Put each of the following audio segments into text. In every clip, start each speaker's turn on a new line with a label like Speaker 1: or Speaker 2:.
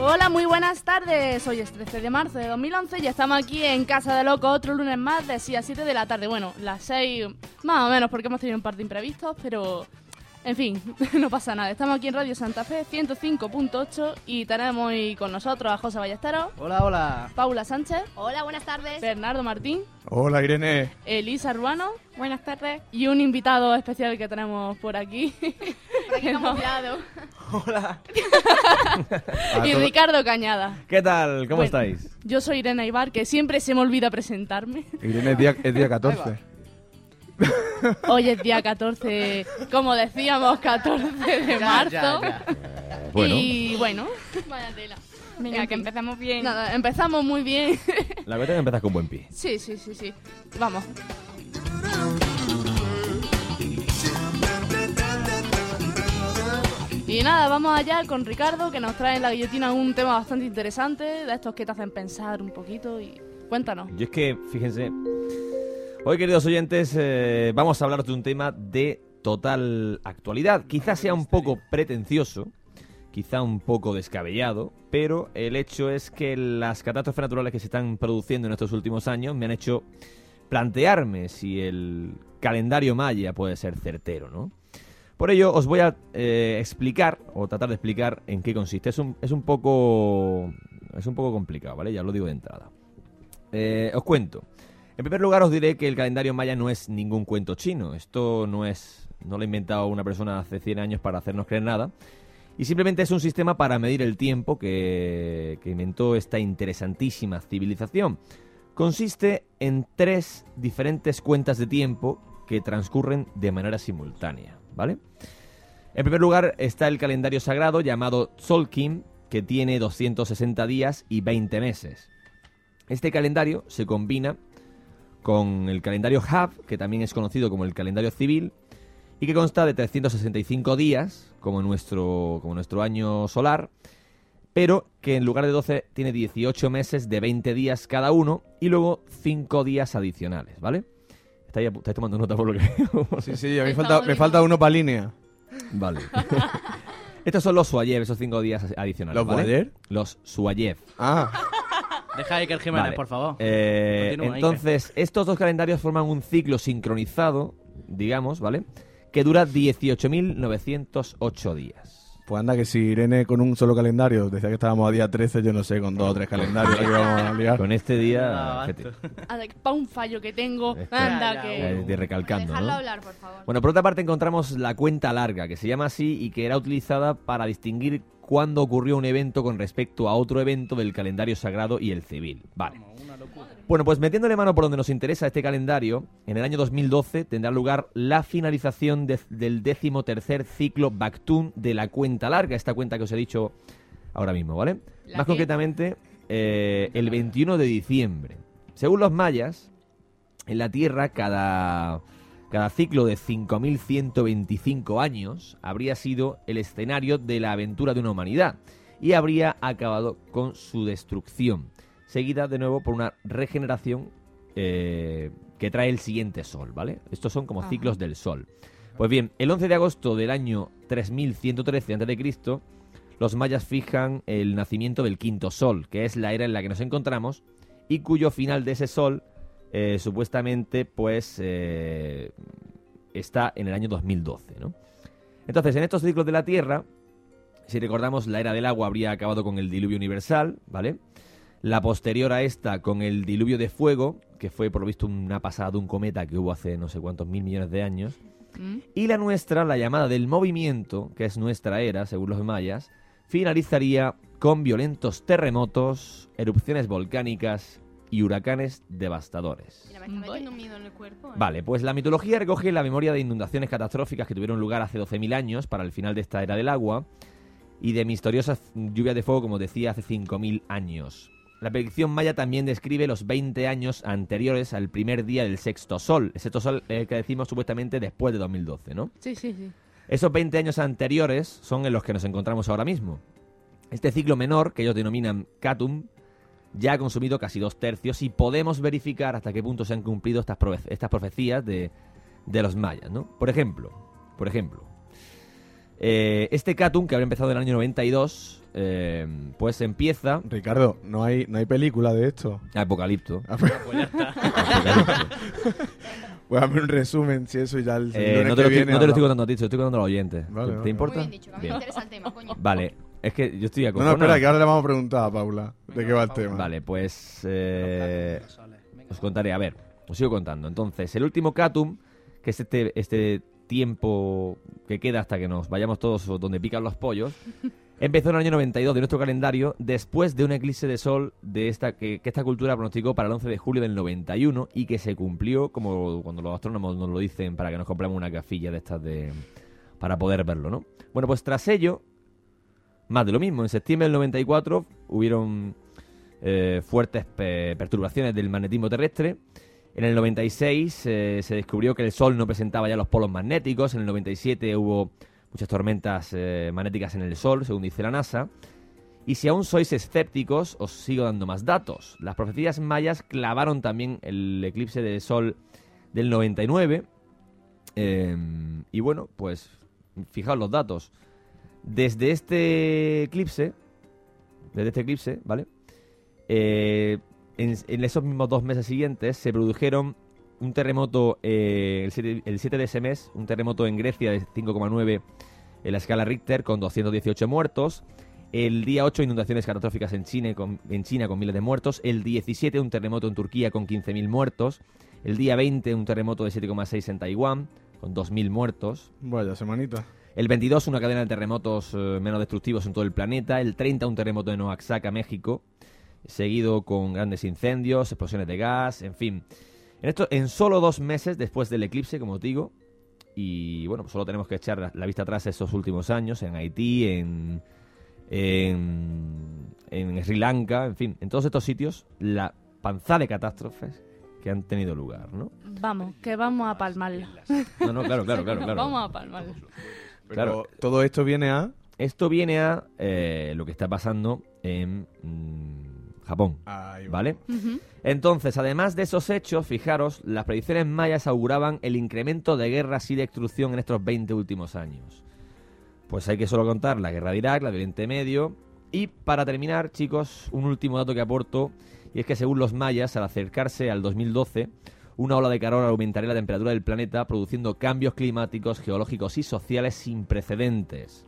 Speaker 1: Hola, muy buenas tardes. Hoy es 13 de marzo de 2011 y estamos aquí en Casa de Loco otro lunes más de 6 a 7 de la tarde. Bueno, las 6 más o menos porque hemos tenido un par de imprevistos, pero en fin, no pasa nada. Estamos aquí en Radio Santa Fe 105.8 y tenemos hoy con nosotros a José Ballesteros.
Speaker 2: Hola, hola.
Speaker 1: Paula Sánchez.
Speaker 3: Hola, buenas tardes.
Speaker 1: Bernardo Martín.
Speaker 4: Hola, Irene.
Speaker 1: Elisa Ruano.
Speaker 3: Buenas tardes.
Speaker 1: Y un invitado especial que tenemos por aquí.
Speaker 3: Por aquí estamos cuidado.
Speaker 2: Hola.
Speaker 1: y Ricardo Cañada.
Speaker 2: ¿Qué tal? ¿Cómo
Speaker 1: Bueno,
Speaker 2: estáis?
Speaker 1: Yo soy Irene Ibar, que siempre se me olvida presentarme.
Speaker 4: Irene es día, es día 14.
Speaker 1: Hoy es día 14, como decíamos, 14 de marzo.
Speaker 5: Bueno,
Speaker 1: Y bueno,
Speaker 3: Vaya tela.
Speaker 1: En
Speaker 3: Venga, que
Speaker 1: fin.
Speaker 3: empezamos bien.
Speaker 1: nada, empezamos muy bien.
Speaker 5: la verdad es que empezas con buen pie.
Speaker 1: Sí, sí, sí, sí. Vamos. Y nada, vamos allá con Ricardo, que nos trae en la guillotina un tema bastante interesante, de estos que te hacen pensar un poquito y cuéntanos.
Speaker 5: Yo es que, fíjense, hoy queridos oyentes, eh, vamos a hablar de un tema de total actualidad. Quizás sea un poco pretencioso, quizá un poco descabellado, pero el hecho es que las catástrofes naturales que se están produciendo en estos últimos años me han hecho plantearme si el calendario maya puede ser certero, ¿no? Por ello, os voy a eh, explicar, o tratar de explicar, en qué consiste. Es un, es un poco. Es un poco complicado, ¿vale? Ya os lo digo de entrada. Eh, os cuento. En primer lugar, os diré que el calendario maya no es ningún cuento chino. Esto no es. No lo ha inventado una persona hace 100 años para hacernos creer nada. Y simplemente es un sistema para medir el tiempo que, que inventó esta interesantísima civilización. Consiste en tres diferentes cuentas de tiempo que transcurren de manera simultánea, ¿vale? En primer lugar está el calendario sagrado llamado Tzolk'in, que tiene 260 días y 20 meses. Este calendario se combina con el calendario Hab, que también es conocido como el calendario civil, y que consta de 365 días, como nuestro, como nuestro año solar, pero que en lugar de 12 tiene 18 meses de 20 días cada uno y luego 5 días adicionales, ¿vale? Estáis, apu- estáis tomando nota por lo que veo.
Speaker 4: Sí, sí, a mí
Speaker 3: Estamos
Speaker 4: falta, me
Speaker 3: bien.
Speaker 4: falta uno para línea.
Speaker 5: Vale. Estos son los Suayev, esos 5 días adicionales.
Speaker 4: ¿Los
Speaker 5: ¿vale?
Speaker 4: Boyer?
Speaker 5: Los Suayev.
Speaker 4: Ah,
Speaker 2: Deja a Iker Jiménez,
Speaker 5: Vale.
Speaker 2: por favor.
Speaker 5: Eh,
Speaker 2: Continúa,
Speaker 5: entonces, estos dos calendarios forman un ciclo sincronizado, digamos, ¿vale? Que dura 18.908 días.
Speaker 4: pues anda que si Irene con un solo calendario decía que estábamos a día 13, yo no sé, con dos o tres calendarios que íbamos a liar.
Speaker 5: Con este
Speaker 2: Ah,
Speaker 5: día,
Speaker 2: avanzo.
Speaker 5: fíjate,
Speaker 1: Para un fallo Ah, que tengo,
Speaker 5: Está-
Speaker 1: anda
Speaker 2: Ya, ya,
Speaker 1: que...
Speaker 5: eh, de recalcando,
Speaker 3: Dejarlo
Speaker 5: ¿no?
Speaker 3: hablar, por favor.
Speaker 5: Bueno, por otra parte encontramos la cuenta larga, que se llama así y que era utilizada para distinguir cuándo ocurrió un evento con respecto a otro evento del calendario sagrado y el civil. Vale. Bueno, pues metiéndole mano por donde nos interesa este calendario, en el año 2012 tendrá lugar la finalización de- del decimotercer ciclo Bactún de la cuenta larga, esta cuenta que os he dicho ahora mismo, ¿vale?
Speaker 3: ¿La
Speaker 5: Más
Speaker 3: qué?
Speaker 5: concretamente, eh, el 21 de diciembre. Según los mayas, en la Tierra cada, cada ciclo de 5.125 años habría sido el escenario de la aventura de una humanidad y habría acabado con su destrucción, seguida de nuevo por una regeneración eh, que trae el siguiente sol, ¿vale? Estos son como
Speaker 1: Ajá.
Speaker 5: ciclos del sol. Pues bien, el 11 de agosto del año 3113 a.C., los mayas fijan el nacimiento del quinto sol, que es la era en la que nos encontramos, y cuyo final de ese sol eh, supuestamente pues eh, está en el año 2012. ¿no? Entonces, en estos ciclos de la Tierra, si recordamos, la era del agua habría acabado con el diluvio universal, ¿vale? La posterior a esta con el diluvio de fuego, que fue por lo visto una pasada de un cometa que hubo hace no sé cuántos mil millones de años.
Speaker 1: ¿Mm?
Speaker 5: Y la nuestra, la llamada del movimiento, que es nuestra era, según los mayas, finalizaría con violentos terremotos, erupciones volcánicas y huracanes devastadores.
Speaker 3: Mira, me está metiendo un miedo en el cuerpo. ¿eh?
Speaker 5: Vale, pues la mitología recoge la memoria de inundaciones catastróficas que tuvieron lugar hace 12.000 años para el final de esta era del agua y de misteriosas lluvias de fuego, como decía, hace 5.000 años. La predicción maya también describe los 20 años anteriores al primer día del sexto sol. El sexto sol eh, que decimos supuestamente después de 2012, ¿no?
Speaker 1: Sí, sí, sí.
Speaker 5: Esos 20 años anteriores son en los que nos encontramos ahora mismo. Este ciclo menor, que ellos denominan Catum, ya ha consumido casi dos tercios y podemos verificar hasta qué punto se han cumplido estas, profe- estas profecías de, de los mayas, ¿no? Por ejemplo, por ejemplo, eh, este Catum, que habría empezado en el año 92, eh, pues empieza...
Speaker 4: Ricardo, no hay, no hay película de esto.
Speaker 5: Apocalipto.
Speaker 4: Ah, Pues voy a hacer un resumen, si eso, y ya el
Speaker 5: Eh,
Speaker 4: lunes
Speaker 5: no te, lo
Speaker 4: que
Speaker 5: estoy,
Speaker 4: viene
Speaker 5: no te lo estoy
Speaker 4: hablamos.
Speaker 5: contando a ti, te lo estoy contando a los oyentes.
Speaker 4: Vale,
Speaker 5: ¿Te,
Speaker 4: vale,
Speaker 5: te
Speaker 4: vale.
Speaker 5: importa?
Speaker 3: Muy bien dicho, que a mí me
Speaker 5: Bien.
Speaker 3: interesa el tema, coño.
Speaker 5: Vale, es que yo estoy a
Speaker 4: No, no, espera, que ahora le vamos a preguntar a Paula de qué va el tema.
Speaker 5: Vale, pues eh, os contaré. A ver, os sigo contando. Entonces, el último Catum, que es este, este tiempo que queda hasta que nos vayamos todos donde pican los pollos, empezó en el año 92 de nuestro calendario, después de un eclipse de sol de esta que, que esta cultura pronosticó para el 11 de julio del 91 y que se cumplió, como cuando los astrónomos nos lo dicen, para que nos compremos una cafilla de estas de para poder verlo, ¿no? Bueno, pues tras ello, más de lo mismo. En septiembre del 94 hubieron eh, fuertes pe- perturbaciones del magnetismo terrestre. En el 96 eh, se descubrió que el Sol no presentaba ya los polos magnéticos. En el 97 hubo muchas tormentas eh, magnéticas en el Sol, según dice la NASA. Y si aún sois escépticos, os sigo dando más datos. Las profecías mayas clavaron también el eclipse de Sol del 99. Eh, y bueno, pues fijaos los datos. Desde este eclipse, desde este eclipse, ¿vale? Eh, en, en esos mismos dos meses siguientes se produjeron un terremoto eh, el, 7, el 7 de ese mes, un terremoto en Grecia de 5,9 en la escala Richter con 218 muertos. El día 8 inundaciones catastróficas en China, con, en China con miles de muertos. El 17 un terremoto en Turquía con 15.000 muertos. El día 20 un terremoto de 7,6 en Taiwán con 2.000 muertos.
Speaker 4: Vaya semanita.
Speaker 5: El 22, una cadena de terremotos eh, menos destructivos en todo el planeta. El 30, un terremoto en Oaxaca, México. Seguido con grandes incendios, explosiones de gas, en fin. En, esto, en solo dos meses después del eclipse, como os digo. Y bueno, pues solo tenemos que echar la- la vista atrás a estos últimos años en Haití, en, en, en Sri Lanka, en fin. En todos estos sitios, la panza de catástrofes que han tenido lugar, ¿no?
Speaker 1: Vamos, que vamos a palmarla.
Speaker 5: No, no, claro, claro, claro. claro.
Speaker 1: Vamos a palmarla.
Speaker 4: Pero
Speaker 5: Claro.
Speaker 4: todo esto viene a...
Speaker 5: Esto viene a eh, lo que está pasando en mm, Japón,
Speaker 4: Ahí va.
Speaker 5: ¿vale?
Speaker 1: Ujú.
Speaker 5: Entonces, además de esos hechos, fijaros, las predicciones mayas auguraban el incremento de guerras y destrucción en estos 20 últimos años. Pues hay que solo contar la guerra de Irak, la de Oriente Medio. Y para terminar, chicos, un último dato que aporto, y es que según los mayas, al acercarse al 2012, una ola de calor aumentaría la temperatura del planeta, produciendo cambios climáticos, geológicos y sociales sin precedentes.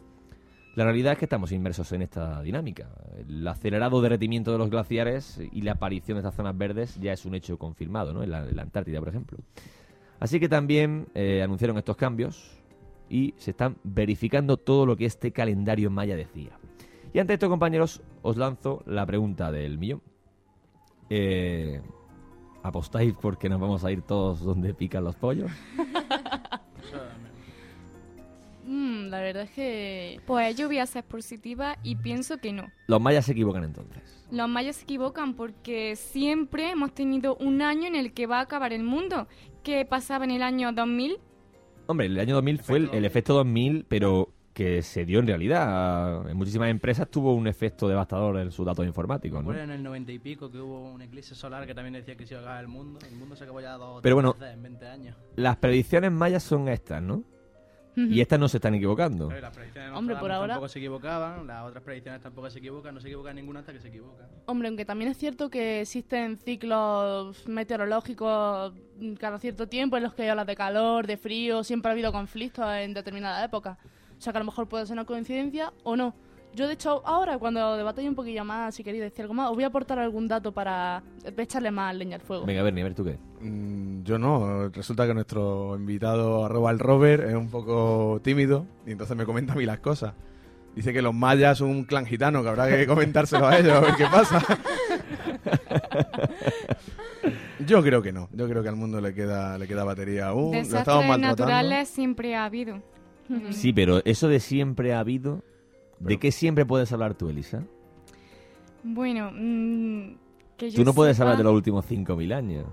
Speaker 5: La realidad es que estamos inmersos en esta dinámica. El acelerado derretimiento de los glaciares y la aparición de estas zonas verdes ya es un hecho confirmado, ¿no? En la, en la Antártida, por ejemplo. Así que también eh, anunciaron estos cambios y se están verificando todo lo que este calendario maya decía. Y ante esto, compañeros, os lanzo la pregunta del millón. Eh, ¿Apostáis porque nos vamos a ir todos donde pican los pollos?
Speaker 1: Mm, la verdad es que...
Speaker 6: Pues yo voy a ser positiva y pienso que no.
Speaker 5: Los mayas se equivocan entonces.
Speaker 6: Los mayas se equivocan porque siempre hemos tenido un año en el que va a acabar el mundo. ¿Qué pasaba en el año 2000?
Speaker 5: Hombre, el año 2000 fue el, el efecto 2000, pero que se dio en realidad. En muchísimas empresas tuvo un efecto devastador en sus datos informáticos, ¿no?
Speaker 2: Bueno, en el 90 y pico que hubo un eclipse solar que también decía que se iba a acabar el mundo. El mundo se acabó ya dos o
Speaker 5: Pero
Speaker 2: tres
Speaker 5: bueno.
Speaker 2: veces en 20 años.
Speaker 5: Las predicciones mayas son estas, ¿no? Y estas no se están equivocando.
Speaker 2: Claro, y Eh, las predicciones de
Speaker 1: Hombre, por
Speaker 2: Nostradamus
Speaker 1: ahora-
Speaker 2: tampoco se equivocaban, las otras predicciones tampoco se equivocan, no se equivoca ninguna hasta que se equivoca.
Speaker 1: Hombre, aunque también es cierto que existen ciclos meteorológicos mm, cada cierto tiempo en los que hay olas de calor, de frío, siempre ha habido conflictos en determinada época. O sea que a lo mejor puede ser una coincidencia o no. Yo, de hecho, ahora cuando debatáis un poquillo más, si queréis decir algo más, os voy a aportar algún dato para echarle más leña al fuego.
Speaker 5: Venga, Bernie, a ver tú qué.
Speaker 4: Mm, Yo no, resulta que nuestro invitado arroba el Robert es un poco tímido y entonces me comenta a mí las cosas. Dice que los mayas son un clan gitano, que habrá que comentárselo a ellos a ver qué pasa. Yo creo que no, yo creo que al mundo le queda, le queda batería
Speaker 5: Oh,
Speaker 4: aún, lo estamos
Speaker 6: Desastres
Speaker 4: maltratando.
Speaker 6: naturales siempre ha habido. Mm.
Speaker 5: Sí, pero eso de siempre ha habido. ¿De
Speaker 4: Pero-
Speaker 5: qué siempre puedes hablar tú, Elisa?
Speaker 6: Bueno, mm, que yo
Speaker 5: Tú no puedes
Speaker 6: sepa-
Speaker 5: hablar de los últimos 5.000 años.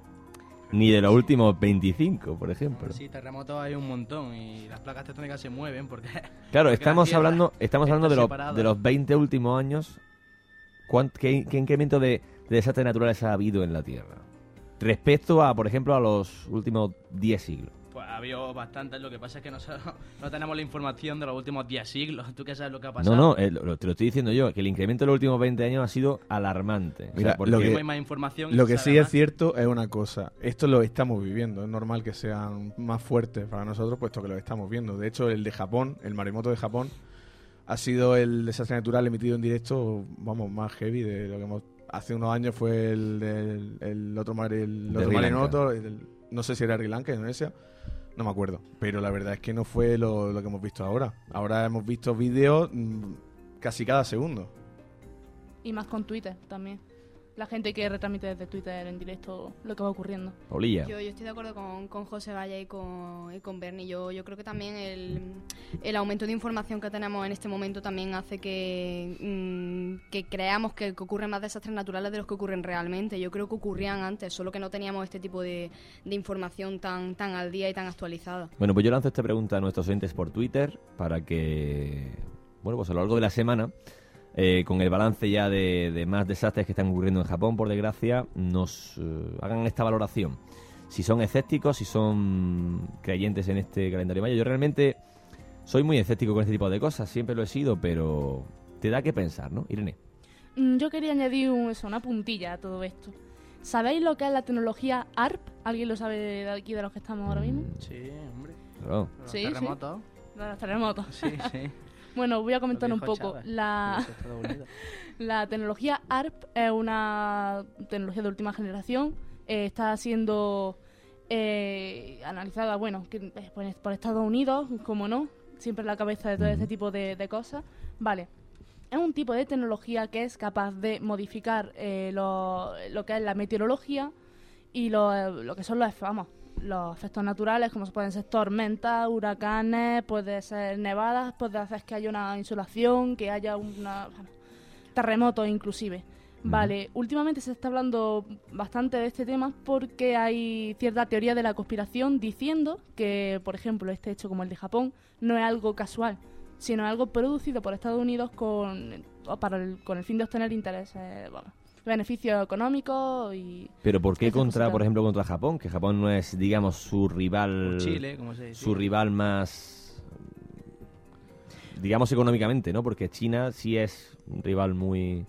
Speaker 5: Ni de los últimos 25, por ejemplo.
Speaker 2: Sí, terremotos hay un montón y las placas tectónicas se mueven porque
Speaker 5: Claro,
Speaker 2: Porque la
Speaker 5: estamos
Speaker 2: Tierra
Speaker 5: hablando, estamos
Speaker 2: está
Speaker 5: hablando de, los-
Speaker 2: separada.
Speaker 5: de los 20 últimos años. ¿Cuán- qué, qué incremento de, de desastres naturales ha habido en la Tierra? Respecto a, por ejemplo, a los últimos 10 siglos.
Speaker 2: pues, ha habido bastantes. Lo que pasa es que nosotros no tenemos la información de los últimos 10 siglos. ¿Tú qué sabes lo que ha pasado?
Speaker 5: No, no, eh, lo- lo- te lo estoy diciendo yo, que el incremento de los últimos 20 años ha sido alarmante. O sea,
Speaker 4: Mira,
Speaker 5: porque-
Speaker 4: lo
Speaker 2: Tenemos
Speaker 4: que-
Speaker 2: más información. y
Speaker 4: Lo
Speaker 2: se
Speaker 4: que
Speaker 2: sabe
Speaker 4: sí es
Speaker 2: más.
Speaker 4: cierto es una cosa, esto lo estamos viviendo, es normal que sean más fuertes para nosotros puesto que lo estamos viendo. De hecho, el de Japón, el maremoto de Japón, ha sido el desastre natural emitido en directo, vamos, más heavy de lo que hemos... Hace unos años fue el, del- el otro, mare, el
Speaker 5: De
Speaker 4: otro
Speaker 5: Sri Lanka.
Speaker 4: maremoto, el del- no sé si era Sri Lanka, Indonesia, no me acuerdo. Pero la verdad es que no fue lo, lo que hemos visto ahora. Ahora hemos visto vídeos mm, casi cada segundo.
Speaker 1: Y más con Twitter también. La gente que retransmite desde Twitter en directo lo que va ocurriendo.
Speaker 5: Paulilla.
Speaker 3: Yo, yo estoy de acuerdo con, con José Valla y con, y con Bernie. Yo, yo creo que también el, el aumento de información que tenemos en este momento también hace que, mm, que creamos que, que ocurren más desastres naturales de los que ocurren realmente. Yo creo que ocurrían antes, solo que no teníamos este tipo de, de información tan, tan al día y tan actualizada.
Speaker 5: Bueno, pues yo lanzo esta pregunta a nuestros oyentes por Twitter para que, bueno, pues a lo largo de la semana, eh, con el balance ya de, de más desastres que están ocurriendo en Japón, por desgracia, nos eh, hagan esta valoración. Si son escépticos, si son creyentes en este calendario maya. Yo realmente soy muy escéptico con este tipo de cosas, siempre lo he sido, pero te da que pensar, ¿no? Irene.
Speaker 1: Mm, Yo quería añadir un- eso, una puntilla a todo esto. ¿Sabéis lo que es la tecnología ARP? ¿Alguien lo sabe de aquí de los que estamos ahora mismo?
Speaker 5: Mm,
Speaker 2: Sí, hombre.
Speaker 5: claro.
Speaker 2: Los
Speaker 1: Sí, sí.
Speaker 2: terremotos.
Speaker 1: De los terremotos.
Speaker 2: Sí, sí.
Speaker 1: Bueno, voy a comentar
Speaker 2: Lo
Speaker 1: un
Speaker 2: dijo
Speaker 1: poco.
Speaker 2: Chávez.
Speaker 1: La,
Speaker 2: Los Estados Unidos.
Speaker 1: La tecnología ARP es una tecnología de última generación. eh, está siendo eh, analizada, bueno, que, eh, por, por Estados Unidos, como no, siempre en la cabeza de todo este tipo de, de cosas. Vale. Es un tipo de tecnología que es capaz de modificar eh, lo, lo que es la meteorología y lo, lo que son los, vamos, los efectos naturales, como pueden ser tormentas, huracanes, puede ser nevadas, puede hacer que haya una insolación, que haya una terremotos inclusive. Vale, últimamente se está hablando bastante de este tema porque hay cierta teoría de la conspiración diciendo que, por ejemplo, este hecho como el de Japón no es algo casual, sino algo producido por Estados Unidos con, o para el, con el fin de obtener intereses, bueno, beneficios económicos y...
Speaker 5: Pero ¿por qué
Speaker 1: Esta
Speaker 5: contra,
Speaker 1: cosita.
Speaker 5: por ejemplo, contra Japón? Que Japón no es, digamos, su rival...
Speaker 2: O Chile, como se dice.
Speaker 5: su rival más digamos económicamente, ¿no? Porque China sí es un rival muy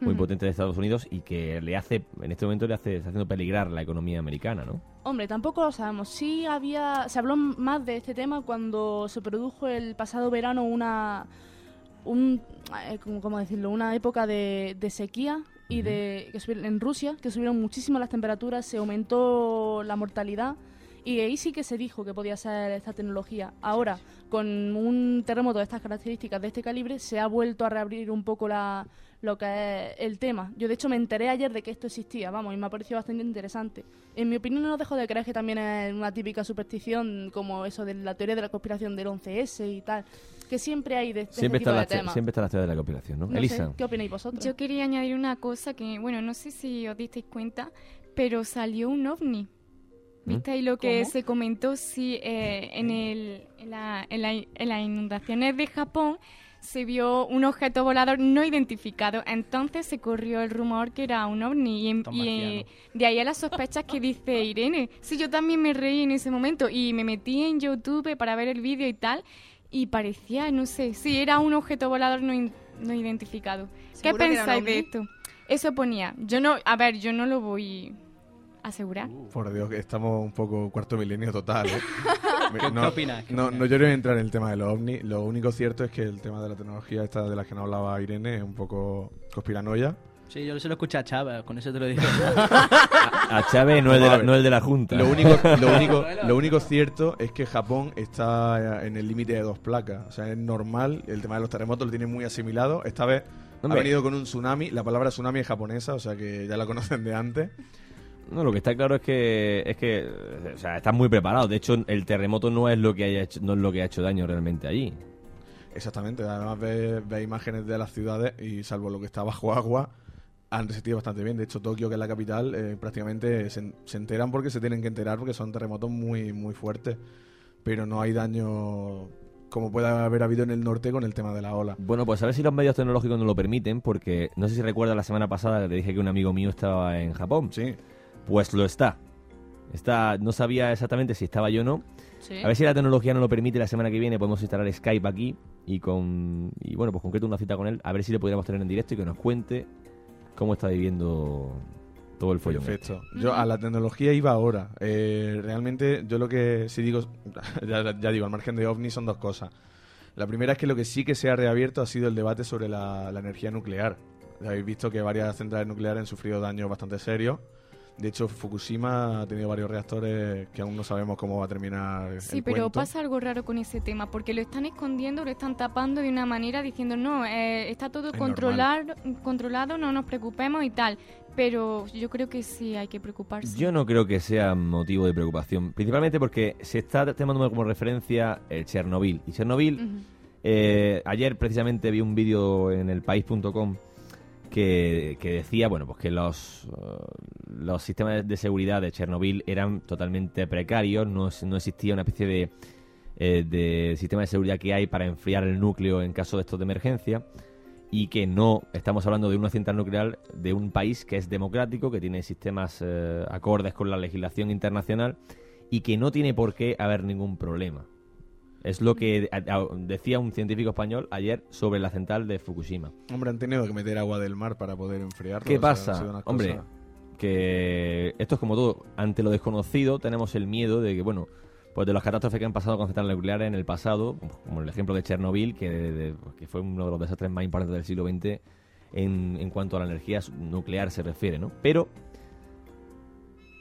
Speaker 5: muy
Speaker 6: Ujú.
Speaker 5: potente de Estados Unidos y que le hace en este momento le hace está haciendo peligrar la economía americana, ¿no?
Speaker 1: Hombre, tampoco lo sabemos. Sí había, se habló más de este tema cuando se produjo el pasado verano una, un, eh, ¿cómo cómo decirlo? Una época de, de sequía y de que subieron- en Rusia que subieron muchísimo las temperaturas, se aumentó la mortalidad y ahí sí que se dijo que podía ser esta tecnología. Ahora con un terremoto de estas características, de este calibre, se ha vuelto a reabrir un poco la lo que es el tema. Yo de hecho me enteré ayer de que esto existía, vamos, y me ha parecido bastante interesante. En mi opinión no dejo de creer que también es una típica superstición como eso de la teoría de la conspiración del 11S y tal, que siempre hay de, de este
Speaker 5: Siempre
Speaker 1: tipo
Speaker 5: están
Speaker 1: de
Speaker 5: las te-
Speaker 1: temas.
Speaker 5: siempre están las teorías de la conspiración, ¿no?
Speaker 1: No sé,
Speaker 5: Elisa.
Speaker 1: ¿Qué opináis vosotros?
Speaker 6: Yo quería añadir una cosa que, bueno, no sé si os disteis cuenta, pero salió un ovni. ¿Visteis lo que
Speaker 1: ¿Mm? ¿Cómo?
Speaker 6: se comentó? Sí, eh, en, el, en, la- en la- en las inundaciones de Japón se vio un objeto volador no identificado. Entonces se corrió el rumor que era un ovni. Y, en-
Speaker 2: Tom
Speaker 6: y,
Speaker 2: Marciano.
Speaker 6: eh, de ahí a las sospechas que dice Irene. Sí, yo también me reí en ese momento y me metí en YouTube para ver el vídeo y tal. Y parecía, no sé, sí, era un objeto volador no, in- no identificado. ¿Qué
Speaker 3: ¿Seguro que era un
Speaker 6: pensáis de
Speaker 3: ovni?
Speaker 6: esto? Eso ponía. Yo no, a ver, yo no lo voy a asegurar.
Speaker 4: Por Dios, que estamos un poco cuarto milenio total, ¿eh? Me-
Speaker 2: ¿Qué opinas? ¿Qué
Speaker 4: No,
Speaker 2: opinas?
Speaker 4: no, yo no voy a entrar en el tema de los ovnis. Lo único cierto es que el tema de la tecnología esta de la que nos hablaba Irene es un poco conspiranoia.
Speaker 2: Sí, yo se lo escuché a Chava, con eso te lo digo.
Speaker 5: A Chávez no el, de la, no el de la Junta.
Speaker 4: Lo único, lo único, lo único cierto es que Japón está eh, en el límite de dos placas. O sea, es normal. El tema de los terremotos lo tiene muy asimilado. Esta vez ha
Speaker 5: Hombre.
Speaker 4: venido con un tsunami. La palabra tsunami es japonesa, o sea que ya la conocen de antes.
Speaker 5: No, lo que está claro es que es que o sea, están muy preparados. De hecho, el terremoto no es lo que haya hecho, no es lo que ha hecho daño realmente allí.
Speaker 4: Exactamente. Además ve, ve imágenes de las ciudades y salvo lo que está bajo agua, han resistido bastante bien. De hecho, Tokio, que es la capital, eh, prácticamente se, en- se enteran porque se tienen que enterar porque son terremotos muy, muy fuertes. Pero no hay daño como puede haber habido en el norte con el tema de la ola.
Speaker 5: Bueno, pues a ver si los medios tecnológicos nos lo permiten, porque no sé si recuerdas la semana pasada que te dije que un amigo mío estaba en Japón.
Speaker 4: Sí.
Speaker 5: Pues lo está. Está, no sabía exactamente si estaba yo o no.
Speaker 1: Sí.
Speaker 5: A ver si la tecnología nos lo permite la semana que viene podemos instalar Skype aquí y con y bueno, pues concreto una cita con él, a ver si lo pudiéramos tener en directo y que nos cuente cómo está viviendo todo el follón. este.
Speaker 4: Perfecto. Yo a la tecnología iba ahora. Eh, realmente, yo lo que sí digo, ya, ya digo, al margen de ovni son dos cosas. La primera es que lo que sí que se ha reabierto ha sido el debate sobre la, la energía nuclear. Ya habéis visto que varias centrales nucleares han sufrido daños bastante serios. De hecho, Fukushima ha tenido varios reactores que aún no sabemos cómo va a terminar.
Speaker 6: Sí,
Speaker 4: el
Speaker 6: pero
Speaker 4: cuento.
Speaker 6: pasa algo raro con ese tema, porque lo están escondiendo, lo están tapando de una manera diciendo, no, eh, está todo
Speaker 4: Es
Speaker 6: controlar, controlado, no nos preocupemos y tal. Pero yo creo que sí hay que preocuparse.
Speaker 5: Yo no creo que sea motivo de preocupación, principalmente porque se está tomando como referencia el Chernobyl. Y Chernobyl,
Speaker 6: Ujú.
Speaker 5: eh, ayer precisamente vi un vídeo en elpaís.com que, que decía, bueno, pues que los, eh, los sistemas de seguridad de Chernobyl eran totalmente precarios, no, es- no existía una especie de, eh, de sistema de seguridad que hay para enfriar el núcleo en caso de estos de emergencia y que no estamos hablando de una central nuclear de un país que es democrático, que tiene sistemas eh, acordes con la legislación internacional y que no tiene por qué haber ningún problema. Es lo que a- a- decía un científico español ayer sobre la central de Fukushima.
Speaker 4: Hombre, han tenido que meter agua del mar para poder enfriarlo.
Speaker 5: ¿Qué
Speaker 4: o sea, han
Speaker 5: pasa?
Speaker 4: sido unas
Speaker 5: Hombre,
Speaker 4: cosas-
Speaker 5: que esto es como todo. Ante lo desconocido tenemos el miedo de que, bueno, pues de las catástrofes que han pasado con centrales nucleares en el pasado, como el ejemplo de Chernobyl, que, de- que fue uno de los desastres más importantes del siglo XX en, en cuanto a la energía nuclear se refiere, ¿no? Pero,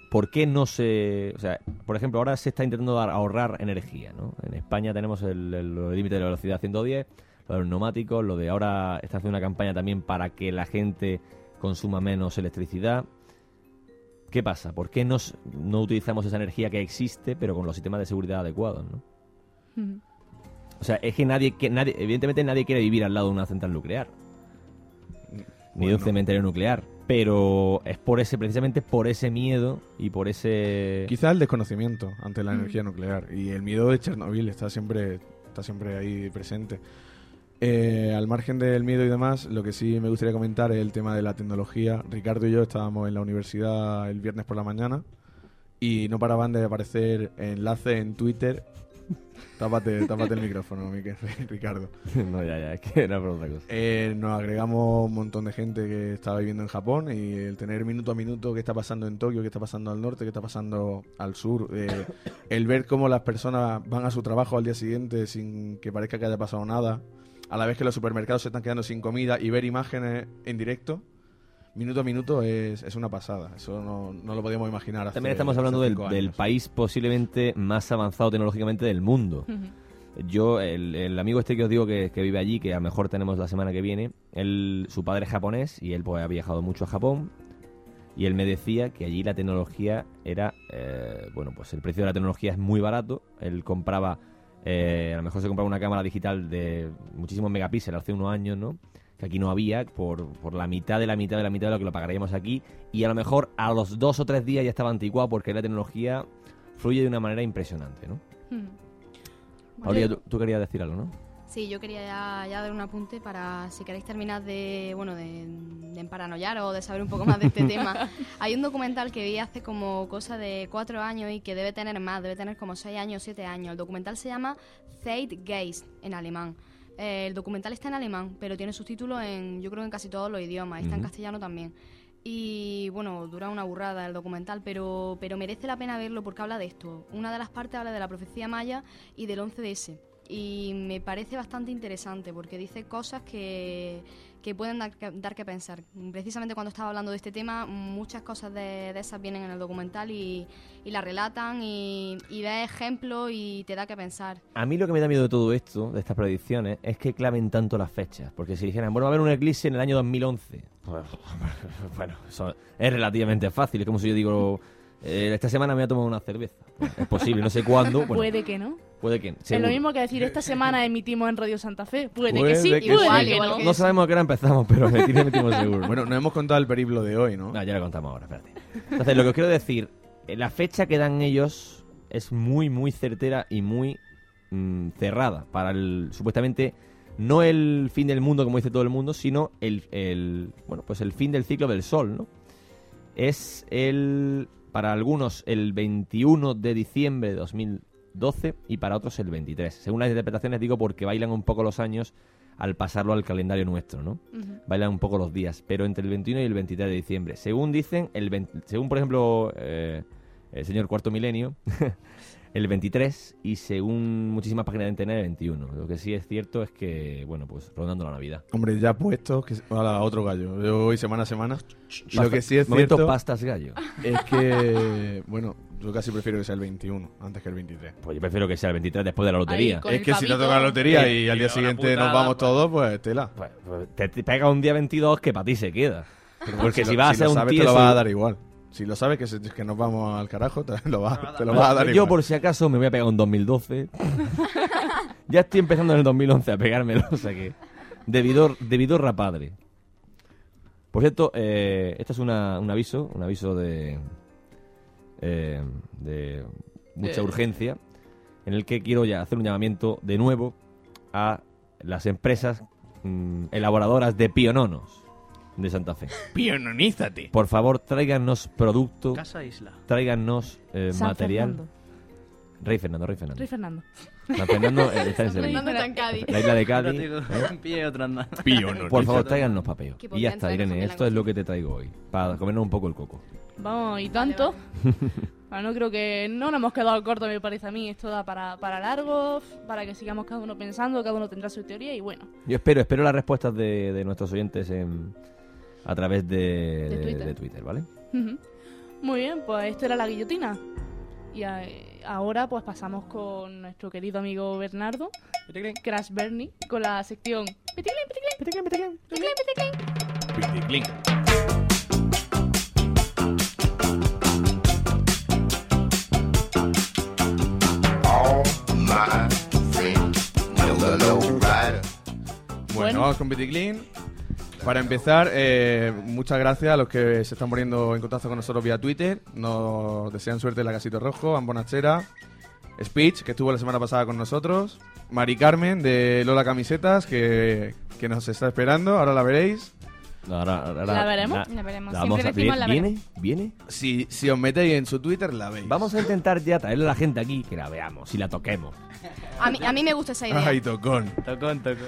Speaker 5: ¿por qué no se...? O sea, por ejemplo, ahora se está intentando dar- ahorrar energía, ¿no? En España tenemos el el límite de la velocidad 110, lo de los neumáticos, lo de ahora está haciendo una campaña también para que la gente consuma menos electricidad. ¿Qué pasa? ¿Por qué nos- no utilizamos esa energía que existe, pero con los sistemas de seguridad adecuados? ¿no?
Speaker 6: Ujú.
Speaker 5: O sea, es que nadie, que nadie, evidentemente nadie quiere vivir al lado de una central nuclear, ni de un
Speaker 4: Bueno.
Speaker 5: cementerio nuclear, pero es por ese, precisamente por ese miedo y por ese.
Speaker 4: Quizá el desconocimiento ante la energía nuclear y el miedo de Chernobyl está siempre, está siempre ahí presente. Eh, al margen del miedo y demás, lo que sí me gustaría comentar es el tema de la tecnología. Ricardo y yo estábamos en la universidad el viernes por la mañana y no paraban de aparecer enlaces en Twitter. Tápate, tápate el micrófono, Miquel, Ricardo.
Speaker 5: no, ya, ya, es que era por otra cosa.
Speaker 4: Eh, nos agregamos un montón de gente que estaba viviendo en Japón y el tener minuto a minuto qué está pasando en Tokio, qué está pasando al norte, qué está pasando al sur, eh, el ver cómo las personas van a su trabajo al día siguiente sin que parezca que haya pasado nada, a la vez que los supermercados se están quedando sin comida y ver imágenes en directo, minuto a minuto es, es una pasada. Eso no, no lo podíamos imaginar. hace-
Speaker 5: También estamos
Speaker 4: hace
Speaker 5: hablando del,
Speaker 4: cinco
Speaker 5: del
Speaker 4: años.
Speaker 5: país posiblemente más avanzado tecnológicamente del mundo. Yo, el, el amigo este que os digo que, que vive allí, que a lo mejor tenemos la semana que viene, él, su padre es japonés y él pues, ha viajado mucho a Japón. Y él me decía que allí la tecnología era, eh, bueno, pues el precio de la tecnología es muy barato. Él compraba, eh, a lo mejor se compraba una cámara digital de muchísimos megapíxeles hace unos años, ¿no? Que aquí no había, por, por la mitad de la mitad de la mitad de lo que lo pagaríamos aquí. Y a lo mejor a los dos o tres días ya estaba anticuado porque la tecnología fluye de una manera impresionante, ¿no?
Speaker 6: Ujú.
Speaker 5: Aurelia, tú, tú querías decir algo, ¿no?
Speaker 3: Sí, yo quería ya, ya dar un apunte para si queréis terminar de, bueno, de, de emparanoiar o de saber un poco más de este tema. Hay un documental que vi hace como cosa de cuatro años y que debe tener más, debe tener como seis años, siete años. El documental se llama Zeitgeist en alemán. Eh, el documental está en alemán, pero tiene subtítulos en, yo creo, que en casi todos los idiomas. Está en
Speaker 5: Ujú.
Speaker 3: castellano también. Y bueno, dura una burrada el documental, pero, pero merece la pena verlo porque habla de esto. Una de las partes habla de la profecía maya y del 11DS. Y me parece bastante interesante porque dice cosas que, que pueden dar que, dar que pensar. Precisamente cuando estaba hablando de este tema, muchas cosas de, de esas vienen en el documental y, y la relatan y, y da ejemplos y te da que pensar.
Speaker 5: A mí lo que me da miedo de todo esto, de estas predicciones, es que claven tanto las fechas. Porque si dijeran, bueno, va a haber un eclipse en el año 2011. pues, Bueno, eso es relativamente fácil. Es como si yo digo, eh, esta semana me voy a tomar una cerveza. Es posible, no sé cuándo. bueno,
Speaker 1: Puede que no.
Speaker 5: puede que.
Speaker 1: Es
Speaker 5: seguro.
Speaker 1: lo mismo que decir, esta semana emitimos en Radio Santa Fe. Puede,
Speaker 4: Puede
Speaker 1: que sí,
Speaker 4: que
Speaker 1: puede
Speaker 4: sí.
Speaker 1: que
Speaker 3: Igual
Speaker 1: no.
Speaker 3: que-
Speaker 5: No sabemos a qué hora empezamos, pero me tiene metimos seguro.
Speaker 4: Bueno, no hemos contado el periplo de hoy, ¿no?
Speaker 5: No, ya lo contamos ahora, espérate. Entonces, lo que os quiero decir, eh, la fecha que dan ellos es muy, muy certera y muy mm, cerrada para el, supuestamente, no el fin del mundo, como dice todo el mundo, sino el, el- bueno, pues el fin del ciclo del sol, ¿no? Es el, para algunos, el 21 de diciembre de 2012 y para otros el 23. Según las interpretaciones, digo porque bailan un poco los años al pasarlo al calendario nuestro, ¿no?
Speaker 1: Ujú.
Speaker 5: bailan un poco los días, pero entre el 21 y el 23 de diciembre. Según dicen, el 20 según por ejemplo eh, el señor Cuarto Milenio, el 23 y según muchísimas páginas de internet el 21. Lo que sí es cierto es que, bueno, pues rondando la Navidad.
Speaker 4: Hombre, ya puestos, que ahora otro gallo. Yo voy semana a semana. Y lo
Speaker 5: Pasta-
Speaker 4: que sí es
Speaker 5: momento
Speaker 4: cierto
Speaker 5: pastas gallo.
Speaker 4: es que, bueno, yo casi prefiero que sea el 21 antes que el 23.
Speaker 5: Pues yo prefiero que sea el 23 después de la lotería.
Speaker 6: Con
Speaker 4: es
Speaker 6: el
Speaker 4: que si te
Speaker 6: pavito.
Speaker 4: toca la lotería
Speaker 5: Eh,
Speaker 4: y al día
Speaker 2: una
Speaker 4: siguiente
Speaker 2: putada,
Speaker 4: nos vamos
Speaker 2: pues.
Speaker 4: todos, pues tela.
Speaker 5: Pues- pues te, te pega un día 22 que para ti se queda. Porque si,
Speaker 4: lo-
Speaker 5: vas a
Speaker 4: lo
Speaker 5: ser un
Speaker 4: sabes,
Speaker 5: tío...
Speaker 4: te lo vas a dar igual. Si lo sabes que, se- que nos vamos al carajo, te lo vas, te lo vas a dar
Speaker 5: Yo
Speaker 4: igual.
Speaker 5: por si acaso me voy a pegar un 2012. ya estoy empezando en el 2011 a pegármelo, o sea que... De, Vidor, de Vidorra padre. Por cierto, eh, esto es una- un aviso, un aviso de... eh, de mucha
Speaker 1: Eh.
Speaker 5: urgencia, en el que quiero ya hacer un llamamiento de nuevo a las empresas mm, elaboradoras de piononos de Santa Fe.
Speaker 4: Piononízate.
Speaker 5: Por favor, tráiganos producto,
Speaker 2: Casa Isla.
Speaker 5: tráiganos eh,
Speaker 1: San
Speaker 5: material.
Speaker 1: Fernando.
Speaker 5: Rey Fernando, Rey Fernando.
Speaker 1: Rey Fernando.
Speaker 5: San Fernando eh, está en
Speaker 3: Fernando
Speaker 5: Sevilla.
Speaker 3: está en Cádiz.
Speaker 5: La isla de
Speaker 2: Ahora
Speaker 5: Cádiz. ¿eh?
Speaker 2: tengo un pie y otro andando.
Speaker 4: Piononízate.
Speaker 5: Por favor, tráiganos papeo.
Speaker 3: Que
Speaker 5: Y ya
Speaker 3: podrían
Speaker 5: está,
Speaker 3: traernos
Speaker 5: Irene,
Speaker 3: también
Speaker 5: esto
Speaker 3: algo.
Speaker 5: es lo que te traigo hoy. Para comernos un poco el coco.
Speaker 1: Vamos, y tanto. Ah, no creo que no nos hemos quedado cortos, me parece a mí. Esto da para, para largo, para que sigamos cada uno pensando, cada uno tendrá su teoría y bueno.
Speaker 5: Yo espero, espero las respuestas de, de nuestros oyentes en- a través de,
Speaker 1: De Twitter.
Speaker 5: de Twitter, ¿vale?
Speaker 1: Ujú. Muy bien, pues esto era la guillotina. Y a- eh, ahora pues pasamos con nuestro querido amigo Bernardo, Crash Bernie, con la sección... Peticlin, peticlin, peticlin, peticlin, peticlin, peticlin.
Speaker 4: Bueno,
Speaker 1: Bueno.
Speaker 4: vamos con Piticlin. Para empezar, eh, muchas gracias a los que se están poniendo en contacto con nosotros vía Twitter. Nos desean suerte en la Casito Rojo, Ambonachera, Speech, que estuvo la semana pasada con nosotros, Mari Carmen de Lola Camisetas, que, que nos está esperando, ahora la veréis.
Speaker 5: Ahora- ahora-
Speaker 1: ¿La veremos?
Speaker 6: La veremos.
Speaker 5: la
Speaker 6: Siempre
Speaker 5: vamos a-
Speaker 6: decimos la
Speaker 5: ¿Viene?
Speaker 6: veremos.
Speaker 5: ¿Viene?
Speaker 4: Si, si os metéis en su Twitter, la veis.
Speaker 5: Vamos a intentar ya traerle a la gente aquí que la veamos y la toquemos.
Speaker 3: A mí, a mí me gusta esa idea.
Speaker 4: Ay, tocón.
Speaker 2: Tocón, tocón.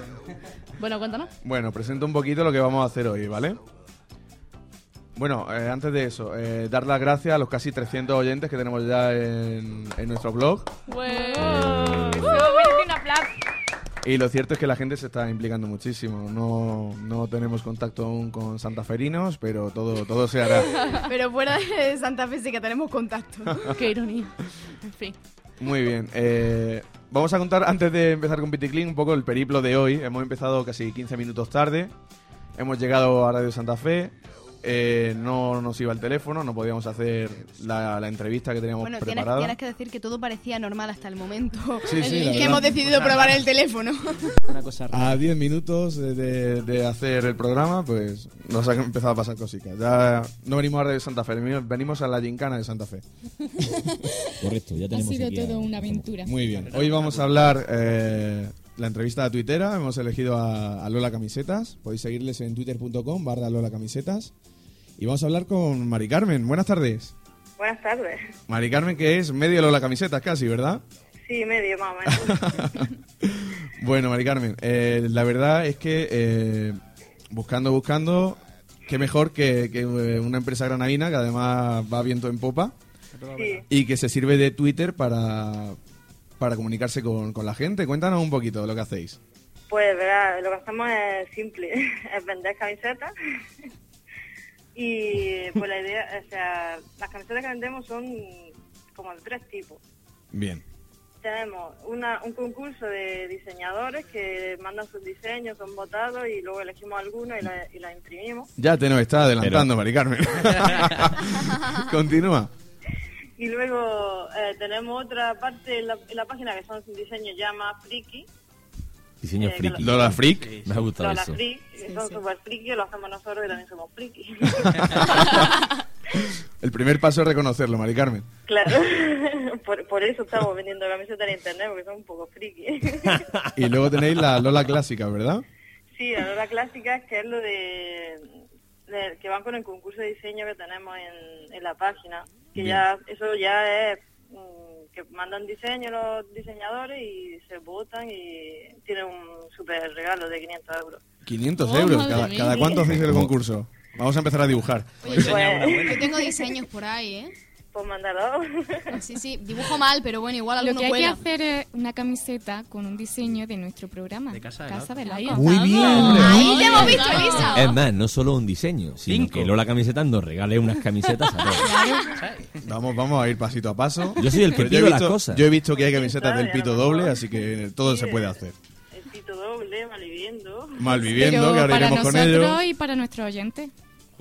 Speaker 1: Bueno, cuéntanos.
Speaker 4: Bueno, presento un poquito lo que vamos a hacer hoy, ¿vale? Bueno, eh, antes de eso, eh, dar las gracias a los casi 300 oyentes que tenemos ya en, en nuestro blog.
Speaker 6: Eso merece un aplauso.
Speaker 4: Y lo cierto es que la gente se está implicando muchísimo. No, no tenemos contacto aún con santaferinos, pero todo, todo se hará.
Speaker 3: Pero fuera de Santa Fe sí que tenemos contacto.
Speaker 1: Qué ironía. En fin.
Speaker 4: Muy bien. eh, vamos a contar, antes de empezar con Piticlin, un poco el periplo de hoy. Hemos empezado casi 15 minutos tarde. Hemos llegado a Radio Santa Fe. eh, no nos iba el teléfono, no podíamos hacer la, la entrevista que teníamos
Speaker 3: Bueno, tienes,
Speaker 4: preparada.
Speaker 3: tienes que decir que todo parecía normal hasta el momento.
Speaker 4: Sí, sí,
Speaker 3: y
Speaker 4: la
Speaker 3: que
Speaker 4: verdad.
Speaker 3: hemos decidido probar el teléfono.
Speaker 2: Una cosa rara.
Speaker 4: A 10 minutos de, de- de hacer el programa, pues nos han empezado a pasar cositas. Ya no venimos a Radio Santa Fe, venimos- venimos a la Gincana de Santa Fe.
Speaker 5: Correcto, ya
Speaker 6: Ha sido todo una aventura.
Speaker 4: Muy bien. Hoy vamos a hablar eh, la entrevista a Twittera. Hemos elegido a, a Lola Camisetas. Podéis seguirles en twitter.com barra Lola Camisetas. Y vamos a hablar con Mari Carmen. Buenas tardes.
Speaker 7: Buenas tardes.
Speaker 4: Mari Carmen, que es medio Lola Camisetas casi, ¿verdad?
Speaker 7: Sí, medio más o menos.
Speaker 4: Bueno, Mari Carmen, eh, la verdad es que eh, buscando, buscando, Qué mejor que, que, eh, una empresa granadina que además va viento en popa
Speaker 7: Sí.
Speaker 4: y que se sirve de Twitter para, para comunicarse con, con la gente. Cuéntanos un poquito lo que hacéis.
Speaker 7: Pues verá, lo que hacemos es simple, es vender camisetas. y pues la idea, o sea, las camisetas que vendemos son como de tres tipos.
Speaker 4: Bien.
Speaker 7: Tenemos una, un concurso de diseñadores que mandan sus diseños, son votados y luego elegimos alguno y la, y la imprimimos.
Speaker 4: Ya te nos está adelantando, Mari Carmen. Continúa.
Speaker 7: Y luego eh, tenemos otra parte en la, en la página que son diseños ya más friki,
Speaker 5: Diseño
Speaker 7: Eh,
Speaker 5: friki.
Speaker 4: Lola Freak.
Speaker 2: Sí,
Speaker 5: Me ha gustado
Speaker 7: Lola
Speaker 5: eso.
Speaker 7: friki,
Speaker 3: Sí,
Speaker 7: que son
Speaker 3: sí.
Speaker 7: super friki, lo hacemos nosotros y también somos friki.
Speaker 4: El primer paso es reconocerlo, Mari Carmen.
Speaker 7: Claro, por, por eso estamos vendiendo camisetas en internet, porque son un poco friki.
Speaker 4: Y luego tenéis la Lola clásica, ¿verdad?
Speaker 7: Sí, la hora clásica es que es lo de, de- que van con el concurso de diseño que tenemos en, en la página, que
Speaker 4: Bien.
Speaker 7: ya eso ya es mm, que mandan diseño los diseñadores y se votan y tienen un super regalo de 500 euros.
Speaker 4: 500
Speaker 1: Oh,
Speaker 4: euros.
Speaker 1: madre
Speaker 4: Cada,
Speaker 1: mía.
Speaker 4: cada cuánto hacéis el concurso. Vamos a empezar a dibujar.
Speaker 2: Hoy tenía una
Speaker 7: Pues-
Speaker 3: Yo tengo diseños por ahí, ¿eh?
Speaker 7: Pues mandarlo.
Speaker 3: Sí, sí, dibujo mal, pero bueno, igual
Speaker 6: Lo
Speaker 3: alguno
Speaker 6: que hay que
Speaker 3: cuela.
Speaker 6: hacer es una camiseta con un diseño de nuestro programa.
Speaker 2: De Casa de
Speaker 6: de
Speaker 2: Locos.
Speaker 6: Locos.
Speaker 5: Muy bien, hombre.
Speaker 3: Ahí te hemos visto, Elisa.
Speaker 5: Es más, no solo un diseño, sino
Speaker 2: Cinco.
Speaker 5: que Lola Camiseta nos regale unas camisetas a todos.
Speaker 4: Vamos, vamos a ir pasito a paso.
Speaker 5: Yo soy el que
Speaker 4: Pero yo he
Speaker 5: pido las
Speaker 4: visto-
Speaker 5: cosas.
Speaker 4: Yo he visto que hay camisetas del
Speaker 7: Claro,
Speaker 4: pito
Speaker 7: Ah, ya lo
Speaker 4: doble,
Speaker 7: mejor.
Speaker 4: así que todo se puede hacer.
Speaker 7: El pito doble, malviviendo.
Speaker 4: Malviviendo, que ahora
Speaker 6: para
Speaker 4: iremos con ello.
Speaker 6: nosotros y para nuestros oyentes.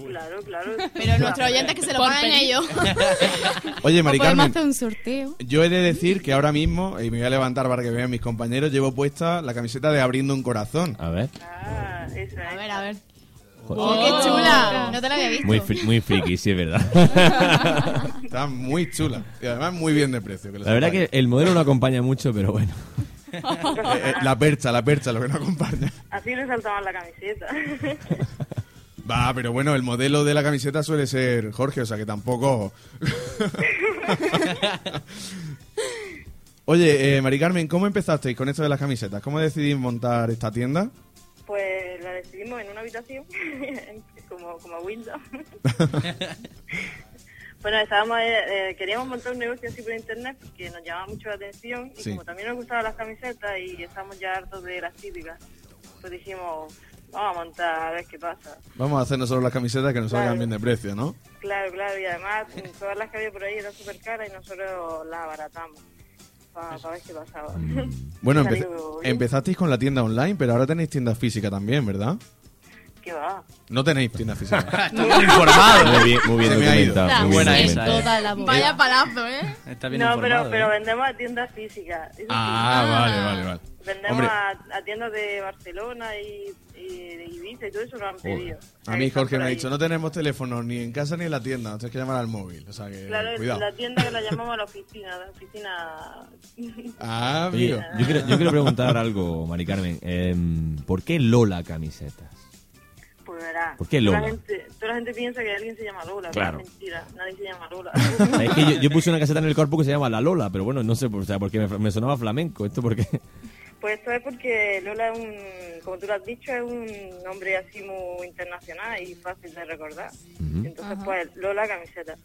Speaker 7: Claro, claro.
Speaker 3: Pero nuestros oyentes que se lo
Speaker 1: Por
Speaker 3: pagan
Speaker 1: peli.
Speaker 3: ellos.
Speaker 4: Oye,
Speaker 6: O
Speaker 4: Mari
Speaker 6: podemos
Speaker 4: Carmen,
Speaker 6: hacer un sorteo.
Speaker 4: yo he de decir que ahora mismo, y me voy a levantar para que vean mis compañeros, llevo puesta la camiseta de Abriendo un Corazón.
Speaker 5: A ver.
Speaker 7: Ah, esa
Speaker 3: A
Speaker 7: es.
Speaker 3: ver, a ver.
Speaker 5: Joder. Oh.
Speaker 3: ¡Qué chula! No te la había visto.
Speaker 5: Muy, fri- muy friki, sí, es verdad.
Speaker 4: Está muy chula. Y además muy bien de precio. lo
Speaker 5: La verdad que
Speaker 4: sepáis.
Speaker 5: el modelo no acompaña mucho, pero bueno.
Speaker 4: Eh, eh, la percha, la percha, lo que no acompaña.
Speaker 7: Así resalta más la camiseta.
Speaker 4: Va, pero bueno, el modelo de la camiseta suele ser Jorge, o sea que tampoco. Oye, eh, Mari Carmen, ¿cómo empezasteis con esto de las camisetas? ¿Cómo decidís montar esta tienda?
Speaker 7: Pues la decidimos en una habitación, como, como Windows. bueno, estábamos, eh, eh, queríamos montar un negocio así por internet porque nos llamaba mucho la atención y
Speaker 4: Sí.
Speaker 7: como también nos gustaban las camisetas y estamos ya hartos de las típicas, pues dijimos, vamos a montar a ver qué pasa.
Speaker 4: Vamos a hacer nosotros las camisetas que nos salgan
Speaker 7: Claro.
Speaker 4: bien de precio, ¿no?
Speaker 7: Claro, claro, y además mm, todas las que había por ahí eran súper caras y nosotros las abaratamos para ver qué pasaba.
Speaker 4: Mm. Bueno,
Speaker 7: Salió
Speaker 4: empe-
Speaker 7: bien.
Speaker 4: empezasteis con la tienda online, pero ahora tenéis tienda física también, ¿verdad?
Speaker 7: ¿Qué va?
Speaker 4: No tenéis tienda física.
Speaker 2: Estás muy informado.
Speaker 5: Muy bien, muy bien
Speaker 4: Se me ha
Speaker 5: documentado.
Speaker 1: ido.
Speaker 5: muy bien
Speaker 2: Buena esa,
Speaker 5: documentado.
Speaker 2: eh.
Speaker 1: Toda la boca.
Speaker 3: Vaya palazo, ¿eh?
Speaker 2: Está bien
Speaker 7: no, pero,
Speaker 2: informado.
Speaker 7: pero
Speaker 2: ¿eh?
Speaker 7: vendemos a tiendas físicas. eso sí.
Speaker 4: ah, vale, vale, vale.
Speaker 7: Vendemos
Speaker 4: Hombre,
Speaker 7: a, a tiendas de Barcelona y, y de Ibiza y todo eso lo han pedido.
Speaker 4: a mí Jorge me ha dicho, no tenemos teléfono ni en casa ni en la tienda, tienes que llamar al móvil, o sea que
Speaker 7: Claro,
Speaker 4: eh, cuidado.
Speaker 7: la tienda que la llamamos la oficina, la oficina...
Speaker 4: Ah,
Speaker 5: Oye,
Speaker 4: amigo.
Speaker 5: yo, quiero, yo quiero preguntar algo, Mari Carmen. Em, ¿Por qué Lola Camisetas?
Speaker 7: Pues verá.
Speaker 5: ¿Por qué Lola?
Speaker 7: Toda la, gente, toda la gente piensa que alguien se llama Lola,
Speaker 5: Claro.
Speaker 7: pero es mentira, nadie se llama Lola.
Speaker 5: Es que yo, yo puse una caseta en el cuerpo que se llama La Lola, pero bueno, no sé por, o sea, porque me, me sonaba flamenco. ¿Esto porque
Speaker 7: pues esto es porque Lola es un, como tú lo has dicho, es un nombre así muy internacional y fácil de recordar. Entonces pues Lola camiseta,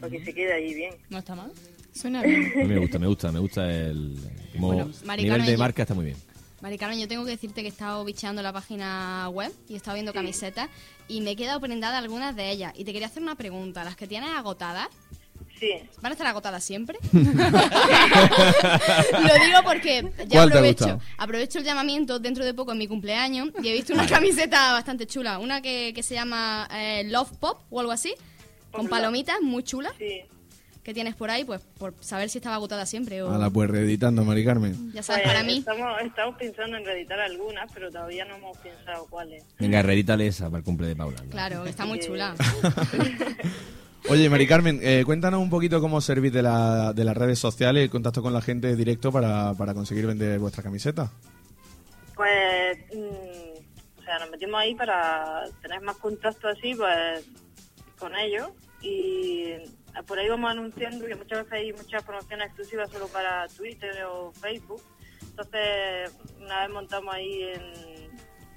Speaker 7: porque se queda ahí bien.
Speaker 1: No está mal.
Speaker 6: Suena bien.
Speaker 5: me gusta, me gusta, me gusta el como
Speaker 3: Bueno, Mari
Speaker 5: nivel de
Speaker 3: Carmen,
Speaker 5: marca está muy bien.
Speaker 3: Mari Carmen, yo tengo que decirte que he estado bicheando la página web y he estado viendo camisetas y me he quedado prendada algunas de ellas. Y te quería hacer una pregunta. ¿Las que tienes agotadas?
Speaker 7: Sí,
Speaker 3: ¿Van a estar agotadas siempre? Lo digo porque ya
Speaker 4: ¿Cuál te ha
Speaker 3: aprovecho,
Speaker 4: gustado?
Speaker 3: aprovecho el llamamiento dentro de poco en mi cumpleaños y he visto una camiseta bastante chula. Una que, que se llama eh, Love Pop o algo así, con
Speaker 7: Hola.
Speaker 3: palomitas, muy chula,
Speaker 7: sí.
Speaker 3: que tienes por ahí, pues por saber si estaba agotada siempre o...
Speaker 4: A la pues reeditando, Mari Carmen.
Speaker 3: Ya sabes,
Speaker 7: Pues
Speaker 3: para mí...
Speaker 7: Estamos, estamos pensando en reeditar algunas, pero todavía no hemos pensado cuáles.
Speaker 5: Venga, redítale esa para el cumple de Paula. ¿no?
Speaker 3: Claro, está muy chula.
Speaker 4: Oye, Mari Carmen, eh, cuéntanos un poquito cómo servís de, la- de las redes sociales, el contacto con la gente directo para, para conseguir vender vuestra camiseta.
Speaker 7: Pues, mm, o sea, nos metimos ahí para tener más contacto así, pues, con ellos. Y por ahí vamos anunciando que muchas veces hay muchas promociones exclusivas solo para Twitter o Facebook. Entonces, una vez montamos ahí en,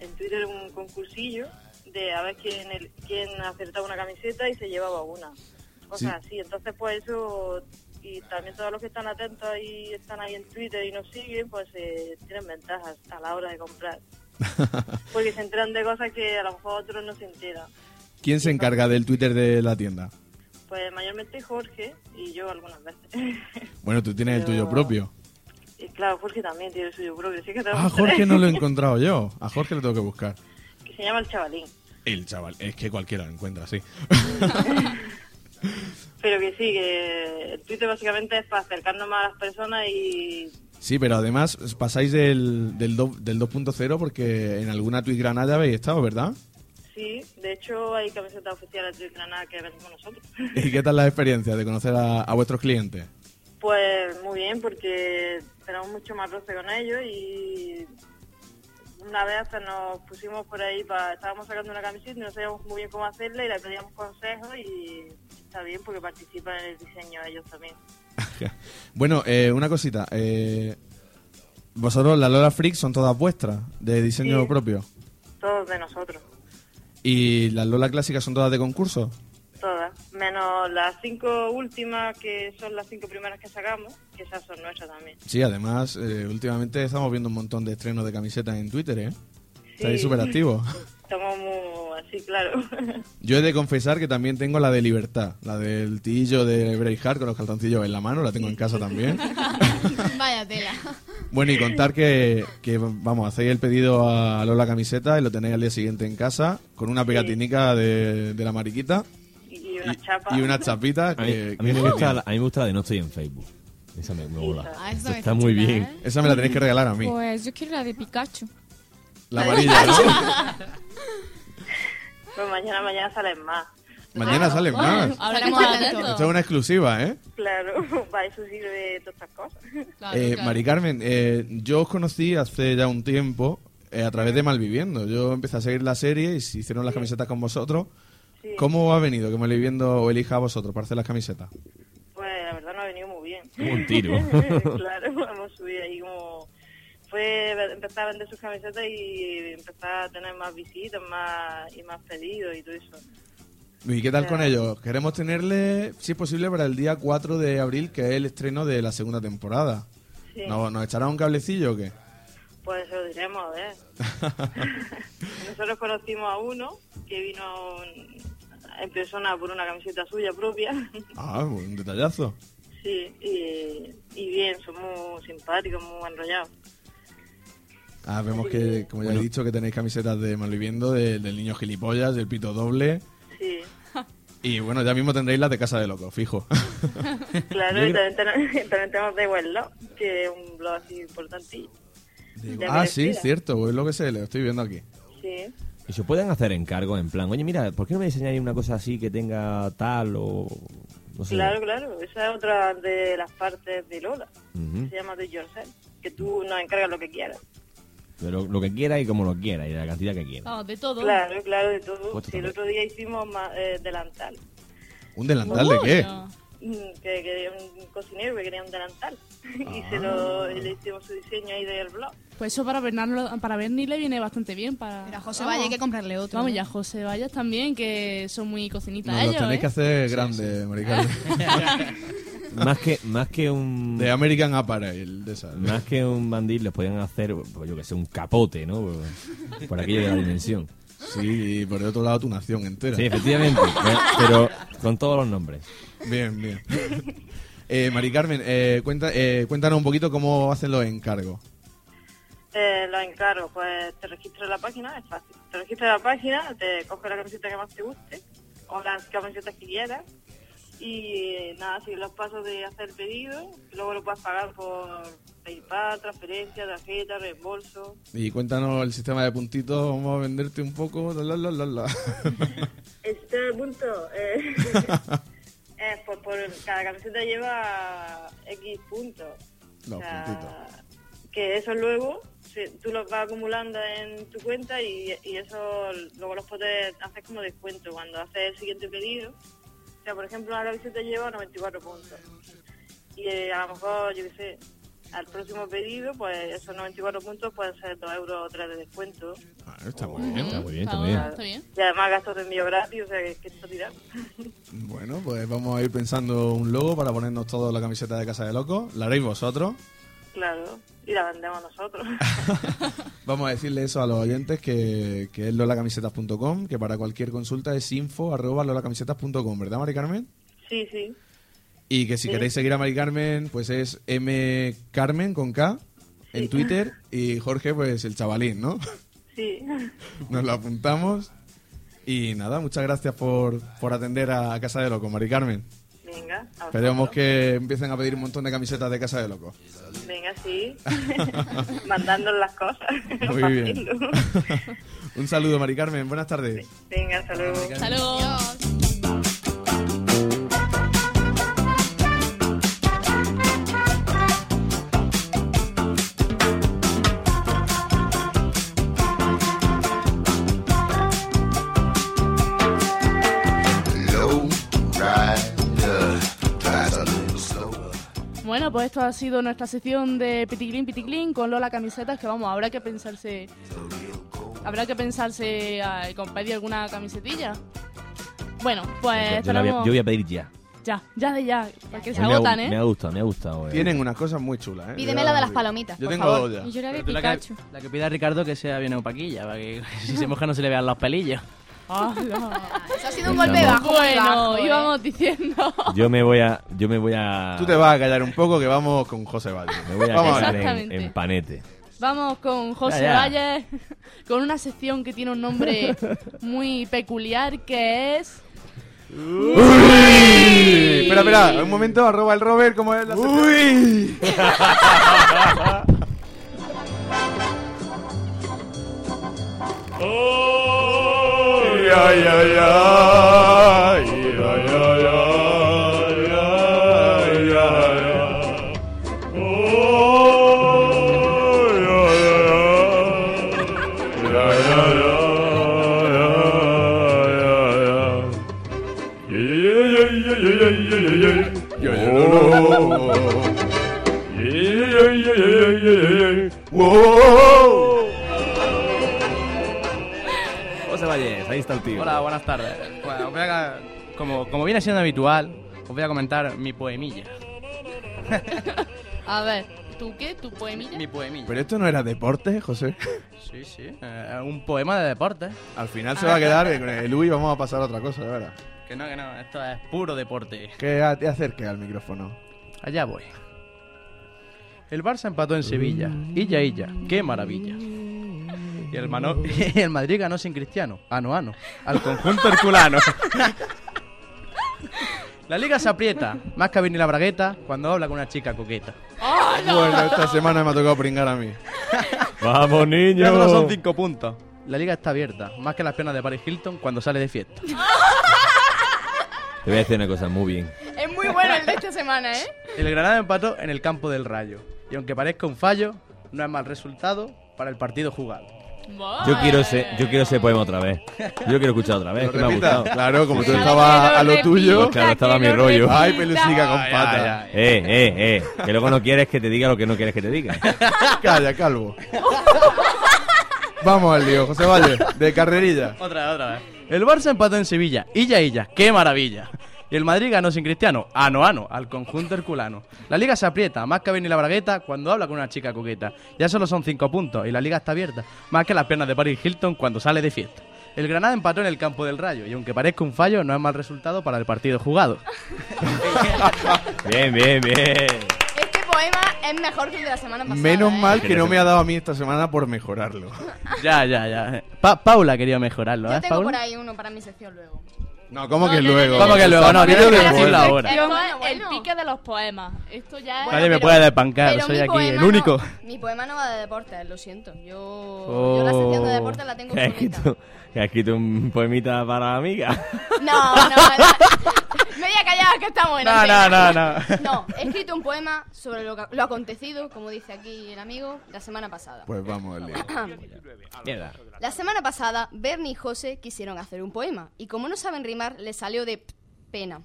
Speaker 7: en Twitter un concursillo de a ver quién, el- quién acertaba una camiseta y se llevaba una. Cosas así. Entonces, pues eso. Y también todos los que están atentos y están ahí en Twitter y nos siguen, pues eh, tienen ventajas a la hora de comprar. Porque se enteran de cosas que a lo mejor otros no se enteran.
Speaker 4: ¿Quién se encarga del Twitter de la tienda?
Speaker 7: Pues mayormente Jorge y yo algunas veces.
Speaker 4: Bueno, tú tienes el
Speaker 7: Yo-
Speaker 4: tuyo propio.
Speaker 7: y claro, Jorge también tiene el suyo propio. Sí que
Speaker 4: Ah,
Speaker 7: tenemos
Speaker 4: Jorge
Speaker 7: tres.
Speaker 4: no lo he encontrado yo. A Jorge lo tengo que buscar.
Speaker 7: que se llama El Chavalín.
Speaker 4: El chaval, es que cualquiera lo encuentra, sí.
Speaker 7: Pero que sí, que el Twitter básicamente es para acercarnos más a las personas y
Speaker 4: Sí, pero además os pasáis del, del, do- del 2.0 porque en alguna tweet granada habéis estado, ¿verdad?
Speaker 7: sí, de hecho hay camisetas oficiales de Granada que vendemos nosotros.
Speaker 4: ¿Y qué tal la experiencia de conocer a, a vuestros clientes?
Speaker 7: Pues muy bien, porque tenemos mucho más roce con ellos y una vez hasta nos pusimos por ahí, para, estábamos sacando una camiseta y no sabíamos muy bien cómo hacerla y le pedíamos consejos y está bien porque participan en el diseño ellos también.
Speaker 4: Bueno, eh, una cosita. eh, vosotros, las Lola Freak, son todas vuestras, de diseño
Speaker 7: Sí.
Speaker 4: propio.
Speaker 7: Todos de nosotros,
Speaker 4: ¿Y las Lola Clásicas son todas de concurso?
Speaker 7: todas, menos las cinco últimas que son las cinco primeras que sacamos, que esas son nuestras también.
Speaker 4: Sí, además, eh, últimamente estamos viendo un montón de estrenos de camisetas en Twitter, ¿eh? Estáis
Speaker 7: Sí.
Speaker 4: súper activos.
Speaker 7: Estamos muy así, claro.
Speaker 4: Yo he de confesar que también tengo la de Libertad, la del tillo de Braveheart con los calzoncillos en la mano, la tengo en casa también.
Speaker 3: Vaya tela.
Speaker 4: Bueno, y contar que, que, vamos, hacéis el pedido a Lola Camiseta y lo tenéis al día siguiente en casa con una pegatinica de, de la mariquita
Speaker 7: y
Speaker 4: y,
Speaker 7: unas chapas.
Speaker 4: y unas chapitas.
Speaker 5: A mí,
Speaker 4: Que,
Speaker 5: a mí me
Speaker 4: que-
Speaker 5: gusta, la- a mí me gusta la de No estoy en Facebook. Esa me, me mola.
Speaker 3: Ah, eso
Speaker 5: Está
Speaker 3: está
Speaker 5: muy
Speaker 3: chula,
Speaker 5: bien.
Speaker 3: ¿eh?
Speaker 4: Esa me la tenéis que regalar a mí.
Speaker 6: Pues yo quiero la de Pikachu.
Speaker 4: La amarilla, ¿no?
Speaker 7: Pues mañana, mañana salen más.
Speaker 4: Mañana salen más.
Speaker 3: Estaremos atentos.
Speaker 4: Esto es una exclusiva, ¿eh?
Speaker 7: Claro, para eso sirve todas estas cosas.
Speaker 4: Eh, Mari Carmen, eh, yo os conocí hace ya un tiempo eh, a través de Malviviendo. Yo empecé a seguir la serie y se hicieron las camisetas con vosotros.
Speaker 7: Sí.
Speaker 4: ¿Cómo ha venido que Malviviendo o elija a vosotros para hacer las camisetas?
Speaker 7: Pues la verdad no ha venido muy bien.
Speaker 5: Como un tiro.
Speaker 7: claro, hemos subido ahí como... Fue empezar a vender sus camisetas y empezar a tener más visitas más y más pedidos y todo eso.
Speaker 4: ¿Y qué tal con
Speaker 7: Eh.
Speaker 4: ellos? Queremos tenerle, si es posible, para el día 4 de abril, que es el estreno de la segunda temporada.
Speaker 7: Sí,
Speaker 4: ¿Nos, nos echará un cablecillo o qué?
Speaker 7: pues se lo diremos, a ver. Nosotros conocimos a uno que vino en persona por una camiseta suya propia.
Speaker 4: Ah, un detallazo.
Speaker 7: sí, y, y bien, son muy simpáticos, muy enrollados.
Speaker 4: Ah, vemos que, como ya he dicho, que tenéis camisetas de Malviviendo, de- del niño gilipollas, del pito doble.
Speaker 7: Sí.
Speaker 4: Y bueno, ya mismo tendréis las de Casa de Locos, fijo.
Speaker 7: Claro,
Speaker 5: Yo
Speaker 7: y también
Speaker 5: creo-
Speaker 7: tenemos, también tenemos The Well Love, que es un blog así importante. De
Speaker 4: ah, sí,
Speaker 7: Venezuela.
Speaker 4: cierto, es lo que se lo estoy viendo aquí.
Speaker 7: Sí.
Speaker 5: Y se pueden hacer encargos en plan, oye, mira, ¿por qué no me diseñáis una cosa así que tenga tal o. No sé.
Speaker 7: Claro, claro. Esa es otra de las partes de Lola.
Speaker 5: Ujú.
Speaker 7: Se llama Do It Yourself, que tú nos encargas lo que quieras.
Speaker 5: Pero lo que quiera y como lo quiera y la cantidad que quiera.
Speaker 1: Vamos, Ah, de todo.
Speaker 7: Claro, claro, de todo.
Speaker 5: Puesto
Speaker 7: Sí, el
Speaker 5: también.
Speaker 7: otro día hicimos ma- eh, delantal.
Speaker 4: ¿Un delantal de qué?
Speaker 1: Coño.
Speaker 7: Mm, Que quería un cocinero que quería un delantal. y
Speaker 5: Ah.
Speaker 7: se lo y le hicimos su diseño ahí del blog.
Speaker 1: Pues eso para Bernardo, para Bernie le viene bastante bien. Para
Speaker 3: Pero a José
Speaker 1: Vamos.
Speaker 3: Valle hay que comprarle otro.
Speaker 1: Vamos,
Speaker 3: ¿eh?
Speaker 1: ya José Vallas también, que son muy cocinitas
Speaker 4: Nos los
Speaker 1: ellos,
Speaker 4: tenéis que
Speaker 1: ¿eh?
Speaker 4: hacer grandes, maricarmen.
Speaker 5: Más que, más que un.
Speaker 4: De American Apparel, de esas.
Speaker 5: Más que un bandil, les podían hacer, pues, yo que sé, un capote, ¿no? Por- Por aquello de la dimensión.
Speaker 4: Sí, y por el otro lado tu nación entera.
Speaker 5: Sí, efectivamente. Pero- Pero con todos los nombres.
Speaker 4: Bien, bien. Eh, Mari Carmen, eh, cuenta, eh, cuéntanos un poquito cómo hacen los encargos.
Speaker 7: Eh, los encargo, pues te registras en la página, es fácil. Te registras en la página, te coges la camiseta que más te guste o las camisetas que quieras y nada, sigues los pasos de hacer el pedido, luego lo puedes pagar por PayPal, transferencia, tarjeta, reembolso.
Speaker 4: Y cuéntanos el sistema de puntitos, vamos a venderte un poco. la, la, la, la.
Speaker 7: Este punto eh, es por, por cada camiseta lleva X puntos.
Speaker 4: Los
Speaker 7: Que eso luego se- tú los vas acumulando en tu cuenta y, y eso luego los puedes hacer como descuento cuando haces el siguiente pedido. O sea, por ejemplo, una camiseta lleva 94 puntos. Y eh, a lo eh, mejor, yo qué sé, al próximo pedido, pues esos 94 puntos pueden ser 2 euros o 3 de descuento.
Speaker 4: Ah, está muy bien.
Speaker 5: Está muy bien, está muy bien.
Speaker 1: Ah, Está bien.
Speaker 7: Y además gastos de envío gratis, o sea que, que esto tira.
Speaker 4: Bueno, pues vamos a ir pensando un logo para ponernos todos la camiseta de Casa de Locos. La haréis vosotros.
Speaker 7: Claro, y la vendemos nosotros.
Speaker 4: Vamos a decirle eso a los oyentes que, que es lolacamisetas.com, que para cualquier consulta es info arroba lolacamisetas.com, ¿verdad, Mari Carmen?
Speaker 7: sí, sí.
Speaker 4: Y que si
Speaker 7: Sí.
Speaker 4: queréis seguir a Mari Carmen, pues es M Carmen con K en Twitter y Jorge, pues el chavalín, ¿no?
Speaker 7: Sí,
Speaker 4: Nos lo apuntamos. Y nada, muchas gracias por, por atender a Casa de Loco, Mari Carmen.
Speaker 7: venga. a
Speaker 4: Esperemos
Speaker 7: vosotros.
Speaker 4: que empiecen a pedir un montón de camisetas de Casa de Loco.
Speaker 7: Venga, sí. Mandando las cosas.
Speaker 4: Muy
Speaker 7: Pa'
Speaker 4: bien.
Speaker 7: hacerlo.
Speaker 4: un saludo, Mari Carmen. Buenas tardes.
Speaker 7: Venga, hasta luego.
Speaker 1: Hasta luego. Bueno, pues esto ha sido nuestra sección de Piticlin Piticlin con Lola Camisetas, que vamos, habrá que pensarse... Habrá que pensarse ah, con pedir alguna camisetilla. Bueno,
Speaker 6: Eh,
Speaker 1: pues
Speaker 5: yo, la voy a,
Speaker 1: tenemos...
Speaker 5: yo voy a pedir ya.
Speaker 1: Ya, ya de ya, porque se
Speaker 5: Me ha-
Speaker 1: agotan,
Speaker 5: Me
Speaker 1: ¿eh?
Speaker 5: ha gustado, me ha gustado. eh.
Speaker 4: Tienen unas cosas muy chulas, ¿eh?
Speaker 3: Pídeme la de las palomitas,
Speaker 4: Yo
Speaker 3: por
Speaker 4: tengo
Speaker 3: favor.
Speaker 4: dos ya.
Speaker 6: Y yo era de
Speaker 2: Pero tú la que,
Speaker 6: Pikachu.
Speaker 2: la que pida Ricardo que sea bien opaquilla, para que si se moja no se le vean los pelillos.
Speaker 3: Eso ha sido un golpe bajo. muy bajo,
Speaker 1: Ah, Bueno,
Speaker 3: ¿eh?
Speaker 1: íbamos diciendo...
Speaker 5: Yo me voy a. Yo me voy a.
Speaker 4: Tú te vas a callar un poco que vamos con José Valle.
Speaker 5: Me voy a
Speaker 4: Vamos a
Speaker 5: quedar
Speaker 4: ver.
Speaker 5: en,
Speaker 1: Exactamente.
Speaker 5: en panete.
Speaker 1: Vamos con José
Speaker 5: Ya, ya.
Speaker 1: Valle, con una sección que tiene un nombre muy peculiar que es...
Speaker 4: Sí, Espera, espera, un momento, arroba el Robert, ¿cómo es la ¡Uy!
Speaker 5: José Valles, ahí está el tío.
Speaker 2: Hola, buenas tardes. Bueno, os voy a- como, como viene siendo habitual, os voy a comentar mi poemilla.
Speaker 1: A ver, ¿tú qué? ¿Tu poemilla?
Speaker 2: Mi poemilla.
Speaker 4: Pero esto no era deporte, José.
Speaker 2: Sí, sí. eh, un poema de deporte.
Speaker 4: Al
Speaker 2: Ah.
Speaker 4: final se va a quedar eh, con el Uy, vamos a pasar a otra cosa, de verdad.
Speaker 2: Que no, que no, esto es puro deporte.
Speaker 4: Que a- te acerques al micrófono.
Speaker 2: Allá voy. El Barça empató en Sevilla. Illa, illa. ¡Qué maravilla! Y el, Mano- y el Madrid ganó sin Cristiano. Ano, ano. Al conjunto herculano. La liga se aprieta. Más que a venir la bragueta cuando habla con una chica coqueta.
Speaker 4: Bueno, esta semana me ha tocado pringar a mí.
Speaker 5: Vamos, niño.
Speaker 2: Ya solo son cinco puntos. La liga está abierta. Más que las piernas de Paris Hilton cuando sale de fiesta.
Speaker 5: Te voy a decir una cosa muy bien.
Speaker 3: Es muy bueno el de esta semana, ¿eh?
Speaker 2: El Granada empató en el campo del Rayo. Y aunque parezca un fallo, no es mal resultado para el partido jugado.
Speaker 5: Yo quiero ese, yo quiero ese poema otra vez. Yo quiero escuchar otra vez.
Speaker 4: ¿Lo
Speaker 5: Que me ha
Speaker 4: repita?
Speaker 5: gustado.
Speaker 4: Claro, como tú
Speaker 6: Claro,
Speaker 4: estabas
Speaker 6: que
Speaker 4: a lo
Speaker 6: repita,
Speaker 4: tuyo.
Speaker 5: Claro, estaba
Speaker 6: que
Speaker 5: mi
Speaker 6: lo
Speaker 5: rollo.
Speaker 6: repita.
Speaker 4: Ay, pelucica con pata.
Speaker 5: Eh, eh, eh. Que luego no quieres que te diga lo que no quieres que te diga.
Speaker 4: Calla, calvo. Vamos al lío, José Valle, de carrerilla.
Speaker 2: Otra vez, otra vez. El Barça empató en Sevilla. Illa, illa. ¡Qué maravilla! Y el Madrid ganó sin Cristiano. Ano, ano. Al conjunto herculano. La liga se aprieta. Más que venir la bragueta cuando habla con una chica coqueta. Ya solo son cinco puntos y la liga está abierta. Más que las piernas de Paris Hilton cuando sale de fiesta. El Granada empató en el campo del Rayo. Y aunque parezca un fallo, no es mal resultado para el partido jugado.
Speaker 5: Bien, bien, bien.
Speaker 3: Este poema es mejor que el de la semana pasada.
Speaker 4: Menos
Speaker 3: ¿eh?
Speaker 4: mal que no me ha dado a mí esta semana por mejorarlo.
Speaker 2: Ya, ya, ya. Pa- Paula quería mejorarlo,
Speaker 3: Yo
Speaker 2: ¿eh,
Speaker 3: tengo
Speaker 2: Paula?
Speaker 3: por ahí uno para mi sección luego.
Speaker 4: No, ¿cómo que luego?
Speaker 2: ¿Cómo que luego? No,
Speaker 4: Mira
Speaker 2: tienes
Speaker 4: de
Speaker 2: que decirlo
Speaker 4: poema.
Speaker 2: ahora.
Speaker 1: Esto
Speaker 3: Bueno,
Speaker 1: es
Speaker 3: bueno.
Speaker 1: el pique de los poemas. Esto ya es...
Speaker 3: Bueno,
Speaker 2: Nadie me
Speaker 3: pero-
Speaker 2: puede despancar,
Speaker 3: pero
Speaker 2: soy
Speaker 3: mi
Speaker 2: aquí
Speaker 3: poema
Speaker 2: el
Speaker 3: no-
Speaker 2: único.
Speaker 3: mi poema no va de deporte, lo siento. Yo, yo la sección de deporte la tengo
Speaker 5: Oh. Que has
Speaker 3: solita.
Speaker 5: escrito, que has escrito un poemita para la amiga.
Speaker 3: No, no, no. Me voy a callar, que está bueno.
Speaker 2: No, no, no, no.
Speaker 3: No, he escrito un poema sobre lo, que- lo acontecido, como dice aquí el amigo, la semana pasada.
Speaker 4: Pues vamos al lío.
Speaker 5: Mierda.
Speaker 3: La semana pasada, Bernie y José quisieron hacer un poema, y como no saben rimar, les salió de p- pena.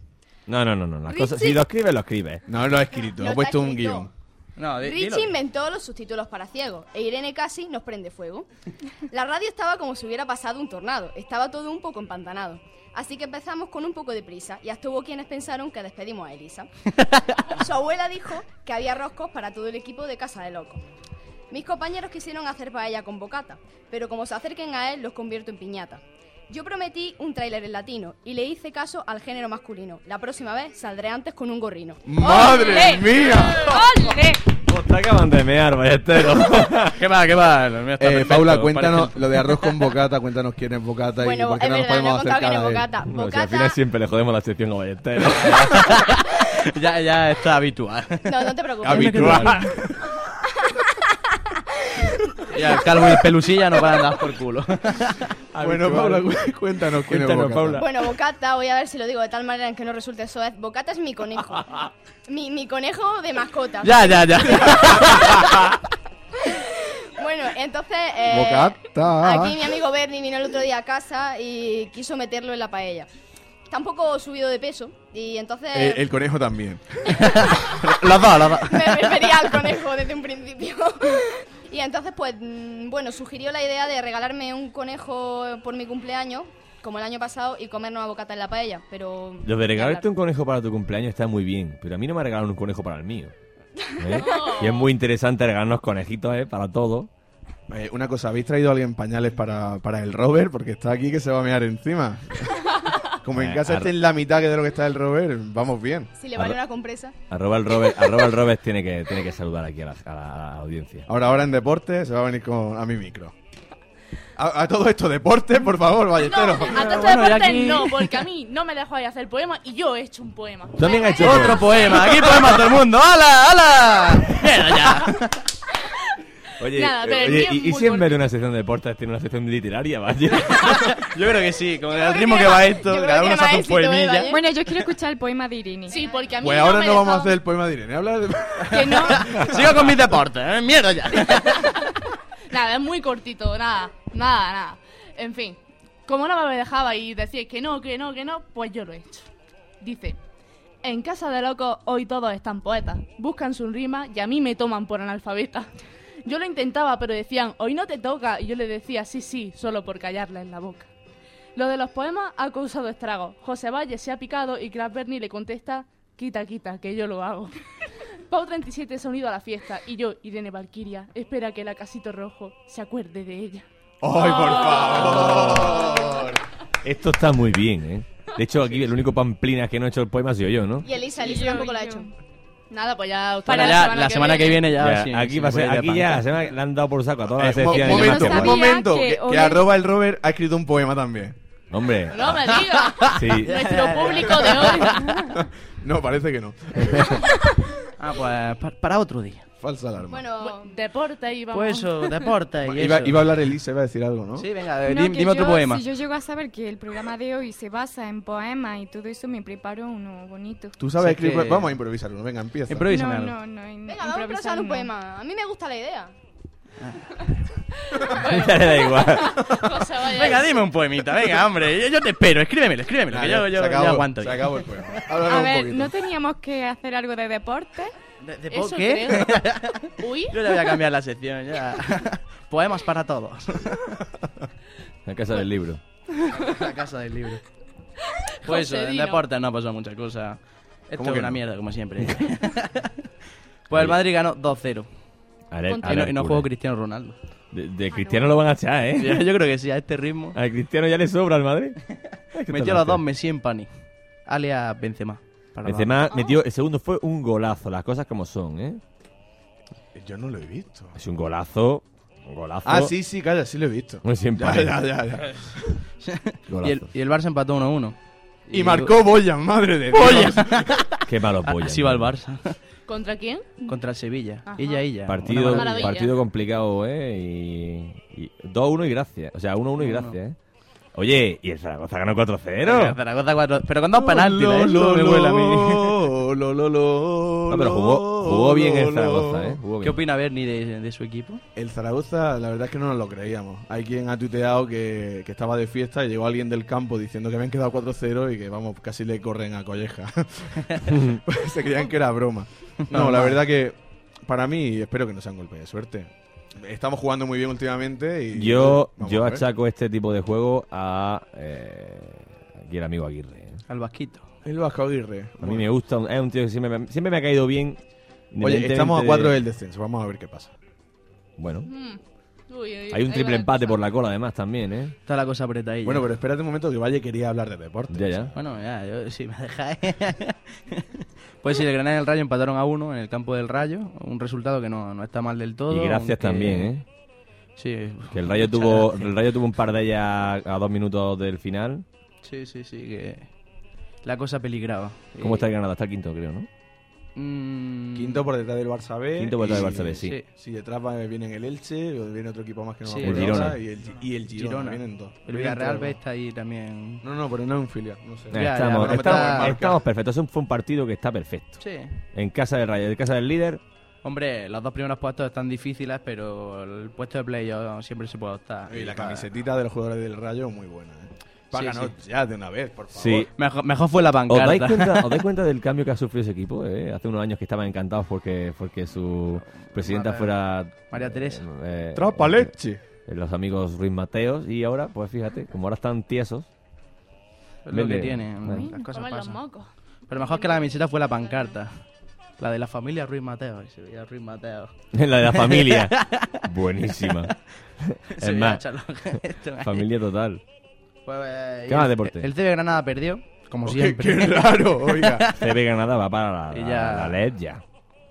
Speaker 5: No, no, no, no. Las cosas,
Speaker 3: Richie.
Speaker 5: si lo escribes, lo escribes.
Speaker 4: No lo ha escrito,
Speaker 3: No
Speaker 4: ha puesto
Speaker 3: está
Speaker 4: un
Speaker 3: escrito.
Speaker 4: guión.
Speaker 2: No, di- dilo.
Speaker 3: Richie inventó los subtítulos para ciegos e Irene casi nos prende fuego. La radio estaba como si hubiera pasado un tornado, estaba todo un poco empantanado. Así que empezamos con un poco de prisa y hasta hubo quienes pensaron que despedimos a Elisa. Su abuela dijo que había roscos para todo el equipo de Casa de Locos. Mis compañeros quisieron hacer paella con bocata, pero como se acerquen a él los convierto en piñata. Yo prometí un tráiler en latino y le hice caso al género masculino. La próxima vez saldré antes con un gorrino.
Speaker 2: ¡Madre mía!
Speaker 6: ¡Ole!
Speaker 5: Os Pues te acaban de mear, ballestero.
Speaker 2: ¿Qué va, qué va? El mío está
Speaker 4: Eh,
Speaker 2: perfecto,
Speaker 4: Paula,
Speaker 2: parece-
Speaker 4: cuéntanos lo de arroz con bocata, cuéntanos quién es bocata y
Speaker 3: Bueno,
Speaker 4: por qué
Speaker 3: es
Speaker 4: no nos
Speaker 3: verdad, no he
Speaker 4: podemos
Speaker 3: contado
Speaker 4: acercar
Speaker 3: quién es
Speaker 4: a él.
Speaker 3: Bocata.
Speaker 5: No, si
Speaker 3: Bocata.
Speaker 5: al final siempre le jodemos la sección a ballestero.
Speaker 2: Ya, ya está habitual.
Speaker 3: No, no te preocupes.
Speaker 2: habitual. y al calvo y el pelusilla no van a andar por culo.
Speaker 4: Bueno, Paula, cu- cuéntanos quién
Speaker 5: Cuéntanos,
Speaker 4: es bocata.
Speaker 5: Paula.
Speaker 3: Bueno, Bocata, voy a ver si lo digo de tal manera en que no resulte eso. Bocata es mi conejo. Mi, mi conejo de mascota.
Speaker 2: ya, ya, ya.
Speaker 3: Bueno, entonces. eh,
Speaker 4: Bocata.
Speaker 3: Aquí mi amigo Bernie vino el otro día a casa y quiso meterlo en la paella. Está un poco subido de peso y entonces.
Speaker 4: Eh, el conejo también.
Speaker 2: Los dos, los dos.
Speaker 3: me refería al conejo desde un principio. Y entonces, pues, mm, bueno, sugirió la idea de regalarme un conejo por mi cumpleaños, como el año pasado, y comernos a bocata en la paella, pero...
Speaker 5: Lo de regalarte un conejo para tu cumpleaños está muy bien, pero a mí no me regalaron un conejo para el mío. ¿eh? Y es muy interesante regalarnos conejitos, ¿eh? Para todo.
Speaker 4: Eh, una cosa, ¿habéis traído a alguien pañales para, para el Robert? Porque está aquí que se va a mear encima. Como en
Speaker 5: Eh,
Speaker 4: casa
Speaker 5: ar-
Speaker 4: está en la mitad que de lo que está el Robert, vamos bien.
Speaker 3: Si le vale una compresa.
Speaker 5: Arroba el Robert, arroba el Robert tiene, que, tiene que saludar aquí a la, a la- a la audiencia.
Speaker 4: Ahora, ahora en deporte se va a venir con, a mi micro. A, a todo esto, deporte, por favor, Ballesteros.
Speaker 1: A
Speaker 2: Pero
Speaker 1: tanto
Speaker 2: bueno, ya
Speaker 1: deporte
Speaker 2: aquí-
Speaker 1: no, porque a mí no me dejáis hacer poema y yo he hecho un poema.
Speaker 5: Tú También has hecho
Speaker 2: Otro poema. Aquí poemas del mundo. ¡Hala, hala! Mira ya.
Speaker 5: Oye, eh,
Speaker 1: Nada, pero el
Speaker 5: oye,
Speaker 1: mío es
Speaker 5: y, y
Speaker 1: muy
Speaker 5: si en vez
Speaker 1: corto.
Speaker 5: de una sección de deportes tiene una sección literaria, vaya?
Speaker 2: Yo creo que sí, con
Speaker 3: creo
Speaker 2: el
Speaker 3: que
Speaker 2: ritmo que
Speaker 3: tiene
Speaker 2: va
Speaker 3: más-
Speaker 2: esto,
Speaker 3: yo creo
Speaker 2: cada
Speaker 3: que
Speaker 2: uno se
Speaker 3: tiene
Speaker 2: hace un
Speaker 3: más éxito, ¿eh,
Speaker 2: poemilla.
Speaker 3: Valle?
Speaker 6: Bueno, yo quiero escuchar el poema de Irene.
Speaker 1: Sí, porque a mí
Speaker 4: Pues
Speaker 1: no
Speaker 4: ahora
Speaker 1: me
Speaker 4: no vamos a
Speaker 1: dejaban-
Speaker 4: hacer el poema de Irene. Habla de...
Speaker 1: Que no.
Speaker 2: Sigo con mis deportes, ¿eh? Mierda ya.
Speaker 1: Nada, es muy cortito, nada, nada, nada. En fin, como no me dejaba y decíais que no, que no, que no, pues yo lo he hecho. Dice, en casa de locos hoy todos están poetas, buscan su rima y a mí me toman por analfabeta. Yo lo intentaba, pero decían, hoy no te toca, y yo le decía, sí, sí, solo por callarla en la boca. Lo de los poemas ha causado estragos. José Valle se ha picado y Crash Bernie le contesta, quita, quita, que yo lo hago. Pau 37 se ha unido a la fiesta y yo, Irene Valquiria, espera que el acasito rojo se acuerde de ella.
Speaker 4: ¡Ay, por
Speaker 3: Oh.
Speaker 4: favor!
Speaker 5: Esto está muy bien, ¿eh? De hecho, aquí el único pamplina que no ha hecho el poema ha sido yo, ¿no?
Speaker 3: Y Elisa,
Speaker 6: Y
Speaker 3: Elisa
Speaker 6: yo,
Speaker 3: tampoco
Speaker 6: y
Speaker 3: la ha
Speaker 6: yo.
Speaker 3: hecho.
Speaker 1: Nada, pues ya os
Speaker 2: Bueno,
Speaker 1: toca
Speaker 2: ya, la semana que viene ya.
Speaker 5: Ya,
Speaker 2: sí,
Speaker 5: aquí
Speaker 2: sí,
Speaker 5: va a ser,
Speaker 2: voy de
Speaker 5: aquí ya la
Speaker 2: panca.
Speaker 5: semana que le han dado por saco a todas
Speaker 4: Eh,
Speaker 5: las
Speaker 4: mo-
Speaker 5: secciones. de
Speaker 4: momento,
Speaker 5: los
Speaker 6: sabía
Speaker 4: un
Speaker 5: temas.
Speaker 4: momento.
Speaker 6: que
Speaker 4: Que, que
Speaker 6: hoy-
Speaker 4: arroba el Robert ha escrito un poema también.
Speaker 5: Hombre,
Speaker 1: No me digas.
Speaker 4: Ah.
Speaker 5: sí.
Speaker 1: Nuestro público de hoy.
Speaker 4: No, parece que no.
Speaker 2: Ah, pues pa- para otro día.
Speaker 4: Falsa alarma.
Speaker 3: Bueno,
Speaker 1: Deporte y vamos.
Speaker 2: Pues eso, deporte y
Speaker 4: iba,
Speaker 2: eso.
Speaker 4: iba a hablar Elisa, iba a decir algo, ¿no?
Speaker 2: Sí, venga, eh,
Speaker 6: No,
Speaker 2: dim-
Speaker 6: que
Speaker 2: dime otro
Speaker 6: yo,
Speaker 2: poema.
Speaker 6: Si yo llego a saber que el programa de hoy se basa en poemas y todo eso, me preparo uno bonito.
Speaker 4: Tú sabes
Speaker 2: Sí, que-
Speaker 4: escribir- Vamos a improvisar uno, venga, empieza.
Speaker 2: Improvísame
Speaker 6: no,
Speaker 2: algo.
Speaker 6: no, no, in-
Speaker 3: venga, vamos
Speaker 6: improvisar
Speaker 3: a improvisar un
Speaker 6: no.
Speaker 3: poema. A mí me gusta la idea.
Speaker 2: Ah.
Speaker 5: Ya le da igual.
Speaker 1: José Valle.
Speaker 2: Venga, dime un poemita, venga, hombre. Yo, yo te espero, escríbemelo, escríbemelo,
Speaker 4: Nada,
Speaker 2: que yo,
Speaker 4: ya-
Speaker 2: yo,
Speaker 4: se acabó,
Speaker 2: yo aguanto.
Speaker 4: Se
Speaker 2: ya.
Speaker 4: acabó el poema.
Speaker 6: A
Speaker 4: Háblanos un
Speaker 6: ver,
Speaker 4: poquito.
Speaker 6: ¿no teníamos que hacer algo de deporte?
Speaker 2: ¿De, de
Speaker 1: Eso
Speaker 2: qué?
Speaker 1: creo. Uy,
Speaker 2: Yo le voy a cambiar la sección, ya. Poemas para todos.
Speaker 5: La casa del libro.
Speaker 2: la casa del libro. Pues eso, en
Speaker 1: José Dino.
Speaker 2: deportes no ha pasado mucha cosa. Esto
Speaker 4: ¿Cómo
Speaker 2: es
Speaker 4: que
Speaker 2: una
Speaker 4: no?
Speaker 2: mierda, como siempre. pues el Madrid ganó 2-0.
Speaker 5: A ver, a
Speaker 2: Y no,
Speaker 5: ver,
Speaker 2: y no
Speaker 5: cura.
Speaker 2: juego Cristiano Ronaldo.
Speaker 5: de, de Cristiano lo van a echar, ¿eh?
Speaker 2: Yo, yo creo que sí, a este ritmo.
Speaker 5: A Cristiano ya le sobra al Madrid.
Speaker 2: Metió los dos Messi en Pani. Alias Benzema. Para los-
Speaker 5: Benzema metió, el segundo fue un golazo, las cosas como son, ¿eh?
Speaker 4: Yo no lo he visto.
Speaker 5: Es un golazo, un golazo.
Speaker 4: Ah, sí, sí, calla, sí lo he visto.
Speaker 5: Muy simple.
Speaker 4: Ya, ya, ya, ya.
Speaker 2: Y el,
Speaker 5: Golazo.
Speaker 2: y el Barça empató 1-1.
Speaker 4: Y marcó Boyan, madre de Dios.
Speaker 5: Qué malo
Speaker 2: Ah,
Speaker 5: polla.
Speaker 2: Así va el
Speaker 5: ¿no?
Speaker 2: Barça.
Speaker 1: ¿contra quién?
Speaker 2: Contra el Sevilla.
Speaker 1: Ajá.
Speaker 2: Ella, ella.
Speaker 5: Partido,
Speaker 2: Una
Speaker 1: maravilla.
Speaker 5: partido complicado, ¿eh? Y, y 2-1 y gracias. O sea, 1-1 y gracias, ¿eh? Oye, y el Zaragoza ganó 4-0.
Speaker 2: Zaragoza cuatro- pero con dos penaltis, ¿eh? Eso me huele a mí.
Speaker 4: lo, lo, lo,
Speaker 5: No, pero jugó, jugó bien el
Speaker 4: lo, lo.
Speaker 5: Zaragoza, ¿eh? Jugó bien.
Speaker 2: ¿Qué opina Bernie de, de su equipo?
Speaker 4: El Zaragoza, la verdad es que no nos lo creíamos. Hay quien ha tuiteado que, que estaba de fiesta y llegó alguien del campo diciendo que habían quedado 4-0 y que, vamos, casi le corren a colleja. Se creían que era broma. No, la verdad que para mí y espero que no sean golpes de suerte. Estamos jugando muy bien últimamente y...
Speaker 5: Yo,
Speaker 4: Vamos
Speaker 5: yo
Speaker 4: a ver.
Speaker 5: achaco este tipo de juego a. eh, aquí el amigo Aguirre. ¿eh?
Speaker 2: Al vasquito.
Speaker 4: El Vasco Aguirre.
Speaker 5: A mí me gusta, un- es un tío que siempre me, siempre me ha caído bien.
Speaker 4: Oye,
Speaker 5: independientemente
Speaker 4: estamos a
Speaker 5: de-
Speaker 4: cuatro del descenso, vamos a ver qué pasa.
Speaker 5: Bueno,
Speaker 1: Mm. Uy, ahí-
Speaker 5: hay un
Speaker 1: ahí
Speaker 5: triple
Speaker 1: va la
Speaker 5: empate
Speaker 1: cosa.
Speaker 5: por la cola, además, también, ¿eh?
Speaker 2: Está la cosa apretadilla.
Speaker 4: Bueno, pero espérate un momento que Valle quería hablar de deporte.
Speaker 5: Ya, ya.
Speaker 2: Bueno, ya, yo, si me eh. dejáis. pues sí, el Granada y el Rayo empataron a uno en el campo del Rayo. Un resultado que no, no está mal del todo.
Speaker 5: Y gracias
Speaker 2: aunque-
Speaker 5: también, ¿eh?
Speaker 2: Sí.
Speaker 5: Que el Rayo,
Speaker 2: muchas
Speaker 5: tuvo,
Speaker 2: gracias.
Speaker 5: el Rayo tuvo un par de ellas a dos minutos del final.
Speaker 2: Sí, sí, sí, que la cosa peligraba.
Speaker 5: ¿Cómo
Speaker 2: Eh,
Speaker 5: está el Granada? Está quinto, creo, ¿no?
Speaker 2: mm,
Speaker 4: Quinto por detrás del Barça B.
Speaker 5: Quinto por detrás
Speaker 4: y-
Speaker 5: del Barça B, sí.
Speaker 2: sí.
Speaker 4: Si detrás va- vienen el Elche, o viene otro equipo más que no
Speaker 2: Sí,
Speaker 4: me acuerdo
Speaker 5: el Girona.
Speaker 4: ahora, y el, Gi- y el Girona.
Speaker 2: Girona.
Speaker 4: Vienen dos.
Speaker 2: El
Speaker 4: Vienen
Speaker 2: Villarreal
Speaker 4: tres,
Speaker 2: B está ahí también.
Speaker 4: No, no, pero no es un filial. No sé.
Speaker 2: Ya, ya,
Speaker 5: Eh, estamos,
Speaker 2: pero
Speaker 5: estamos-
Speaker 2: está-
Speaker 5: estamos perfectos. Eso fue un partido que está perfecto.
Speaker 2: Sí.
Speaker 5: En casa del Rayo, en casa del líder,
Speaker 2: Hombre, los dos primeros puestos están difíciles, pero el puesto de playoff siempre se puede optar.
Speaker 4: Y la
Speaker 2: Para-
Speaker 4: camisetita de los jugadores del Rayo muy buena. ¿eh? Páganos ya de una vez, por favor.
Speaker 5: Sí.
Speaker 2: Mejor, mejor fue la
Speaker 5: ¿Os
Speaker 2: pancarta.
Speaker 5: dais, cuenta, os dais cuenta del cambio que ha sufrido ese equipo? eh? Hace unos años que estaban encantados porque, porque su presidenta
Speaker 2: María-
Speaker 5: fuera...
Speaker 2: María Teresa.
Speaker 5: eh,
Speaker 4: Trapa
Speaker 5: eh,
Speaker 4: leche.
Speaker 5: eh, los amigos Ruiz Mateos. Y ahora, pues fíjate, como ahora están tiesos.
Speaker 2: Es lo que
Speaker 5: Vende.
Speaker 2: tiene.
Speaker 5: Bueno.
Speaker 2: Las cosas
Speaker 1: Comen los
Speaker 2: pasan.
Speaker 1: mocos.
Speaker 2: Pero mejor que la camiseta fue la pancarta. La de la familia Ruiz Mateo. Y se veía Ruiz Mateo.
Speaker 5: La de la familia. Buenísima.
Speaker 2: Se
Speaker 5: es
Speaker 2: veía
Speaker 5: más,
Speaker 2: Charlo Heston ahí.
Speaker 5: familia total.
Speaker 2: Pues, eh, y
Speaker 5: ¿Qué más
Speaker 2: el-
Speaker 5: deporte?
Speaker 2: El CB Granada perdió, como
Speaker 4: Oye,
Speaker 2: siempre.
Speaker 4: Qué raro, oiga.
Speaker 5: CB Granada va para la,
Speaker 2: Y
Speaker 5: la,
Speaker 2: ya-
Speaker 5: la LED ya.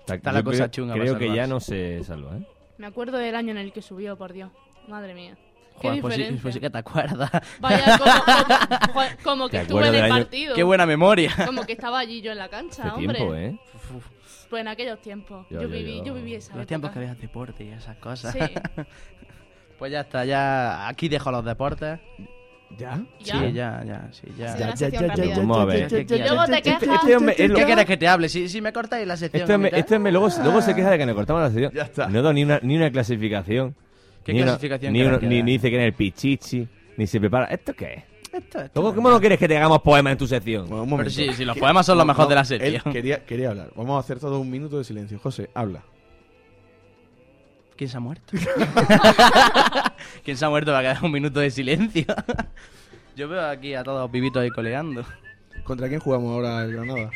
Speaker 2: Está la
Speaker 5: yo
Speaker 2: cosa
Speaker 5: creo,
Speaker 2: chunga
Speaker 5: Creo
Speaker 2: para
Speaker 5: que ya
Speaker 2: salvarse.
Speaker 5: no se salva, ¿eh?
Speaker 1: Me acuerdo del año en el que subió, por Dios. Madre mía. Qué
Speaker 2: Joder, pues sí-
Speaker 1: diferencia.
Speaker 2: pues sí que te acuerdas.
Speaker 1: Vaya, como, como- joder, como que
Speaker 5: ¿Te
Speaker 1: estuve en
Speaker 5: acuerdas
Speaker 1: el
Speaker 5: del año?
Speaker 1: partido.
Speaker 2: Qué buena memoria.
Speaker 1: Como que estaba allí yo en la cancha,
Speaker 5: Hace
Speaker 1: hombre.
Speaker 5: tiempo, ¿eh?
Speaker 1: Pues en aquellos tiempos.
Speaker 5: Ya,
Speaker 1: Yo,
Speaker 5: ya,
Speaker 1: viví,
Speaker 5: ya.
Speaker 1: yo viví esa
Speaker 2: Los
Speaker 1: época.
Speaker 2: tiempos que había deporte y esas cosas.
Speaker 1: Sí,
Speaker 2: Pues ya está, ya aquí dejo los deportes.
Speaker 4: ¿Ya?
Speaker 1: ya.
Speaker 2: Sí, ya, ya, sí, ya.
Speaker 8: Ha sido una
Speaker 4: ya,
Speaker 8: sección
Speaker 4: ya, ya,
Speaker 8: rápida.
Speaker 5: Vamos a ver.
Speaker 2: ¿Qué
Speaker 1: Y luego
Speaker 2: quieres?
Speaker 1: te quejas.
Speaker 4: Este hombre es lo-
Speaker 2: ¿Qué quieres que te hable? Si, si me cortáis la sección.
Speaker 5: Este, me,
Speaker 2: mitad.
Speaker 5: este me- luego, luego se queja de que nos cortamos la sesión.
Speaker 4: Ya está.
Speaker 5: No he dado ni una, ni una clasificación.
Speaker 2: ¿Qué
Speaker 5: ni una-
Speaker 2: clasificación
Speaker 5: ni,
Speaker 2: que
Speaker 5: uno-
Speaker 2: nos queda?
Speaker 5: ni, ni dice que en el pichichi, ni se prepara. ¿Esto qué es?
Speaker 2: Esto, esto.
Speaker 5: Luego, ¿Cómo no quieres que te hagamos poemas en tu sección?
Speaker 4: Bueno, un
Speaker 2: Pero
Speaker 4: momento.
Speaker 2: sí, sí, los poemas son lo mejor
Speaker 4: No,
Speaker 2: de la
Speaker 4: Él
Speaker 2: sección.
Speaker 4: quería, quería hablar. Vamos a hacer todo un minuto de silencio. José, habla.
Speaker 2: ¿Quién se ha muerto? ¿Quién se ha muerto? Va a quedar un minuto de silencio. Yo veo aquí a todos vivitos ahí coleando.
Speaker 4: ¿Contra quién jugamos ahora el Granada?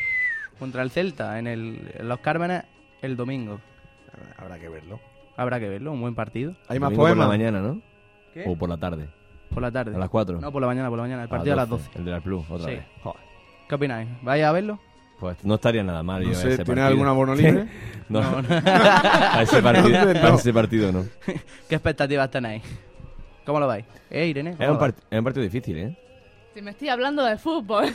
Speaker 2: Contra el Celta, en, el, en los Cármenes, el domingo.
Speaker 4: Habrá que verlo.
Speaker 2: Habrá que verlo, un buen partido.
Speaker 4: Hay más
Speaker 5: Domingo por la
Speaker 4: poemas.
Speaker 5: mañana, ¿no?
Speaker 2: ¿Qué?
Speaker 5: O por la tarde.
Speaker 2: Por la tarde.
Speaker 5: A las 4.
Speaker 2: No, por la mañana, por la mañana. El partido a las 12.
Speaker 5: El de la Plus, otra
Speaker 2: Sí.
Speaker 5: vez. Joder.
Speaker 2: ¿Qué opináis? ¿Vais a verlo?
Speaker 5: Pues no estaría nada mal.
Speaker 4: No
Speaker 5: yo a
Speaker 4: sé,
Speaker 5: ese
Speaker 4: ¿tiene
Speaker 5: partido.
Speaker 4: algún abono libre?
Speaker 5: no, a ese partido
Speaker 4: Entonces,
Speaker 5: A
Speaker 4: no.
Speaker 5: ese partido no.
Speaker 2: ¿Qué expectativas tenéis? ¿Cómo lo vais? ¿Eh, Irene? ¿Cómo
Speaker 5: Es un,
Speaker 2: lo vais?
Speaker 5: part- es un partido difícil, ¿eh?
Speaker 1: Si me estoy hablando de fútbol.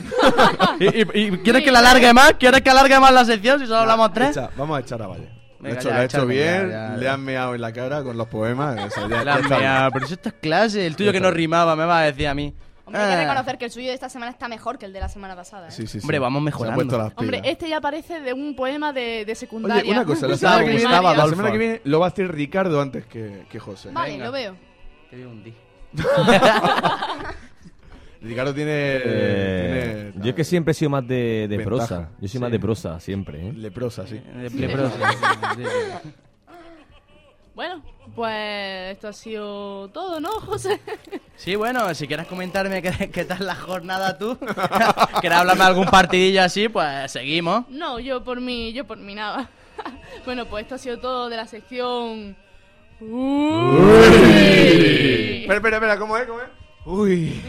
Speaker 2: ¿Y,
Speaker 4: eh,
Speaker 2: y- y quieres que la alargue más? ¿Quieres que alargue más la sección si solo hablamos tres?
Speaker 4: Echa, vamos a echar a Valle. Lo ha
Speaker 2: Venga,
Speaker 4: hecho,
Speaker 2: ya,
Speaker 4: lo ha hecho
Speaker 2: echadme, ya,
Speaker 4: bien,
Speaker 2: ya, ya.
Speaker 4: le han meado en la cara con los poemas. o sea, ya-
Speaker 2: La
Speaker 4: ya está bien.
Speaker 2: mea, pero si esto es clase, el tuyo que no rimaba me va a decir a mí.
Speaker 8: Hombre, hay
Speaker 2: Ah.
Speaker 8: que reconocer que el suyo de esta semana está mejor que el de la semana pasada. ¿eh?
Speaker 4: Sí, sí, sí.
Speaker 2: Hombre, vamos
Speaker 4: Se ha
Speaker 2: mejorando.
Speaker 4: puesto las
Speaker 1: Hombre,
Speaker 4: pilas.
Speaker 1: este ya parece de un poema de, de secundaria.
Speaker 4: Oye, una cosa, la
Speaker 2: Gustavo,
Speaker 4: semana, que viene,
Speaker 2: Gustavo
Speaker 4: la
Speaker 2: Adolfo.
Speaker 4: semana que viene lo va a hacer Ricardo antes que, que José. ¿eh?
Speaker 8: Vale,
Speaker 2: Venga.
Speaker 8: lo veo.
Speaker 2: Te voy a hundir.
Speaker 4: Ricardo tiene.
Speaker 5: Eh,
Speaker 4: tiene-
Speaker 5: yo es que siempre he sido más de, de
Speaker 4: Ventaja.
Speaker 5: prosa. Yo soy más
Speaker 2: Sí.
Speaker 5: de prosa, siempre, ¿eh?
Speaker 4: Leprosa, sí.
Speaker 2: Eh, leproso. Sí, sí.
Speaker 1: Bueno, pues esto ha sido todo, ¿no, José?
Speaker 2: Sí, bueno, si quieres comentarme qué, qué tal la jornada tú, quieres hablarme de algún partidillo así, pues seguimos.
Speaker 1: No, yo por mí, yo por mí nada. bueno, pues esto ha sido todo de la sección.
Speaker 5: Uh.
Speaker 1: Uy.
Speaker 4: Espera, espera, espera, ¿cómo es? ¿Cómo es? Uy.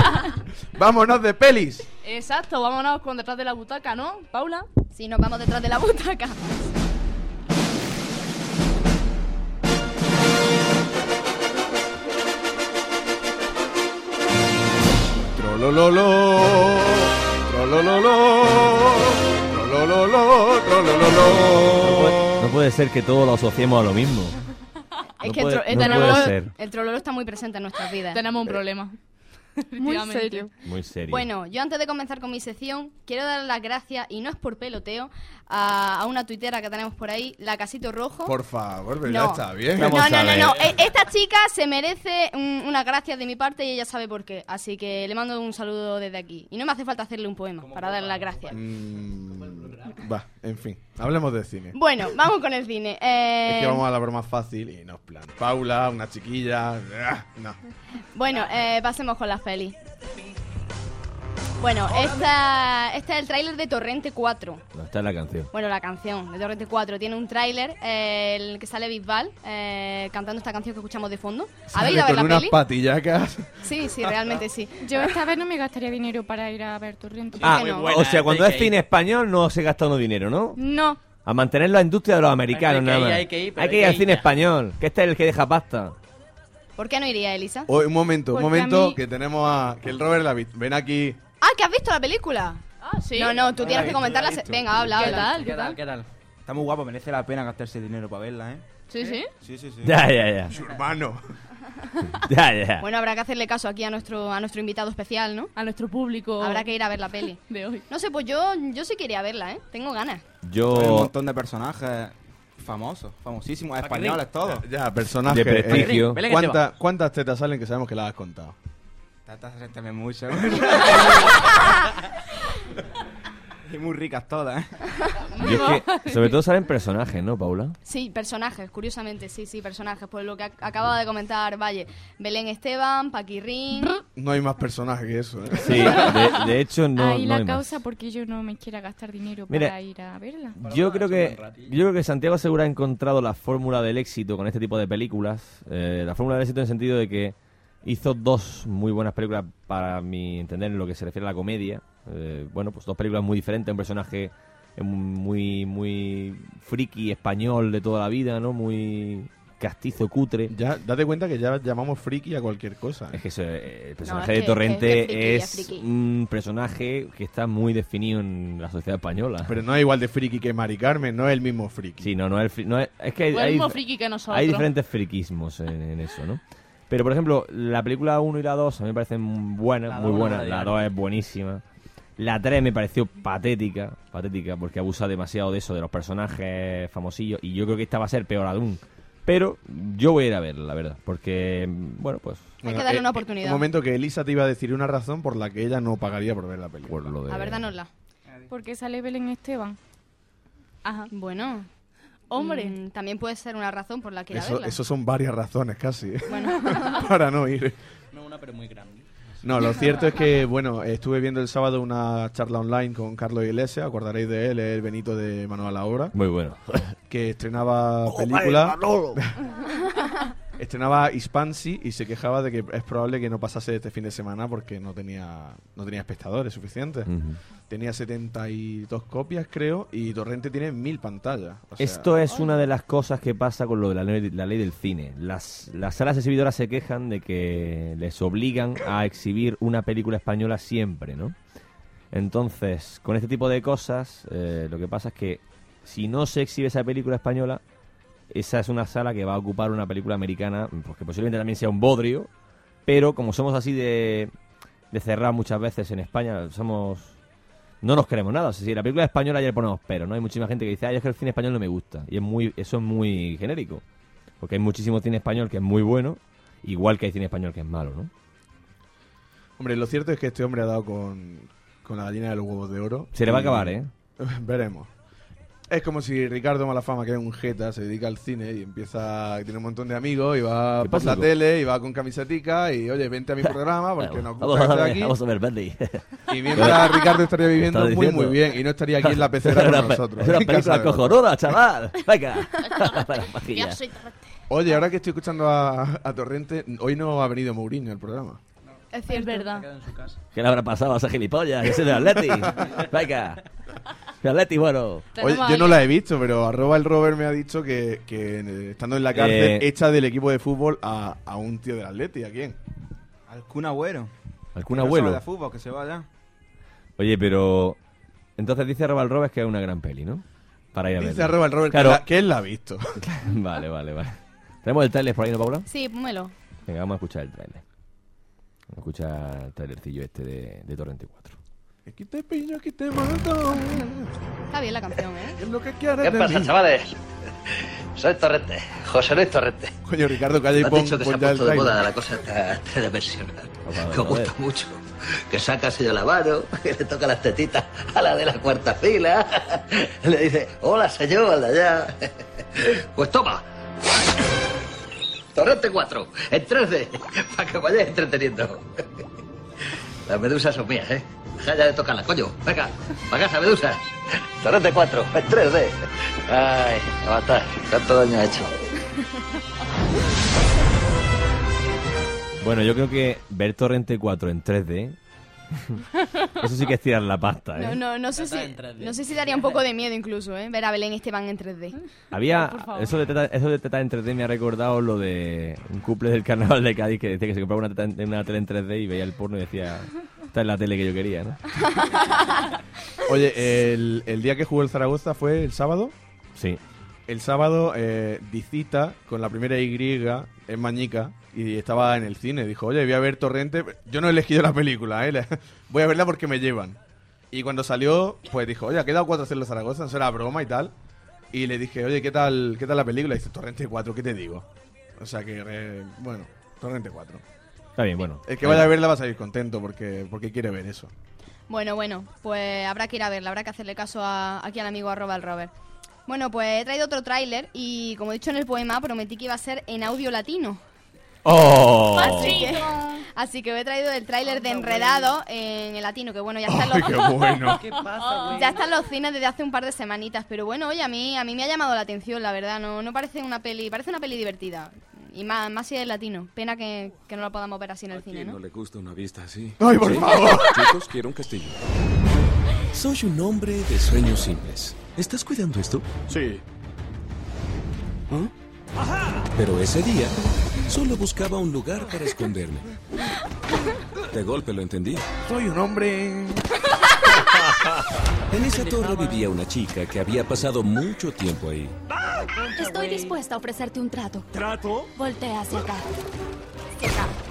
Speaker 4: Vámonos de pelis.
Speaker 1: Exacto, vámonos con detrás de la butaca, ¿no, Paula?
Speaker 8: Si nos vamos detrás de la butaca.
Speaker 4: Trolololo. Trolololo. Trolololo. Trolololo.
Speaker 5: No puede ser que todos lo asociemos a lo mismo.
Speaker 8: Es
Speaker 5: No
Speaker 8: que
Speaker 5: puede-
Speaker 8: el, tro-
Speaker 5: no
Speaker 8: el
Speaker 5: puede
Speaker 8: trololo-
Speaker 5: ser.
Speaker 8: el trololo está muy presente en nuestras vidas.
Speaker 1: Tenemos un problema.
Speaker 6: Muy
Speaker 1: Efectivamente.
Speaker 6: serio.
Speaker 5: Muy serio.
Speaker 8: Bueno, yo antes de comenzar con mi sección, quiero dar las gracias, y no es por peloteo, a, a una tuitera que tenemos por ahí, la Casito Rojo.
Speaker 4: Por favor, pero
Speaker 8: No.
Speaker 4: ya está bien.
Speaker 5: Vamos
Speaker 8: no,
Speaker 5: a
Speaker 8: no, no,
Speaker 5: ver.
Speaker 8: no. E- Esta chica se merece un- unas gracias de mi parte y ella sabe por qué. Así eh. que le mando un saludo desde aquí. Y no me hace falta hacerle un poema para darle las gracias.
Speaker 4: Mm, Va, en fin. Hablemos de cine.
Speaker 8: Bueno, vamos con el cine. Eh,
Speaker 4: Es que vamos a la broma fácil y no es plan. Paula, una chiquilla. ah, No.
Speaker 8: Bueno, eh, pasemos con la Feli. Bueno, esta, este es el tráiler de Torrente 4.
Speaker 5: No, esta es la canción.
Speaker 8: Bueno, la canción de Torrente 4 tiene un tráiler eh, en el que sale Bisbal eh, cantando esta canción que escuchamos de fondo. ¿Habéis ido a ver
Speaker 4: con
Speaker 8: la
Speaker 4: unas
Speaker 8: peli?
Speaker 4: patillacas.
Speaker 8: Sí, sí, realmente sí.
Speaker 6: Yo esta vez no me gastaría dinero para ir a ver Torrente.
Speaker 5: Ah,
Speaker 8: no.
Speaker 5: o sea, cuando
Speaker 9: hay
Speaker 5: es
Speaker 9: que
Speaker 5: cine español no se gasta uno dinero, ¿no?
Speaker 6: No,
Speaker 5: A mantener la industria de los americanos,
Speaker 9: Bueno, hay que
Speaker 5: nada
Speaker 9: ir,
Speaker 5: más.
Speaker 9: hay que ir, pero
Speaker 5: Hay que
Speaker 9: hay
Speaker 5: ir
Speaker 9: que
Speaker 5: al
Speaker 9: ir
Speaker 5: cine
Speaker 9: ya.
Speaker 5: español, que este es el que deja pasta.
Speaker 8: ¿Por qué no iría, Elisa?
Speaker 4: Oye, Oh, un momento, un
Speaker 6: Porque
Speaker 4: momento,
Speaker 6: a mí-
Speaker 4: que tenemos a. Que el Robert David. Ven aquí.
Speaker 8: Ah, ¿que has visto la película?
Speaker 1: Ah, sí.
Speaker 8: No, no, tú tienes que
Speaker 9: visto,
Speaker 8: comentarla.
Speaker 9: la he visto.
Speaker 8: Venga, habla,
Speaker 1: ¿Qué
Speaker 8: habla.
Speaker 1: tal? ¿Qué tal?
Speaker 9: ¿Qué tal?
Speaker 10: Está muy guapo, merece la pena gastarse dinero para verla, ¿eh?
Speaker 1: Sí, sí.
Speaker 10: Sí, sí, sí.
Speaker 5: Ya, ya, ya.
Speaker 4: Su hermano.
Speaker 5: Ya,
Speaker 9: Eh.
Speaker 5: ya.
Speaker 8: Bueno, habrá que hacerle caso aquí a nuestro, a nuestro invitado especial, ¿no?
Speaker 1: A nuestro público
Speaker 8: Habrá que ir a ver la peli.
Speaker 1: de hoy.
Speaker 8: No sé, pues yo, yo sí quería verla, ¿eh? Tengo ganas.
Speaker 10: Hay un
Speaker 5: Yo
Speaker 10: montón de personajes famosos, famosísimos,
Speaker 9: qué
Speaker 10: españoles todos.
Speaker 4: Ya, eh. personaje.
Speaker 5: de prestigio.
Speaker 9: Vele que te va.
Speaker 4: ¿cuántas, ¿Cuántas tetas salen que sabemos que las has contado?
Speaker 10: Tratas de retarme mucho. y muy ricas todas, ¿eh?
Speaker 5: Yo es que, sobre todo salen personajes, ¿no, Paula?
Speaker 8: Sí, personajes, curiosamente, sí, sí, personajes. Por lo que ac- acaba de comentar Valle. Belén Esteban, Paquirrín.
Speaker 4: No hay más personajes que eso. ¿eh?
Speaker 5: Sí, de, de hecho no,
Speaker 6: ahí
Speaker 5: no
Speaker 6: la
Speaker 5: hay más.
Speaker 6: causa porque yo no me quiera gastar dinero
Speaker 5: Mira.
Speaker 6: para ir a verla.
Speaker 5: Yo creo que yo creo que Santiago Segura ha encontrado la fórmula del éxito con este tipo de películas. Eh, la fórmula del éxito en el sentido de que hizo dos muy buenas películas para mi entender en lo que se refiere a la comedia. Eh, bueno, pues dos películas muy diferentes, un personaje eh, muy muy friki español de toda la vida, ¿no? Muy castizo, cutre.
Speaker 4: Ya, date cuenta que ya llamamos friki a cualquier cosa.
Speaker 5: Es
Speaker 4: ¿eh?
Speaker 5: que ese, eh, el personaje
Speaker 8: es que-
Speaker 5: de Torrente
Speaker 8: es que es
Speaker 5: es,
Speaker 8: friki, es friki.
Speaker 5: un personaje que está muy definido en la sociedad española.
Speaker 4: Pero no es igual de friki que Mari Carmen, no es el mismo friki.
Speaker 5: Sí, no, no es, el fri- no es, es que hay,
Speaker 1: Fue el
Speaker 5: hay-
Speaker 1: mismo friki que nosotros.
Speaker 5: hay diferentes friquismos en, en eso, ¿no? Pero, por ejemplo, la película 1 y la 2 a mí me parecen buenas,
Speaker 9: La
Speaker 5: muy
Speaker 9: dos no
Speaker 5: buenas.
Speaker 9: la
Speaker 5: La
Speaker 9: digan.
Speaker 5: 2 es buenísima. La 3 me pareció patética, patética, porque abusa demasiado de eso, de los personajes famosillos, y yo creo que esta va a ser peor aún. Pero yo voy a ir a verla, la verdad, porque, bueno, pues,
Speaker 8: que darle una oportunidad.
Speaker 4: eh, Un momento que Elisa te iba a decir una razón por la que ella no pagaría por ver la película.
Speaker 5: por lo de...
Speaker 8: La verdad, no la.
Speaker 6: Porque sale Belén Esteban.
Speaker 1: Ajá.
Speaker 8: Bueno,
Speaker 1: Hombre.
Speaker 8: mm, también puede ser una razón por la que ir a
Speaker 4: Eso,
Speaker 8: verla.
Speaker 4: eso son varias razones casi ¿eh?
Speaker 8: Bueno,
Speaker 4: para no ir.
Speaker 9: No una, pero muy grande.
Speaker 4: No, lo cierto es que, bueno, estuve viendo el sábado una charla online con Carlos Iglesias, acordaréis de él, el Benito de Manuel a la Obra,
Speaker 5: Muy bueno.
Speaker 4: que estrenaba película, estrenaba Hispansi y se quejaba de que es probable que no pasase este fin de semana porque no tenía, no tenía espectadores suficientes.
Speaker 5: Ujú.
Speaker 4: Tenía 72 copias, creo, y Torrente tiene mil pantallas. O sea,
Speaker 5: Esto es una de las cosas que pasa con lo de la, ley- la ley del cine. Las, las salas exhibidoras se quejan de que les obligan a exhibir una película española siempre, ¿no? Entonces, con este tipo de cosas, eh, lo que pasa es que si no se exhibe esa película española, esa es una sala que va a ocupar una película americana, pues que posiblemente también sea un bodrio, pero como somos así de, de cerrar muchas veces en España, somos no nos queremos nada. O sea, si la película es española ayer ponemos pero, ¿no? Hay muchísima gente que dice, ay, es que el cine español no me gusta. Y es muy, eso es muy genérico. Porque hay muchísimo cine español que es muy bueno, igual que hay cine español que es malo, ¿no?
Speaker 4: Hombre, lo cierto es que este hombre ha dado con, con la gallina de los huevos de oro.
Speaker 5: Se le va a
Speaker 4: Y-
Speaker 5: acabar, ¿eh?
Speaker 4: Veremos. Es como si Ricardo Malafama, que es un jeta, se dedica al cine y empieza, tiene un montón de amigos y va
Speaker 5: ¿Qué
Speaker 4: por
Speaker 5: pasa,
Speaker 4: la
Speaker 5: Nico?
Speaker 4: tele y va con camisetica y oye, vente a mi programa porque nos
Speaker 5: vamos,
Speaker 4: gusta
Speaker 5: a
Speaker 4: estar
Speaker 5: ver,
Speaker 4: aquí.
Speaker 5: vamos a ver, Bentley.
Speaker 4: Y mientras Ricardo estaría viviendo
Speaker 5: Estás
Speaker 4: muy muy
Speaker 5: diciendo.
Speaker 4: bien y no estaría aquí en la pecera
Speaker 5: Es
Speaker 4: con
Speaker 5: una pe-
Speaker 4: nosotros. ¿eh?
Speaker 5: Es una
Speaker 4: en casa
Speaker 5: película
Speaker 4: de nosotros.
Speaker 5: cojonuda, chaval. Venga. Para la pajilla.
Speaker 4: Oye, ahora que estoy escuchando a, a Torrente, hoy no ha venido Mourinho al programa.
Speaker 8: es
Speaker 1: Es
Speaker 8: cierto.
Speaker 1: verdad.
Speaker 9: en su casa.
Speaker 5: ¿Qué le habrá pasado a esa gilipollas? Que soy de Atleti. Venga. De Atleti, bueno.
Speaker 4: Oye,
Speaker 1: Tenemos a
Speaker 4: yo no
Speaker 1: alguien-
Speaker 4: la he visto, pero arroba el Robert me ha dicho que, que, eh, estando en la cárcel
Speaker 5: Eh.
Speaker 4: echa del equipo de fútbol a, a un tío del Atleti. ¿A quién?
Speaker 10: Algún abuelo.
Speaker 5: ¿Algún
Speaker 10: Que no sabe
Speaker 5: abuelo?
Speaker 10: de fútbol, que se vaya.
Speaker 5: Oye, pero... Entonces dice Robal Robes que es una gran peli, ¿no? Para ir a
Speaker 4: Dice
Speaker 5: verla.
Speaker 4: arroba el Robert que
Speaker 5: Claro.
Speaker 4: la- que él la ha visto.
Speaker 5: Vale, vale, vale. ¿Tenemos el trailer por ahí, no, Paula?
Speaker 8: Sí, pónmelo.
Speaker 5: Venga, vamos a escuchar el trailer. Vamos a escuchar el trailercillo este de, de Torrente 4.
Speaker 4: Aquí te pillo, aquí te mato.
Speaker 8: Está bien la canción, ¿eh?
Speaker 4: ¿Qué es lo que quieres
Speaker 11: ¿Qué
Speaker 4: de
Speaker 11: pasa,
Speaker 4: mí?
Speaker 11: chavales? Soy Torrente, José Luis Torrete.
Speaker 4: Coño, Ricardo, calla y
Speaker 11: Me han
Speaker 4: pon,
Speaker 11: dicho que se ha
Speaker 4: pon ya el
Speaker 11: puesto de
Speaker 4: trailer.
Speaker 11: moda la cosa esta, esta de versionar,
Speaker 5: Opa,
Speaker 11: que
Speaker 5: a
Speaker 11: os gusta
Speaker 5: ver.
Speaker 11: mucho. que saca así de la mano, que le toca las tetitas a la de la cuarta fila, le dice, hola señor, de allá. Pues toma. Torrente 4, en 3D, para que vayáis entreteniendo. Las medusas son mías, ¿eh? Deja ya de tocarlas, coño. Venga, para casa, medusas. Torrente 4, en 3D. Ay, a matar. Cuánto daño ha hecho.
Speaker 5: Bueno, yo creo que ver Torrente 4 en 3D. Eso sí que es tirar la pasta, ¿eh?
Speaker 3: No, no, no sé si, no sé si daría un poco de miedo incluso, ¿eh? Ver a Belén Esteban en 3D.
Speaker 5: Había. Eso de, teta, eso de teta en 3D me ha recordado lo de un couple del carnaval de Cádiz que decía que se compraba una, teta en- una tele en 3D y veía el porno y decía. Esta es la tele que yo quería, ¿no?
Speaker 4: Oye, el, el día que jugó el Zaragoza fue el sábado.
Speaker 5: Sí.
Speaker 4: El sábado, eh, Dicita, con la primera Y, en Mañica, y estaba en el cine. Dijo, oye, voy a ver Torrente. Yo no he elegido la película, ¿eh? La- voy a verla porque me llevan. Y cuando salió, pues dijo, oye, ha quedado 4 a 0 Zaragoza, eso era broma y tal. Y le dije, oye, ¿qué tal, qué tal la película? Y dice, Torrente 4, ¿qué te digo? O sea que, eh, bueno, Torrente 4.
Speaker 5: Está bien, bueno.
Speaker 4: El que vaya a verla va a salir contento porque, porque quiere ver eso.
Speaker 3: Bueno, bueno, pues habrá que ir a verla, habrá que hacerle caso a, aquí al amigo arroba el Robert. Bueno, pues he traído otro tráiler y como he dicho en el poema, prometí que iba a ser en audio latino.
Speaker 5: ¡Oh!
Speaker 3: Así que, así que he traído el tráiler de Enredado en el latino, que bueno, ya están los,
Speaker 4: ¡Qué bueno!
Speaker 3: ya están los cines desde hace un par de semanitas, pero bueno, oye, a mí, a mí me ha llamado la atención, la verdad, no, no parece una peli, parece una peli divertida. Y más, más si es latino. Pena que, que no la podamos ver así en el cine, ¿no?
Speaker 9: le gusta una vista así?
Speaker 4: ¡Ay, por favor!
Speaker 9: Chicos, quiero un castillo. Soy un hombre de sueños simples. ¿Estás cuidando esto? Sí. Pero ese día solo buscaba un lugar para esconderme. De golpe lo entendí.
Speaker 4: Soy un hombre...
Speaker 9: En esa torre vivía una chica que había pasado mucho tiempo ahí.
Speaker 12: Estoy dispuesta a ofrecerte un trato. ¿Trato? Voltea hacia acá.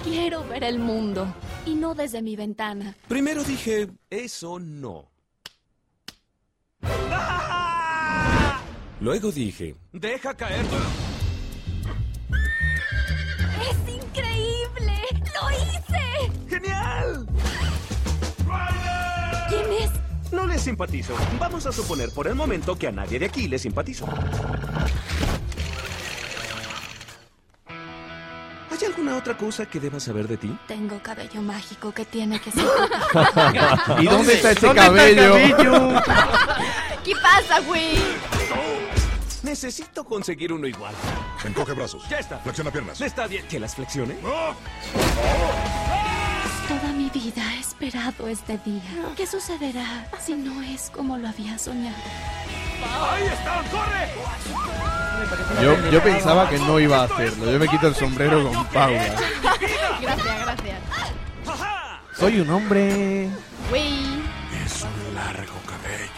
Speaker 12: Quiero ver el mundo y no desde mi ventana.
Speaker 9: Primero dije, eso no. Luego dije, deja caer.
Speaker 12: ¡Es increíble! ¡Lo hice! ¡Genial! ¿Quién es?
Speaker 13: No le simpatizo. Vamos a suponer por el momento que a nadie de aquí le simpatizo.
Speaker 9: ¿Hay alguna otra cosa que debas saber de ti?
Speaker 12: Tengo cabello mágico que tiene que ser.
Speaker 4: ¿Y dónde
Speaker 9: ¿Dónde está
Speaker 4: está ese
Speaker 9: el
Speaker 4: cabello?
Speaker 9: cabello?
Speaker 3: ¿Qué pasa, güey?
Speaker 13: Necesito conseguir uno igual.
Speaker 14: Encoge brazos.
Speaker 13: Ya está.
Speaker 14: Flexiona piernas. ¡Oh!
Speaker 13: Está bien. ¿Que las flexione?
Speaker 12: Toda mi vida he esperado este día. ¿Qué sucederá si no es como lo había soñado?
Speaker 13: ¡Ahí está! ¡Corre!
Speaker 4: Yo, yo pensaba que no iba a hacerlo. Yo me quito el sombrero con Paula.
Speaker 3: Gracias, gracias.
Speaker 4: Soy un hombre.
Speaker 3: Güey.
Speaker 14: Es un largo cabello.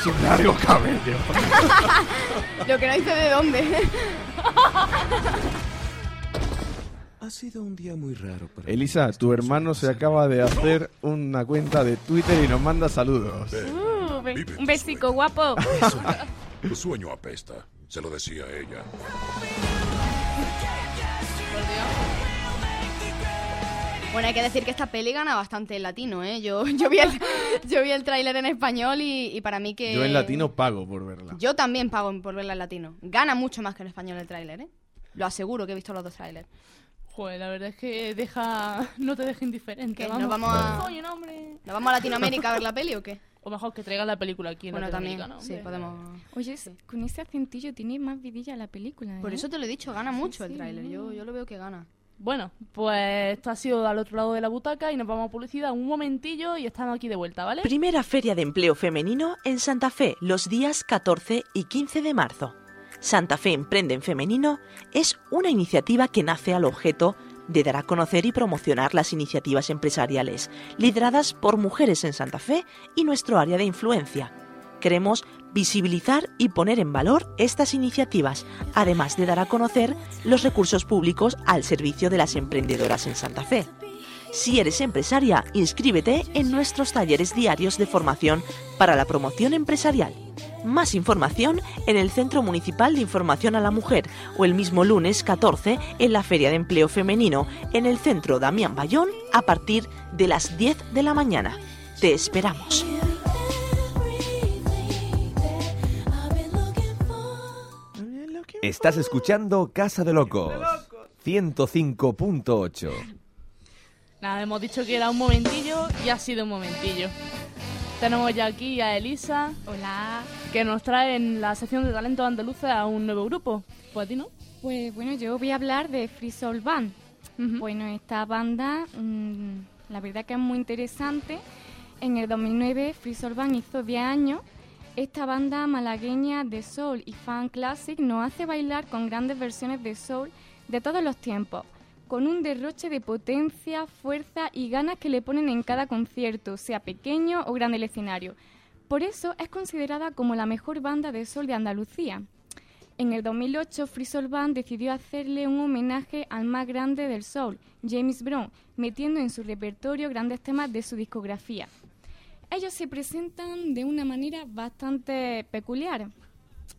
Speaker 4: Es un largo cabello.
Speaker 3: Lo que no hice de dónde.
Speaker 9: Ha sido un día muy raro para
Speaker 4: Elisa, tu hermano se acaba de hacer una cuenta de Twitter y nos manda saludos.
Speaker 6: Uh, be- un besico guapo.
Speaker 14: Tu sueño apesta. Se lo decía ella.
Speaker 3: Bueno, hay que decir que esta peli gana bastante el latino, ¿eh? Yo, yo vi el, yo vi el tráiler en español y, y para mí que...
Speaker 4: Yo en latino pago por verla.
Speaker 3: Yo también pago por verla en latino. Gana mucho más que en español el tráiler, ¿eh? Lo aseguro que he visto los dos tráilers.
Speaker 1: Joder, la verdad es que deja. No te deja indiferente.
Speaker 3: ¿Qué?
Speaker 1: Vamos.
Speaker 3: ¿Nos vamos a-
Speaker 1: Oye, no, hombre.
Speaker 3: ¿Nos vamos a Latinoamérica a ver la peli o qué?
Speaker 1: O mejor que traigan la película aquí en
Speaker 3: Bueno, también,
Speaker 1: Latinoamérica, ¿no?
Speaker 3: sí, podemos...
Speaker 6: Oye, con ese acentillo tiene más vidilla la película.
Speaker 3: Por
Speaker 6: ¿eh?
Speaker 3: eso te lo he dicho, gana
Speaker 6: Sí,
Speaker 3: mucho el
Speaker 6: sí,
Speaker 3: tráiler.
Speaker 6: no.
Speaker 3: Yo, yo lo veo que gana.
Speaker 1: Bueno, pues esto ha sido al otro lado de la butaca y nos vamos a publicidad un momentillo y estamos aquí de vuelta, ¿vale?
Speaker 15: Primera Feria de Empleo Femenino en Santa Fe los días 14 y 15 de marzo. Santa Fe Emprende en Femenino es una iniciativa que nace al objeto de dar a conocer y promocionar las iniciativas empresariales lideradas por mujeres en Santa Fe y nuestro área de influencia. Queremos visibilizar y poner en valor estas iniciativas, además de dar a conocer los recursos públicos al servicio de las emprendedoras en Santa Fe. Si eres empresaria, inscríbete en nuestros talleres diarios de formación para la promoción empresarial. Más información en el Centro Municipal de Información a la Mujer o el mismo lunes 14 en la Feria de Empleo Femenino en el Centro Damián Bayón a partir de las 10 de la mañana. Te esperamos.
Speaker 5: Estás escuchando Casa de Locos. 105.8.
Speaker 1: Nada, hemos dicho que era un momentillo y ha sido un momentillo. Tenemos ya aquí a Elisa. Hola. Que nos trae en la sección de talentos andaluces a un nuevo grupo. Pues a ti, ¿no?
Speaker 6: Pues bueno, yo voy a hablar de Free Soul Band. Bueno, esta banda, mm, la verdad que es muy interesante. En el 2009 Free Soul Band hizo 10 años. Esta banda malagueña de soul y fan classic nos hace bailar con grandes versiones de soul de todos los tiempos, con un derroche de potencia, fuerza y ganas que le ponen en cada concierto, sea pequeño o grande el escenario. Por eso es considerada como la mejor banda de soul de Andalucía. En el 2008, Free Soul Band decidió hacerle un homenaje al más grande del soul, James Brown, metiendo en su repertorio grandes temas de su discografía. Ellos se presentan de una manera bastante peculiar.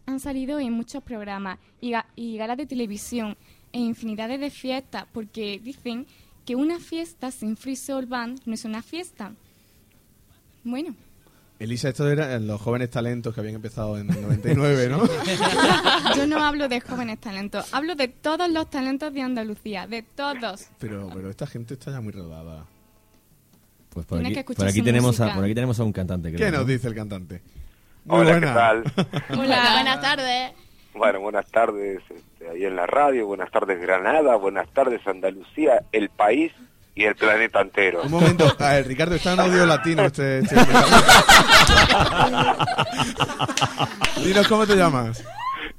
Speaker 6: Han salido en muchos programas y, ga- y galas de televisión e infinidades de fiestas porque dicen que una fiesta sin Free Soul Band no es una fiesta. Bueno.
Speaker 4: Elisa, estos eran los jóvenes talentos que habían empezado en el 99, ¿no?
Speaker 6: Yo no hablo de jóvenes talentos, hablo de todos los talentos de Andalucía, de todos.
Speaker 4: Pero, pero esta gente está ya muy rodada.
Speaker 5: Pues
Speaker 6: por Tiene aquí- que escuchar
Speaker 5: Por aquí,
Speaker 6: su
Speaker 5: tenemos a,
Speaker 6: música.
Speaker 5: por aquí tenemos a un cantante.
Speaker 4: ¿Qué
Speaker 5: creo,
Speaker 4: nos
Speaker 5: ¿no?
Speaker 4: dice el cantante?
Speaker 16: Hola,
Speaker 4: buena.
Speaker 16: ¿qué tal?
Speaker 8: Hola, buenas tardes.
Speaker 16: Bueno, buenas tardes este, ahí en la radio, buenas tardes Granada, buenas tardes Andalucía, el país y el planeta entero.
Speaker 4: Un momento, a ver, Ricardo, está en audio latino este... este- Dinos cómo te llamas.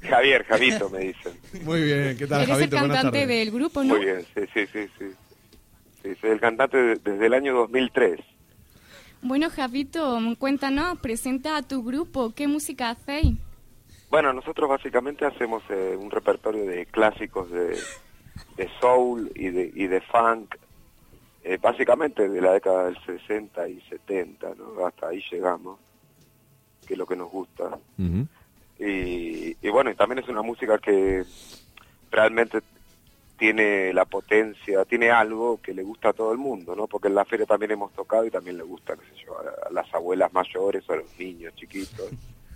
Speaker 16: Javier, Javito me dicen.
Speaker 4: Muy bien, ¿qué tal,
Speaker 6: Eres
Speaker 4: Ah, Javito?
Speaker 6: el
Speaker 4: Buenas
Speaker 6: cantante
Speaker 4: tardes.
Speaker 6: del grupo, ¿no?
Speaker 16: Muy bien, sí, sí, sí, sí. Sí, soy el cantante de- desde el año 2003.
Speaker 6: Bueno, Javito, cuéntanos, presenta a tu grupo, ¿qué música hacéis?
Speaker 16: Bueno, nosotros básicamente hacemos eh, un repertorio de clásicos de, de soul y de, y de funk, eh, básicamente de la década del 60 y 70, ¿no? Hasta ahí llegamos, que es lo que nos gusta. y, y bueno, y también es una música que realmente tiene la potencia, tiene algo que le gusta a todo el mundo, ¿no? Porque en la feria también hemos tocado y también le gusta, qué sé yo, a, a las abuelas mayores o a los niños chiquitos.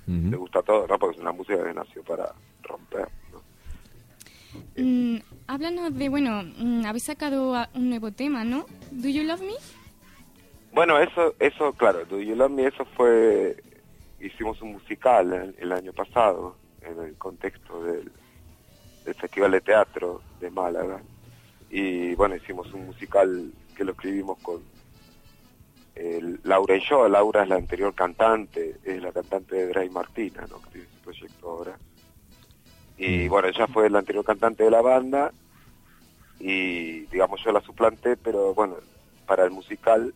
Speaker 16: Le gusta a todo, ¿no? Porque es una música que nació para romper. Eh.
Speaker 6: Mm, háblanos de, bueno, mm, habéis sacado a- un nuevo tema, ¿no? ¿Do You Love Me?
Speaker 16: Bueno, eso, eso, claro, Do You Love Me, eso fue, hicimos un musical el, el año pasado, en el contexto del, del Festival de Teatro de Málaga, y bueno, hicimos un musical que lo escribimos con eh, Laura y yo, Laura es la anterior cantante, es la cantante de Dray Martina, ¿no? que tiene su proyecto ahora, y bueno, ella fue la anterior cantante de la banda, y digamos yo la suplanté, pero bueno, para el musical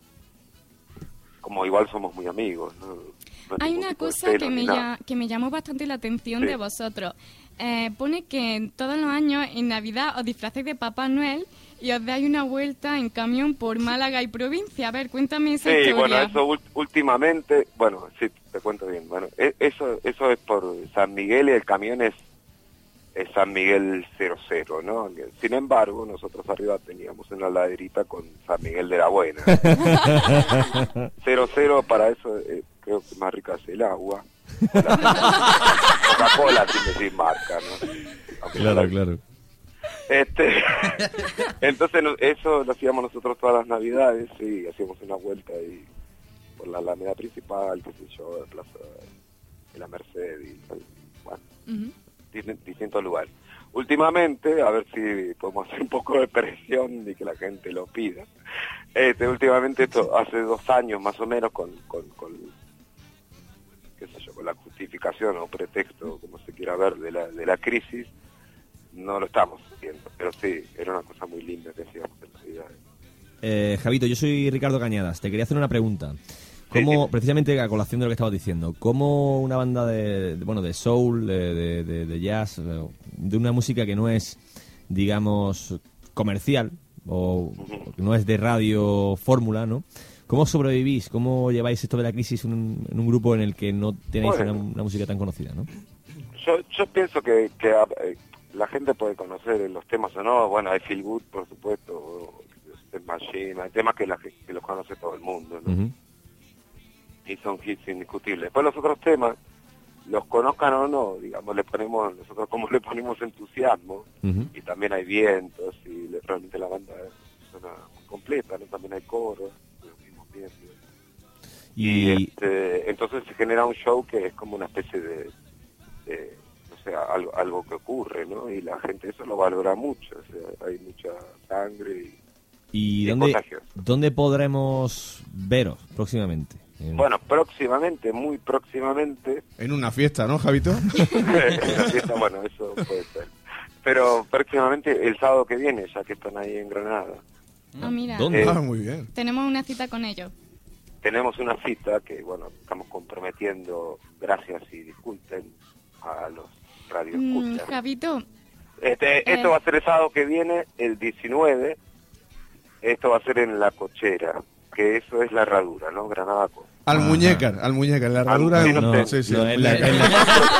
Speaker 16: como igual somos muy amigos. ¿no? No
Speaker 6: Hay
Speaker 16: ningún
Speaker 6: una
Speaker 16: tipo de
Speaker 6: cosa que
Speaker 16: celo
Speaker 6: me,
Speaker 16: ni nada.
Speaker 6: ya- que me llamó bastante la atención
Speaker 16: Sí.
Speaker 6: de vosotros. Eh, pone que todos los años en Navidad os disfrazáis de Papá Noel y os dais una vuelta en camión por Málaga y provincia. A ver, cuéntame esa
Speaker 16: Sí,
Speaker 6: historia.
Speaker 16: bueno, eso ult- últimamente, bueno, sí, te cuento bien. Bueno, e- eso eso es por San Miguel y el camión es, es San Miguel 00, ¿no? Sin embargo, nosotros arriba teníamos una laderita con San Miguel de la Buena. 00 para eso eh, creo que más rica es el agua. La- Coca-Cola sin decir marca, ¿no? Aunque
Speaker 5: Claro, claro.
Speaker 16: Este, entonces no- eso lo hacíamos nosotros todas las navidades, sí, hacíamos una vuelta ahí por la alameda principal, qué sé yo, la plaza de la Merced y bueno, di- distintos lugares. Últimamente, a ver si podemos hacer un poco de presión y que la gente lo pida. Este, últimamente esto hace dos años más o menos con, con, con qué sé yo, con la justificación o pretexto, como se quiera ver, de la, de la crisis, no lo estamos haciendo. Pero sí, era una cosa muy linda que hacíamos en Navidad.
Speaker 5: Eh, Javito, yo soy Ricardo Cañadas. Te quería hacer una pregunta. ¿Cómo, precisamente a colación de lo que estabas diciendo, cómo una banda de, de- bueno de soul, de, de- de- de jazz, eh, de una música que no es, digamos, comercial o o que no es de radio fórmula, ¿no? ¿Cómo sobrevivís? ¿Cómo lleváis esto de la crisis en un, en un grupo en el que no tenéis
Speaker 16: Bueno.
Speaker 5: una, una música tan conocida, no?
Speaker 16: Yo, yo pienso que, que, eh, la gente puede conocer los temas o no. Bueno, hay Feel Good, por supuesto, o The Machine, hay temas que, la, ge- que los conoce todo el mundo, ¿no? Y son hits indiscutibles. Después los otros temas, los conozcan o no, digamos, le ponemos, nosotros como le ponemos entusiasmo, y también hay vientos, y le- realmente la banda suena muy completa, ¿no? También hay coros, los mismos vientos.
Speaker 5: Y,
Speaker 16: Este, entonces se genera un show que es como una especie de, de, no sé, algo, algo que ocurre, ¿no? Y la gente eso lo valora mucho, o sea, hay mucha sangre y
Speaker 5: ¿y dónde, dónde podremos veros próximamente? Eh, En-
Speaker 16: bueno, próximamente, muy próximamente,
Speaker 4: En una fiesta, ¿no, Javito?
Speaker 16: la fiesta, bueno, eso puede ser. Pero próximamente el sábado que viene, ya que están ahí en Granada.
Speaker 6: Ah, mira.
Speaker 16: Eh,
Speaker 4: Ah, muy bien.
Speaker 6: Tenemos una cita con ellos.
Speaker 16: tenemos una cita que, bueno, estamos comprometiendo, gracias y disculpen a los
Speaker 6: Mm,
Speaker 16: radioescuchas.
Speaker 6: Javito,
Speaker 16: Este,
Speaker 6: Eh.
Speaker 16: Esto va a ser el sábado que viene, el 19. Esto va a ser en La Cochera, que eso es la herradura, ¿no? Granada Co-
Speaker 4: Al muñecar, al muñecar. La herradura
Speaker 16: sí,
Speaker 4: es-
Speaker 16: no
Speaker 4: no,
Speaker 16: sé.
Speaker 4: sí, sí,
Speaker 5: No,
Speaker 4: el
Speaker 5: es la-
Speaker 4: muñecar.
Speaker 5: es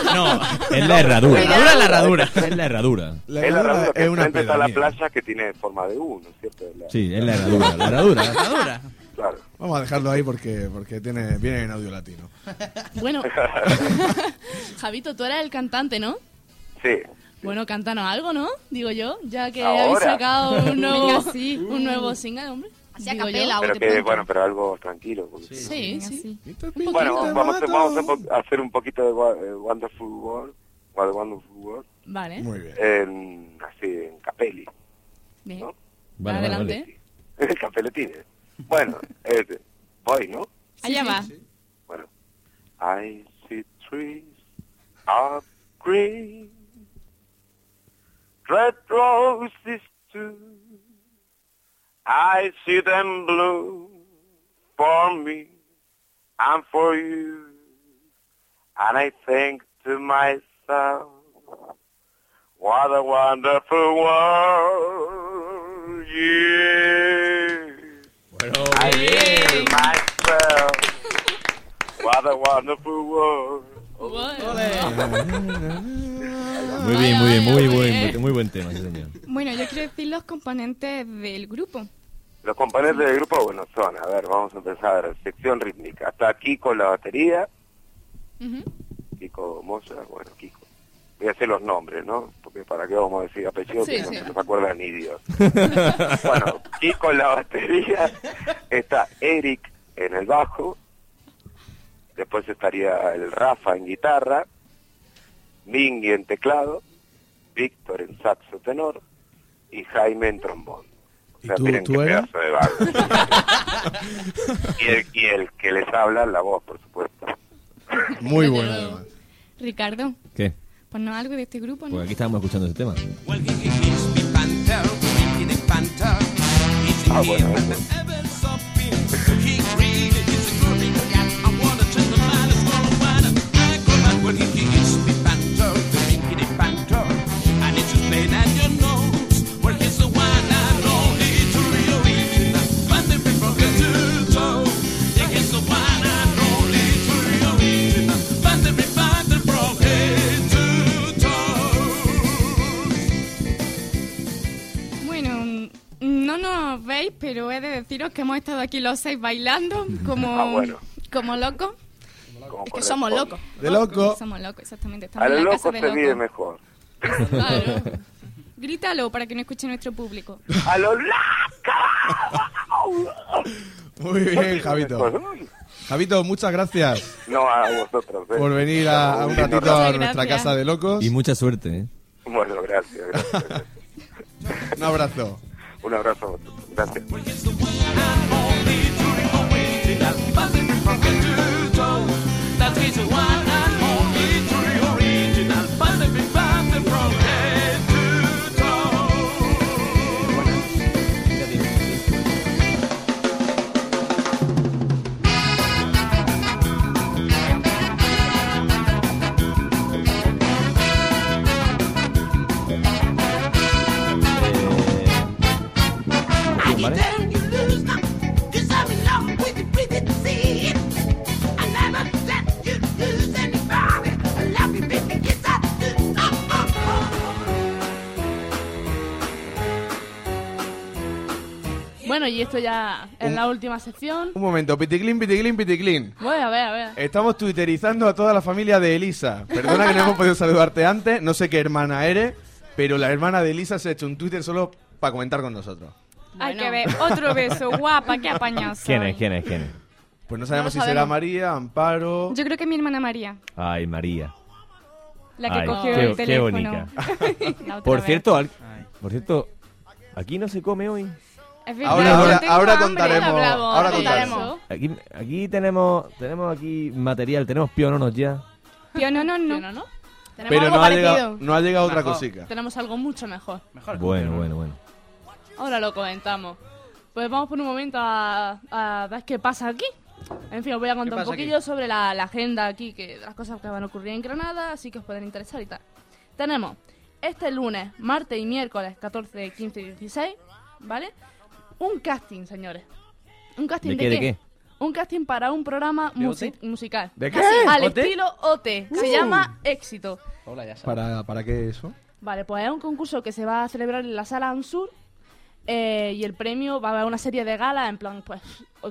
Speaker 5: la- no, es la herradura. La herradura, la herradura. Es la herradura.
Speaker 4: La
Speaker 16: es la
Speaker 4: herradura
Speaker 16: herradura que
Speaker 4: es una
Speaker 16: enfrente está la
Speaker 4: pedanía.
Speaker 16: playa que tiene forma de uno, ¿cierto? La-
Speaker 5: Sí, es la herradura. La herradura.
Speaker 16: Claro.
Speaker 4: Vamos a dejarlo ahí porque, porque tiene, viene en audio latino.
Speaker 1: Bueno, Javito, tú eres el cantante, ¿no?
Speaker 16: Sí.
Speaker 1: Bueno, cántanos algo, ¿no? Digo yo, ya que
Speaker 16: Ahora.
Speaker 1: habéis sacado un nuevo,
Speaker 6: Venga, sí.
Speaker 1: un nuevo single, hombre. Así a
Speaker 16: Pero que, bueno, pero algo tranquilo. porque-
Speaker 1: Sí, sí.
Speaker 16: Bueno, vamos, a hacer, vamos a hacer un po- a hacer un poquito de wa- eh, Wonderful World, wa- Wonderful World,
Speaker 1: Vale.
Speaker 4: Muy bien.
Speaker 16: en, así, en Capelli.
Speaker 1: Bien.
Speaker 5: Vale, vale,
Speaker 1: Adelante.
Speaker 5: vale.
Speaker 16: Capeletines. Bueno, este, voy, ¿no?
Speaker 6: allá va.
Speaker 16: Bueno. I see trees of green, red roses too. I see them bloom for me and for you. And I think to myself, what a wonderful world. Yeah. I think to myself, what a wonderful world.
Speaker 5: Muy bien, muy bien, muy buen, muy buen tema, sí, señor.
Speaker 6: Bueno, yo quiero decir los componentes del grupo.
Speaker 16: Los componentes del grupo, bueno, son, a ver, vamos a empezar, sección rítmica. Está Kiko en la batería, Kiko Moya, bueno, Kiko. Voy a hacer los nombres, ¿no? Porque para qué vamos a decir apellidos
Speaker 17: Sí,
Speaker 16: que no
Speaker 17: sí.
Speaker 16: se nos acuerdan ni Dios. bueno, Kiko en la batería, está Eric en el bajo, después estaría el Rafa en guitarra, Mingy en teclado, Víctor en saxo tenor y Jaime en trombón. O sea,
Speaker 4: tú-
Speaker 16: miren
Speaker 4: tú
Speaker 16: qué
Speaker 4: eras?
Speaker 16: pedazo de vago. y, el, y el que les habla, la voz, por supuesto.
Speaker 4: Muy bueno, además.
Speaker 6: Ricardo.
Speaker 5: ¿Qué?
Speaker 6: Pues no algo de este grupo, ¿no?
Speaker 5: Porque aquí estábamos escuchando ese tema.
Speaker 16: Ah, bueno,
Speaker 6: Bueno, mm, no nos veis, pero he de deciros que hemos estado aquí los seis bailando como,
Speaker 16: Ah, bueno.
Speaker 6: como locos. Es que somos locos.
Speaker 4: De loco.
Speaker 6: Somos locos, exactamente. Estamos
Speaker 16: a
Speaker 6: en la
Speaker 16: los locos
Speaker 6: casa
Speaker 16: se
Speaker 6: de locos.
Speaker 16: vive mejor.
Speaker 17: Ah,
Speaker 6: Grítalo para que no escuche nuestro público.
Speaker 16: ¡A los
Speaker 4: Muy bien, Javito. Javito, muchas gracias
Speaker 16: No, a vosotros. ¿eh?
Speaker 4: por venir a, a un
Speaker 16: Muchísimas
Speaker 4: ratito a
Speaker 16: gracias.
Speaker 4: nuestra casa de locos.
Speaker 5: Y mucha suerte, ¿eh?
Speaker 16: Bueno, gracias, gracias.
Speaker 4: Un abrazo.
Speaker 16: Un abrazo a vosotros. Gracias.
Speaker 5: ¿Vale?
Speaker 17: Cause I'm in love with
Speaker 1: Bueno, y esto ya en la última sección.
Speaker 4: Un momento, piticlin, piticlin, piticlin.
Speaker 1: Voy a ver, a ver.
Speaker 4: Estamos twitterizando a toda la familia de Elisa. Perdona que no hemos podido saludarte antes, no sé qué hermana eres, pero la hermana de Elisa se ha hecho un Twitter solo para comentar con nosotros.
Speaker 6: Hay que ver. Otro beso, guapa, qué apañazo.
Speaker 5: ¿Quién es? ¿Quién es? ¿Quién es?
Speaker 4: Pues no sabemos
Speaker 6: No
Speaker 4: si
Speaker 6: lo
Speaker 4: será
Speaker 6: sabemos.
Speaker 4: María, Amparo.
Speaker 6: Yo creo que mi hermana María,
Speaker 5: Ay, María.
Speaker 6: la que
Speaker 5: Ay,
Speaker 6: cogió
Speaker 5: qué-
Speaker 6: el
Speaker 5: qué
Speaker 6: teléfono.
Speaker 5: bonita.
Speaker 6: La otra
Speaker 5: Por
Speaker 6: vez.
Speaker 5: cierto, al- por cierto, aquí no se come hoy.
Speaker 6: Es verdad, Ahora- yo ahora- tengo ahora hambre. contaremos- Ahora hablamos, ahora ahora contaremos. contaremos.
Speaker 5: Aquí, aquí tenemos, tenemos aquí material, tenemos piononos ya.
Speaker 6: Yo no, no, no.
Speaker 1: Tenemos
Speaker 5: Pero
Speaker 1: algo
Speaker 5: no ha
Speaker 1: parecido.
Speaker 5: llegado- no ha llegado otra
Speaker 1: Mejor.
Speaker 5: cosica.
Speaker 1: Tenemos algo mucho mejor. Mejor.
Speaker 5: Bueno, bueno, bueno.
Speaker 1: Ahora lo comentamos. Pues vamos por un momento a, a ver qué pasa aquí. En fin, os voy a contar un
Speaker 6: pasa
Speaker 1: poquillo sobre la, la agenda aquí, que las cosas que van a ocurrir en Granada, así que os pueden interesar y tal. Tenemos este lunes, martes y miércoles, 14, 15 y 16, ¿vale? Un casting, señores. ¿Un casting
Speaker 5: ¿De
Speaker 1: de,
Speaker 5: qué, de qué?
Speaker 1: Un casting para un programa
Speaker 5: ¿De
Speaker 1: musi- musical.
Speaker 4: ¿De qué?
Speaker 1: Así, al
Speaker 4: ¿OT?
Speaker 1: estilo OT. Se
Speaker 4: Uh.
Speaker 1: llama Éxito.
Speaker 5: Oh.
Speaker 4: ¿Para, ¿Para qué eso?
Speaker 1: Vale, pues es un concurso que se va a celebrar en la sala Ansur eh, y el premio va a haber una serie de galas en plan, pues,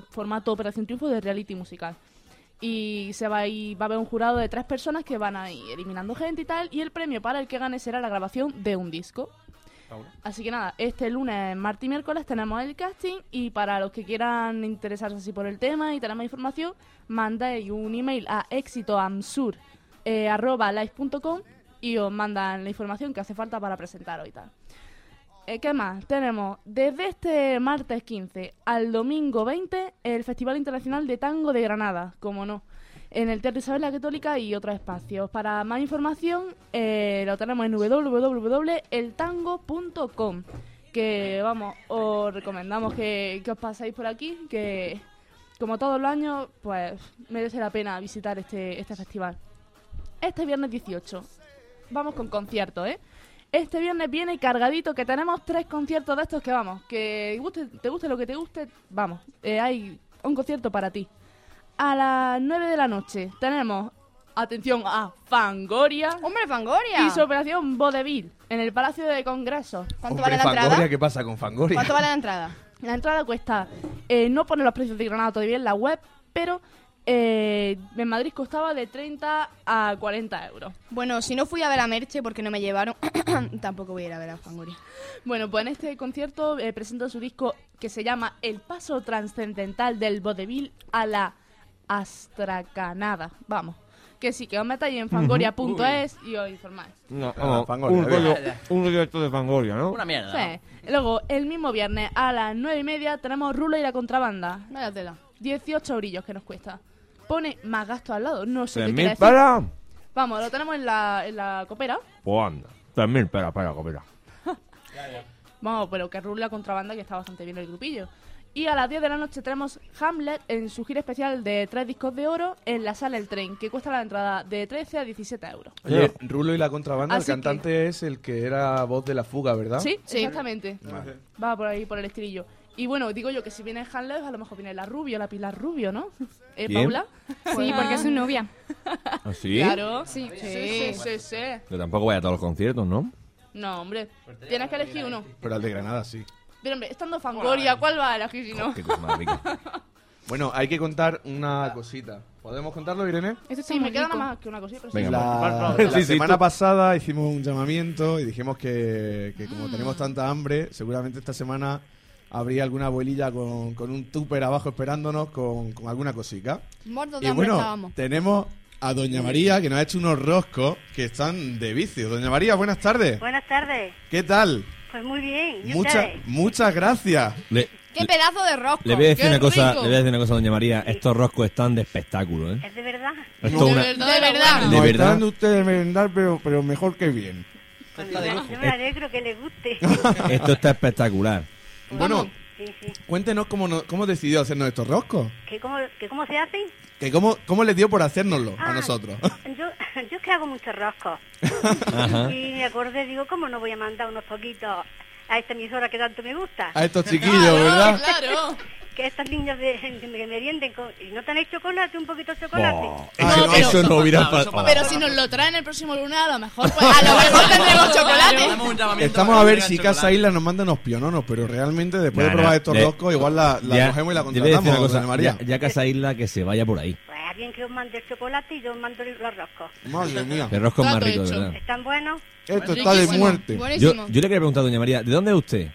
Speaker 1: formato Operación Triunfo de reality musical. Y se va, a ir- va a haber un jurado de tres personas que van a ir eliminando gente y tal, y el premio para el que gane será la grabación de un disco. Así que nada, este lunes, martes y miércoles tenemos el casting y para los que quieran interesarse así por el tema y tener más información, mandáis un email a eh, exitoamsur.com y os mandan la información que hace falta para presentaros y tal. Eh, ¿Qué más? Tenemos desde este martes 15 al domingo 20 el Festival Internacional de Tango de Granada, como no, en el Teatro Isabel la Católica y otros espacios. Para más información eh, lo tenemos en www.eltango.com, que vamos, os recomendamos que, que os paséis por aquí, que como todos los años, pues merece la pena visitar este, este festival. Este viernes 18. Vamos con conciertos, ¿eh? Este viernes viene cargadito que tenemos tres conciertos de estos que vamos. Que guste- te guste lo que te guste, vamos. eh, hay un concierto para ti. A las 9 de la noche tenemos, atención, a Fangoria.
Speaker 8: ¡Hombre, Fangoria!
Speaker 1: Y su operación Vodevil en el Palacio de Congresos.
Speaker 8: ¿Cuánto
Speaker 4: Hombre, Fangoria, ¿qué pasa con Fangoria?
Speaker 1: la entrada? La entrada cuesta. eh, no pone los precios de Granada todavía en la web, pero eh, en Madrid costaba de 30 a 40 euros.
Speaker 8: Bueno, si no fui a ver a Merche porque no me llevaron, tampoco voy a ir a ver a Fangoria.
Speaker 1: Bueno, pues en este concierto eh, presenta su disco que se llama El paso trascendental del vodevil a la astracanada. Vamos, que sí, que os metáis en fangoria.es y os informáis.
Speaker 5: No,
Speaker 4: vamos,
Speaker 5: un,
Speaker 4: un rollo-
Speaker 5: directo de Fangoria, ¿no? Una
Speaker 1: Sí. Luego, el mismo viernes a las nueve y media tenemos Rulo y la contrabanda. Vaya 18 orillos que nos cuesta. Pone más gasto al lado, no sé qué quiere decir.
Speaker 5: para?
Speaker 1: Vamos, lo tenemos en la, en la copera.
Speaker 5: Pues anda. 3.000 para, para, para.
Speaker 1: Vamos, pero que rule la contrabanda que está bastante bien el grupillo. Y a las 10 de la noche tenemos Hamlet en su gira especial de tres discos de oro en la sala El Tren, que cuesta la entrada de 13 a 17 euros.
Speaker 4: Oye, Rulo y la contrabanda,
Speaker 1: Así que-
Speaker 4: el cantante es el que era voz de la fuga, ¿verdad?
Speaker 1: ¿Sí? Exactamente.
Speaker 4: Vale.
Speaker 1: Va por ahí, por el estrillo. Y bueno, digo yo que si viene Hamlet, a lo mejor viene la Rubio, la Pilar Rubio, ¿no? ¿Eh,
Speaker 5: ¿Quién?
Speaker 1: Paula?
Speaker 6: Sí, porque es su novia.
Speaker 5: ¿Ah, sí?
Speaker 1: Claro.
Speaker 6: Sí.
Speaker 1: sí, sí, sí, sí.
Speaker 5: Pero tampoco vaya a todos los conciertos, ¿no?
Speaker 1: No, hombre, tienes que elegir uno.
Speaker 4: Pero al de Granada sí.
Speaker 1: Pero hombre, estando Fangoria, ¿cuál va a elegir si no?
Speaker 4: Bueno, hay que contar una cosita. ¿Podemos contarlo, Irene?
Speaker 1: Sí, me queda nada más que una cosilla, pero sí.
Speaker 4: la, pues.
Speaker 5: pues.
Speaker 4: la semana pasada hicimos un llamamiento y dijimos que, que como tenemos tanta hambre, seguramente esta semana habría alguna abuelilla con, con un tupper abajo esperándonos con, con alguna cosica.
Speaker 8: Muertos de
Speaker 4: Y
Speaker 8: hambre
Speaker 4: bueno,
Speaker 8: estábamos.
Speaker 4: tenemos a Doña María que nos ha hecho unos roscos que están de vicio. Doña María, buenas tardes.
Speaker 17: Buenas tardes.
Speaker 4: ¿Qué tal?
Speaker 17: Pues muy bien. ¿Y
Speaker 4: Muchas,
Speaker 17: ustedes?
Speaker 4: muchas gracias.
Speaker 8: ¡Qué pedazo de rosco!
Speaker 5: Le voy a decir
Speaker 8: ¡Qué
Speaker 5: una cosa,
Speaker 8: rico!
Speaker 5: le voy a decir una cosa, doña María. Estos roscos están de espectáculo, ¿eh?
Speaker 17: Es de verdad.
Speaker 5: Esto es una-
Speaker 8: de verdad.
Speaker 5: De
Speaker 4: Nos
Speaker 5: verdad.
Speaker 4: están dando ustedes merendar, pero, pero mejor que bien.
Speaker 17: Pues me da- Yo me alegro que les guste.
Speaker 5: Esto está espectacular.
Speaker 4: Bueno,
Speaker 17: Sí, sí.
Speaker 4: cuéntenos cómo, no- cómo decidió hacernos estos roscos.
Speaker 17: ¿Que cómo, que cómo se hace?
Speaker 4: Que cómo, ¿Cómo les dio por hacérnoslo
Speaker 17: Ah.
Speaker 4: a nosotros?
Speaker 17: Yo, yo es que hago muchos roscos.
Speaker 4: Ajá.
Speaker 17: Y me acordé, digo, ¿cómo no voy a mandar unos poquitos a esta emisora que tanto me gusta?
Speaker 4: A estos chiquillos, ¿verdad?
Speaker 17: Claro. que estos niños de, que me merienden con... ¿Y no tenéis chocolate? ¿Un poquito de chocolate? Pues,
Speaker 18: Oh, eso,
Speaker 1: pero-
Speaker 18: eso no hubiera pasado.
Speaker 1: Pero si nos lo traen el próximo lunes, a lo mejor, pues, a lo mejor tendremos chocolate.
Speaker 4: Estamos a ver si Casa Isla nos manda unos piononos, pero realmente después de
Speaker 5: Nah,
Speaker 4: probar
Speaker 5: nah,
Speaker 4: estos
Speaker 5: de-
Speaker 4: roscos, igual la, la
Speaker 5: Ya,
Speaker 4: cogemos y la
Speaker 5: te voy a decir
Speaker 4: contratamos,
Speaker 5: una cosa,
Speaker 4: Doña María.
Speaker 5: Ya, ya Casa Isla que se vaya por ahí.
Speaker 17: Pues a bien que os mande el chocolate y yo os mando los roscos.
Speaker 4: Madre mía.
Speaker 5: El rosco es más rico, de verdad.
Speaker 17: ¿Están buenos?
Speaker 4: Esto está de muerte.
Speaker 5: Yo, yo le quería preguntar a Doña María, ¿de dónde es usted?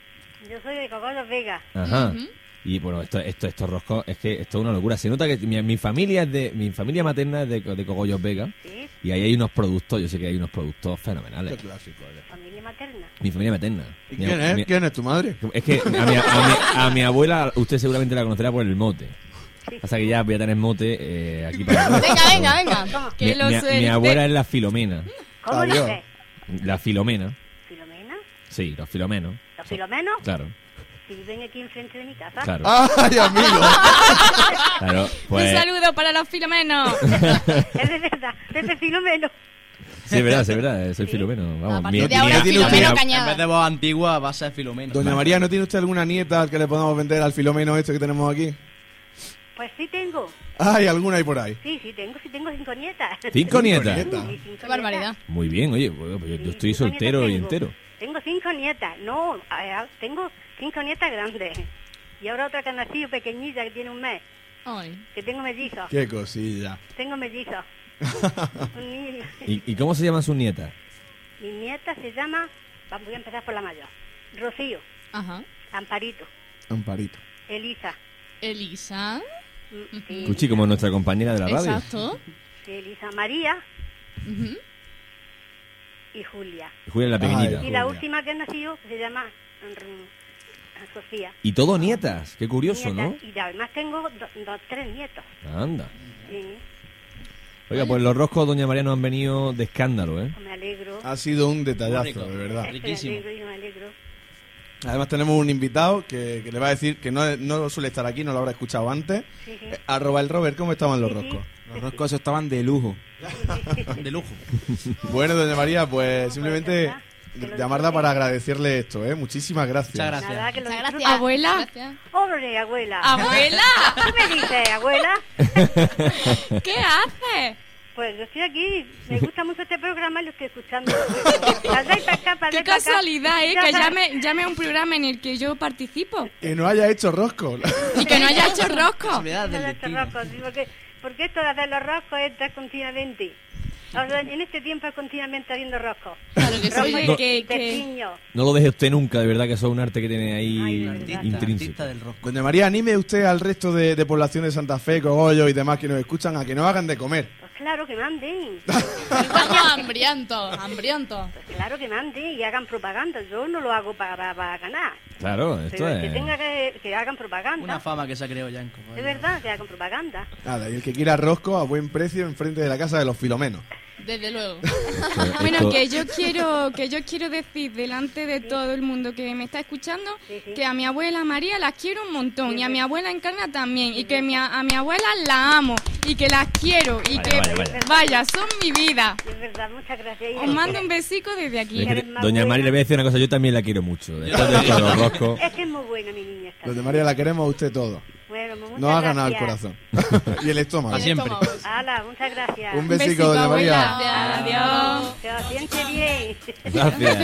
Speaker 17: Yo soy de Cogollos Vega.
Speaker 5: Ajá. Y bueno, esto, esto, estos roscos, es que esto es una locura. Se nota que mi, mi familia es de, mi familia materna es de, de Cogollos Vega. Y ahí hay unos productos, yo sé que hay unos productos fenomenales.
Speaker 17: Familia materna.
Speaker 5: Mi familia materna.
Speaker 4: ¿Y
Speaker 5: Mi-
Speaker 4: quién es?
Speaker 5: mi-
Speaker 4: ¿Quién es tu madre?
Speaker 5: Es que a mi, a mi- a mi abuela usted seguramente la conocerá por el mote. Pasa que ya voy a tener mote eh, aquí para...
Speaker 8: Venga, venga, venga.
Speaker 5: Mi, mi- mi abuela es la Filomena.
Speaker 17: eh, ¿Cómo lo
Speaker 5: Adiós.
Speaker 17: sé?
Speaker 5: La Filomena.
Speaker 17: ¿Filomena?
Speaker 5: Sí, los Filomenos.
Speaker 17: ¿Los filomenos? Ah.
Speaker 5: Claro.
Speaker 17: Si viven aquí enfrente de mi casa.
Speaker 5: Claro.
Speaker 4: ¡Ay, amigo!
Speaker 5: Claro, pues...
Speaker 6: Un saludo para los filomenos.
Speaker 17: es de verdad, desde filomeno.
Speaker 5: Sí, es verdad, sí, es verdad, eh, soy Filomeno. Vamos, mi- mi-
Speaker 2: En vez de voz antigua, va a ser Filomeno.
Speaker 4: Doña María, ¿no tiene usted alguna nieta al que le podamos vender al filomeno este que tenemos aquí?
Speaker 17: Pues sí tengo.
Speaker 4: Ay, alguna hay por ahí.
Speaker 17: Sí, sí tengo, sí tengo cinco nietas.
Speaker 5: ¿Cinco nietas?
Speaker 17: Sí, cinco barbaridad.
Speaker 5: Muy bien, oye, bueno, pues yo, yo estoy soltero y entero.
Speaker 17: Tengo cinco nietas. No, a- a- tengo cinco nietas grandes. Y ahora otra que ha nacido pequeñita que tiene un mes. Que tengo mellizos.
Speaker 4: Qué cosilla.
Speaker 17: Tengo mellizos. Un niño.
Speaker 5: ¿Y, y cómo se llama su nieta?
Speaker 17: Mi nieta se llama, vamos, voy a empezar por la mayor. Rocío. Amparito.
Speaker 4: Amparito.
Speaker 17: Elisa. Mm,
Speaker 1: Elisa.
Speaker 17: Sí.
Speaker 5: Cuchi, como nuestra compañera de la radio.
Speaker 1: Exacto.
Speaker 17: Elisa María. Y Julia.
Speaker 5: Julia la pequeñita.
Speaker 17: Y la última que ha nacido se llama mm, Sofía.
Speaker 5: Y todo nietas, qué curioso, ¿no?
Speaker 17: Nietas. Y además tengo do- dos, tres nietos.
Speaker 5: Anda.
Speaker 17: Sí,
Speaker 5: Oiga, pues los roscos, doña María, nos han venido de escándalo, ¿eh?
Speaker 17: me alegro.
Speaker 4: Ha sido un
Speaker 17: Muy rico.
Speaker 4: detallazo, de verdad.
Speaker 17: Me alegro y me alegro.
Speaker 4: Además tenemos un invitado que, que le va a decir que no, no suele estar aquí, no lo habrá escuchado antes.
Speaker 17: Sí, sí.
Speaker 4: Eh, arroba el Robert, ¿cómo estaban los roscos?
Speaker 10: Los roscos esos estaban de lujo.
Speaker 2: De lujo.
Speaker 4: Bueno, doña María, pues simplemente llamarla para agradecerle esto, ¿eh? Muchísimas gracias.
Speaker 17: Nada, que lo disfrutes.
Speaker 6: Abuela.
Speaker 17: Pobre abuela.
Speaker 6: Abuela.
Speaker 17: ¿Qué me dices, abuela?
Speaker 6: ¿Qué haces?
Speaker 17: Pues yo estoy aquí, me gusta mucho este programa y lo estoy escuchando. Pasad para acá, pasad
Speaker 6: Qué
Speaker 17: para acá.
Speaker 6: casualidad, ¿eh? Que llame, llame a un programa en el que yo participo.
Speaker 4: Que no haya hecho rosco.
Speaker 6: Y que no haya hecho rosco.
Speaker 17: No haya hecho roscos, sí, porque, porque esto de hacer los roscos es continuamente. Ahora, en este tiempo es continuamente haciendo roscos. Claro
Speaker 6: que sí. Oye, que- que-
Speaker 5: No lo deje usted nunca, de verdad, que eso es un arte que tiene ahí intrínseco.
Speaker 4: Doña María, anime usted al resto de, de población de Santa Fe, Cogollo y demás que nos escuchan a que nos hagan de comer.
Speaker 17: Pues claro que manden.
Speaker 1: Estamos hambrientos, hambrientos.
Speaker 17: Pues Claro que manden y hagan propaganda. Yo no lo hago para ganar.
Speaker 5: Claro,
Speaker 17: Pero el que tenga que, que hagan propaganda.
Speaker 2: Una fama que se ha creado ya en Cogollos.
Speaker 17: Es verdad, que hagan propaganda.
Speaker 4: Nada, y el que quiera rosco a buen precio enfrente de la casa de los filomenos.
Speaker 1: Desde luego.
Speaker 6: Bueno, que yo quiero que yo quiero decir delante de todo el mundo que me está escuchando que a mi abuela María la quiero un montón y a mi abuela Encarna también y que mi a, a mi abuela la amo y que la quiero y
Speaker 5: Vaya,
Speaker 6: que
Speaker 5: vaya, vaya.
Speaker 6: vaya, son mi vida.
Speaker 17: Es verdad, muchas gracias.
Speaker 6: Os mando un besico desde aquí.
Speaker 5: Es que te- Doña María, le voy a decir una cosa, yo también la quiero mucho. Después de todos los
Speaker 4: Oh.
Speaker 5: roscos.
Speaker 17: Es que es muy buena mi niña. esta.
Speaker 4: Doña María, la queremos a usted todo.
Speaker 17: Bueno, pues muchas
Speaker 4: Nos ha ganado el
Speaker 17: gracias.
Speaker 4: corazón. y el estómago.
Speaker 17: Hala, muchas gracias.
Speaker 4: Un besico, Besico, doña María.
Speaker 17: María.
Speaker 6: Adiós.
Speaker 17: Que os siente bien.
Speaker 4: Gracias.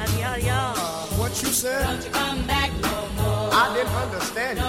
Speaker 17: adiós, adiós.
Speaker 19: What you said? I didn't understand it.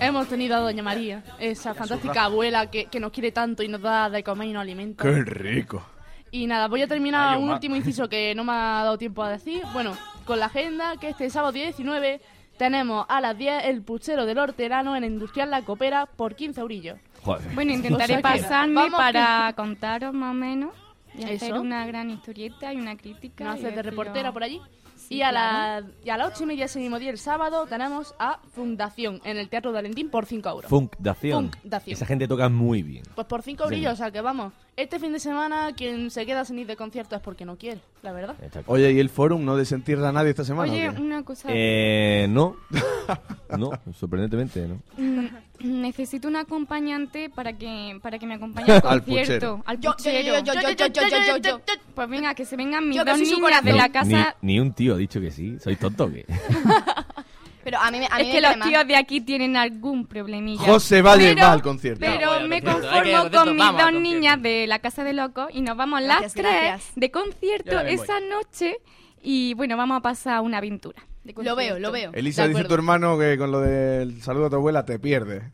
Speaker 1: Hemos tenido a Doña María, esa fantástica abuela que, que nos quiere tanto y nos da de comer y nos alimenta.
Speaker 4: Qué rico.
Speaker 1: Y nada, voy a terminar
Speaker 4: Ay,
Speaker 1: un
Speaker 4: Omar.
Speaker 1: último inciso que no me ha dado tiempo a decir. Bueno, con la agenda que este sábado 19 tenemos a las 10 el puchero del hortelano en Industrial La Copera por 15 eurillos.
Speaker 5: Joder.
Speaker 6: Bueno, intentaré
Speaker 1: O sea que-
Speaker 6: pasarme
Speaker 1: Vamos,
Speaker 6: para
Speaker 1: que-
Speaker 6: contaros más o menos y hacer
Speaker 1: Eso.
Speaker 6: una gran historieta y una crítica.
Speaker 1: ¿No
Speaker 6: y
Speaker 1: haces de
Speaker 6: deciros-
Speaker 1: reportera por allí?
Speaker 6: Sí,
Speaker 1: y, a
Speaker 6: claro.
Speaker 1: la- y a las 8 y media ese mismo día, el sábado, tenemos a Fundación en el Teatro de Valentín por 5 euros.
Speaker 5: Funkdación.
Speaker 1: Funkdación.
Speaker 5: Esa gente toca muy bien.
Speaker 1: Pues por 5
Speaker 5: Sí.
Speaker 1: eurillos, o sea que vamos. Este fin de semana, quien se queda sin ir de concierto es porque no quiere, la verdad.
Speaker 4: Oye, ¿y el forum no de sentir a nadie esta semana?
Speaker 6: Oye,
Speaker 4: o qué?
Speaker 6: una cosa.
Speaker 5: Eh, no. No, sorprendentemente, ¿no?
Speaker 6: Mm, Necesito un acompañante para que para que me acompañe al
Speaker 5: Al
Speaker 6: concierto.
Speaker 5: puchero.
Speaker 6: Al
Speaker 8: Yo, yo,
Speaker 6: puchero.
Speaker 8: yo, yo, yo, yo, yo, yo, yo, yo.
Speaker 6: Pues venga, que se vengan mis
Speaker 8: Yo que
Speaker 6: dos
Speaker 8: soy su
Speaker 6: niñas de la
Speaker 5: No,
Speaker 6: casa.
Speaker 5: Ni, ni un tío ha dicho que sí. ¿Soy tonto o qué?
Speaker 8: Pero a mí, me- a mí
Speaker 6: es
Speaker 8: me
Speaker 6: que los
Speaker 8: crema.
Speaker 6: tíos de aquí tienen algún problemilla.
Speaker 4: José Valle
Speaker 6: Pero-
Speaker 4: va al concierto.
Speaker 6: Pero
Speaker 4: Vaya,
Speaker 6: me
Speaker 4: concierto.
Speaker 6: conformo
Speaker 4: Hay que ir al concierto.
Speaker 6: con mis
Speaker 4: Vamos al
Speaker 6: dos niñas de la Casa de Locos y nos vamos las
Speaker 8: Gracias,
Speaker 6: tres
Speaker 8: gracias.
Speaker 6: de
Speaker 4: Yo
Speaker 6: concierto
Speaker 4: también voy.
Speaker 6: esa noche y bueno, vamos a pasar una aventura. de
Speaker 8: Lo veo, lo
Speaker 6: concierto.
Speaker 8: veo.
Speaker 4: Elisa
Speaker 8: De
Speaker 4: dice
Speaker 8: acuerdo.
Speaker 4: tu hermano que con lo del saludo a tu abuela te pierde.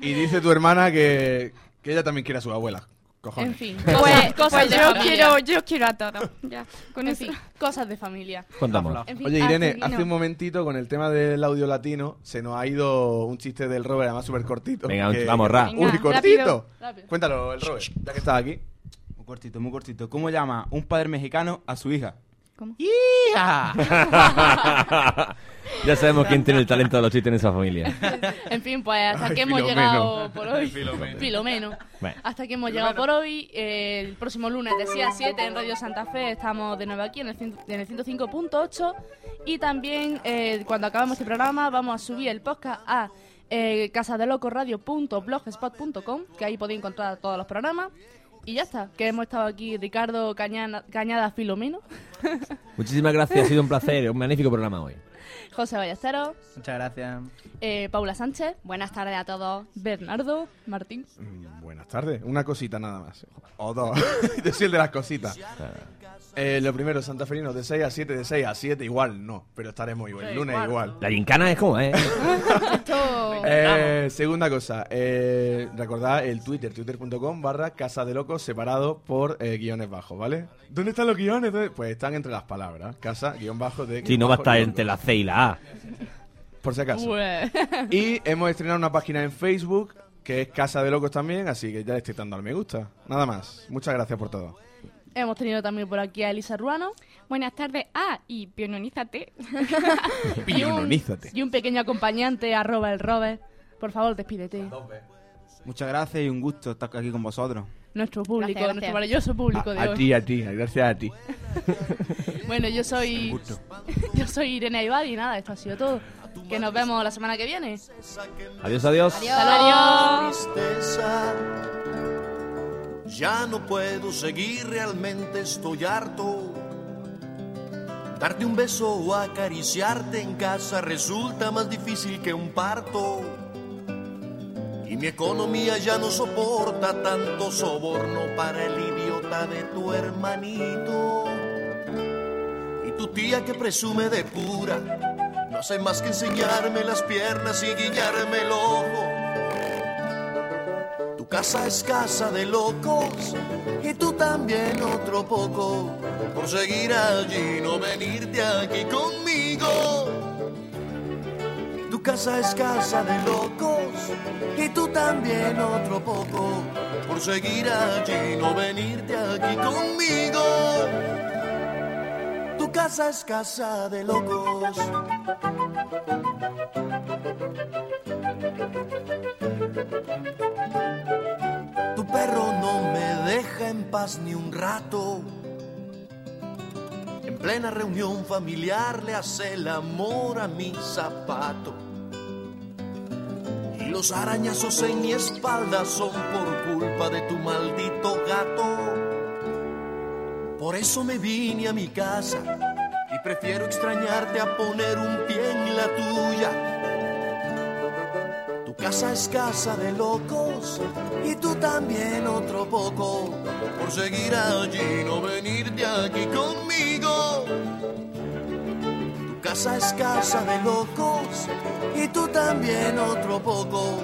Speaker 4: y dice tu hermana que, que ella también quiere a su abuela. Cojones.
Speaker 1: En fin,
Speaker 6: Pues,
Speaker 1: cosas,
Speaker 6: pues
Speaker 1: cosas de
Speaker 6: yo,
Speaker 1: familia.
Speaker 6: quiero, yo quiero a todos. Ya, con
Speaker 1: En
Speaker 6: eso.
Speaker 1: fin, cosas de familia.
Speaker 4: Contamos.
Speaker 1: En fin,
Speaker 4: Oye, Irene,
Speaker 1: adivino.
Speaker 4: hace un momentito con el tema del audio latino se nos ha ido un chiste del Robert, además súper cortito.
Speaker 5: Venga, vamos, Ra.
Speaker 4: Uy,
Speaker 5: Venga,
Speaker 4: cortito.
Speaker 10: rápido,
Speaker 4: Cuéntalo, el Robert, ya que estás aquí.
Speaker 10: Muy cortito, muy cortito. ¿Cómo llama un padre mexicano a su hija?
Speaker 6: ¿Cómo?
Speaker 5: ya sabemos quién tiene el talento de los chistes en esa familia.
Speaker 1: En fin, pues hasta
Speaker 5: Ay,
Speaker 1: que hemos
Speaker 5: Filomeno.
Speaker 1: llegado por hoy.
Speaker 5: Filomeno. Bueno.
Speaker 1: Hasta que hemos llegado por hoy. Eh, el próximo lunes de 6 a 7 en Radio Santa Fe estamos de nuevo aquí en el, cien- en el 105.8. Y también eh, cuando acabemos este programa vamos a subir el podcast a eh, casadelocoradio.blogspot.com, que ahí podéis encontrar todos los programas. Y ya está, que hemos estado aquí Ricardo Cañana- Cañada Filomeno,
Speaker 5: Muchísimas gracias, ha sido un placer, un magnífico programa hoy.
Speaker 1: José Ballesteros,
Speaker 10: Muchas gracias.
Speaker 1: eh, Paula Sánchez. Buenas tardes a todos. Bernardo Martín.
Speaker 4: Mm, Buenas tardes. Una cosita nada más. O dos. Yo soy el de las cositas. Eh, lo primero, Santa Felino, de 6 a 7, de 6 a 7, igual no, pero estaremos igual. El
Speaker 5: Sí,
Speaker 4: lunes
Speaker 5: igual.
Speaker 4: igual.
Speaker 5: La gincana es como, ¿eh?
Speaker 4: Eh, segunda cosa, eh, recordad el Twitter, twitter.com barra Casa de Locos separado por eh, guiones bajos, ¿vale? ¿Dónde están los guiones? ¿Dónde- Pues están entre las palabras, casa, guión bajo de...
Speaker 5: Si
Speaker 4: guión
Speaker 5: no va a
Speaker 4: bajo,
Speaker 5: estar
Speaker 4: guión
Speaker 5: entre la C y la A.
Speaker 4: por si acaso.
Speaker 1: Ué.
Speaker 4: Y hemos estrenado una página en Facebook que es Casa de Locos también, así que ya le estoy dando al me gusta. Nada más. Muchas gracias por todo.
Speaker 1: Hemos tenido también por aquí a Elisa Ruano.
Speaker 6: Buenas tardes. Ah, y piononízate.
Speaker 1: y, un,
Speaker 10: Piononízate.
Speaker 1: y un pequeño acompañante, arroba el Robert. Por favor, despídete.
Speaker 10: Muchas gracias y un gusto estar aquí con vosotros.
Speaker 1: Nuestro público,
Speaker 6: Gracias, gracias.
Speaker 1: nuestro maravilloso público de hoy.
Speaker 4: a ti, gracias a ti.
Speaker 1: Bueno, yo soy. yo soy Irene Aibadi y nada, esto ha sido todo. Que nos vemos la semana que viene.
Speaker 5: Adiós, adiós.
Speaker 1: Adiós.
Speaker 19: tristeza. Ya no puedo seguir, realmente estoy harto. Darte un beso o acariciarte en casa resulta más difícil que un parto. Y mi economía ya no soporta tanto soborno para el idiota de tu hermanito. Y tu tía que presume de pura, no hace más que enseñarme las piernas y guiñarme el ojo. Tu casa es casa de locos y tú también otro poco por seguir allí, no venirte aquí conmigo. Tu casa es casa de locos y tú también otro poco por seguir allí, no venirte aquí conmigo. Tu casa es casa de locos. Tu perro no me deja en paz ni un rato. En plena reunión familiar le hace el amor a mi zapato. Y los arañazos en mi espalda son por culpa de tu maldito gato. Por eso me vine a mi casa y prefiero extrañarte a poner un pie en la tuya. Tu casa es casa de locos y tú también otro poco por seguir allí, no venirte aquí conmigo. Tu casa es casa de locos y tú también otro poco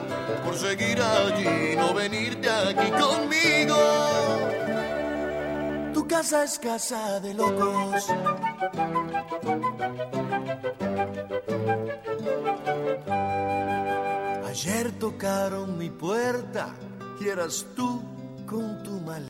Speaker 19: por seguir allí, no venirte aquí conmigo. Tu casa es casa de locos. Ayer tocaron mi puerta y eras tú con tu maleta.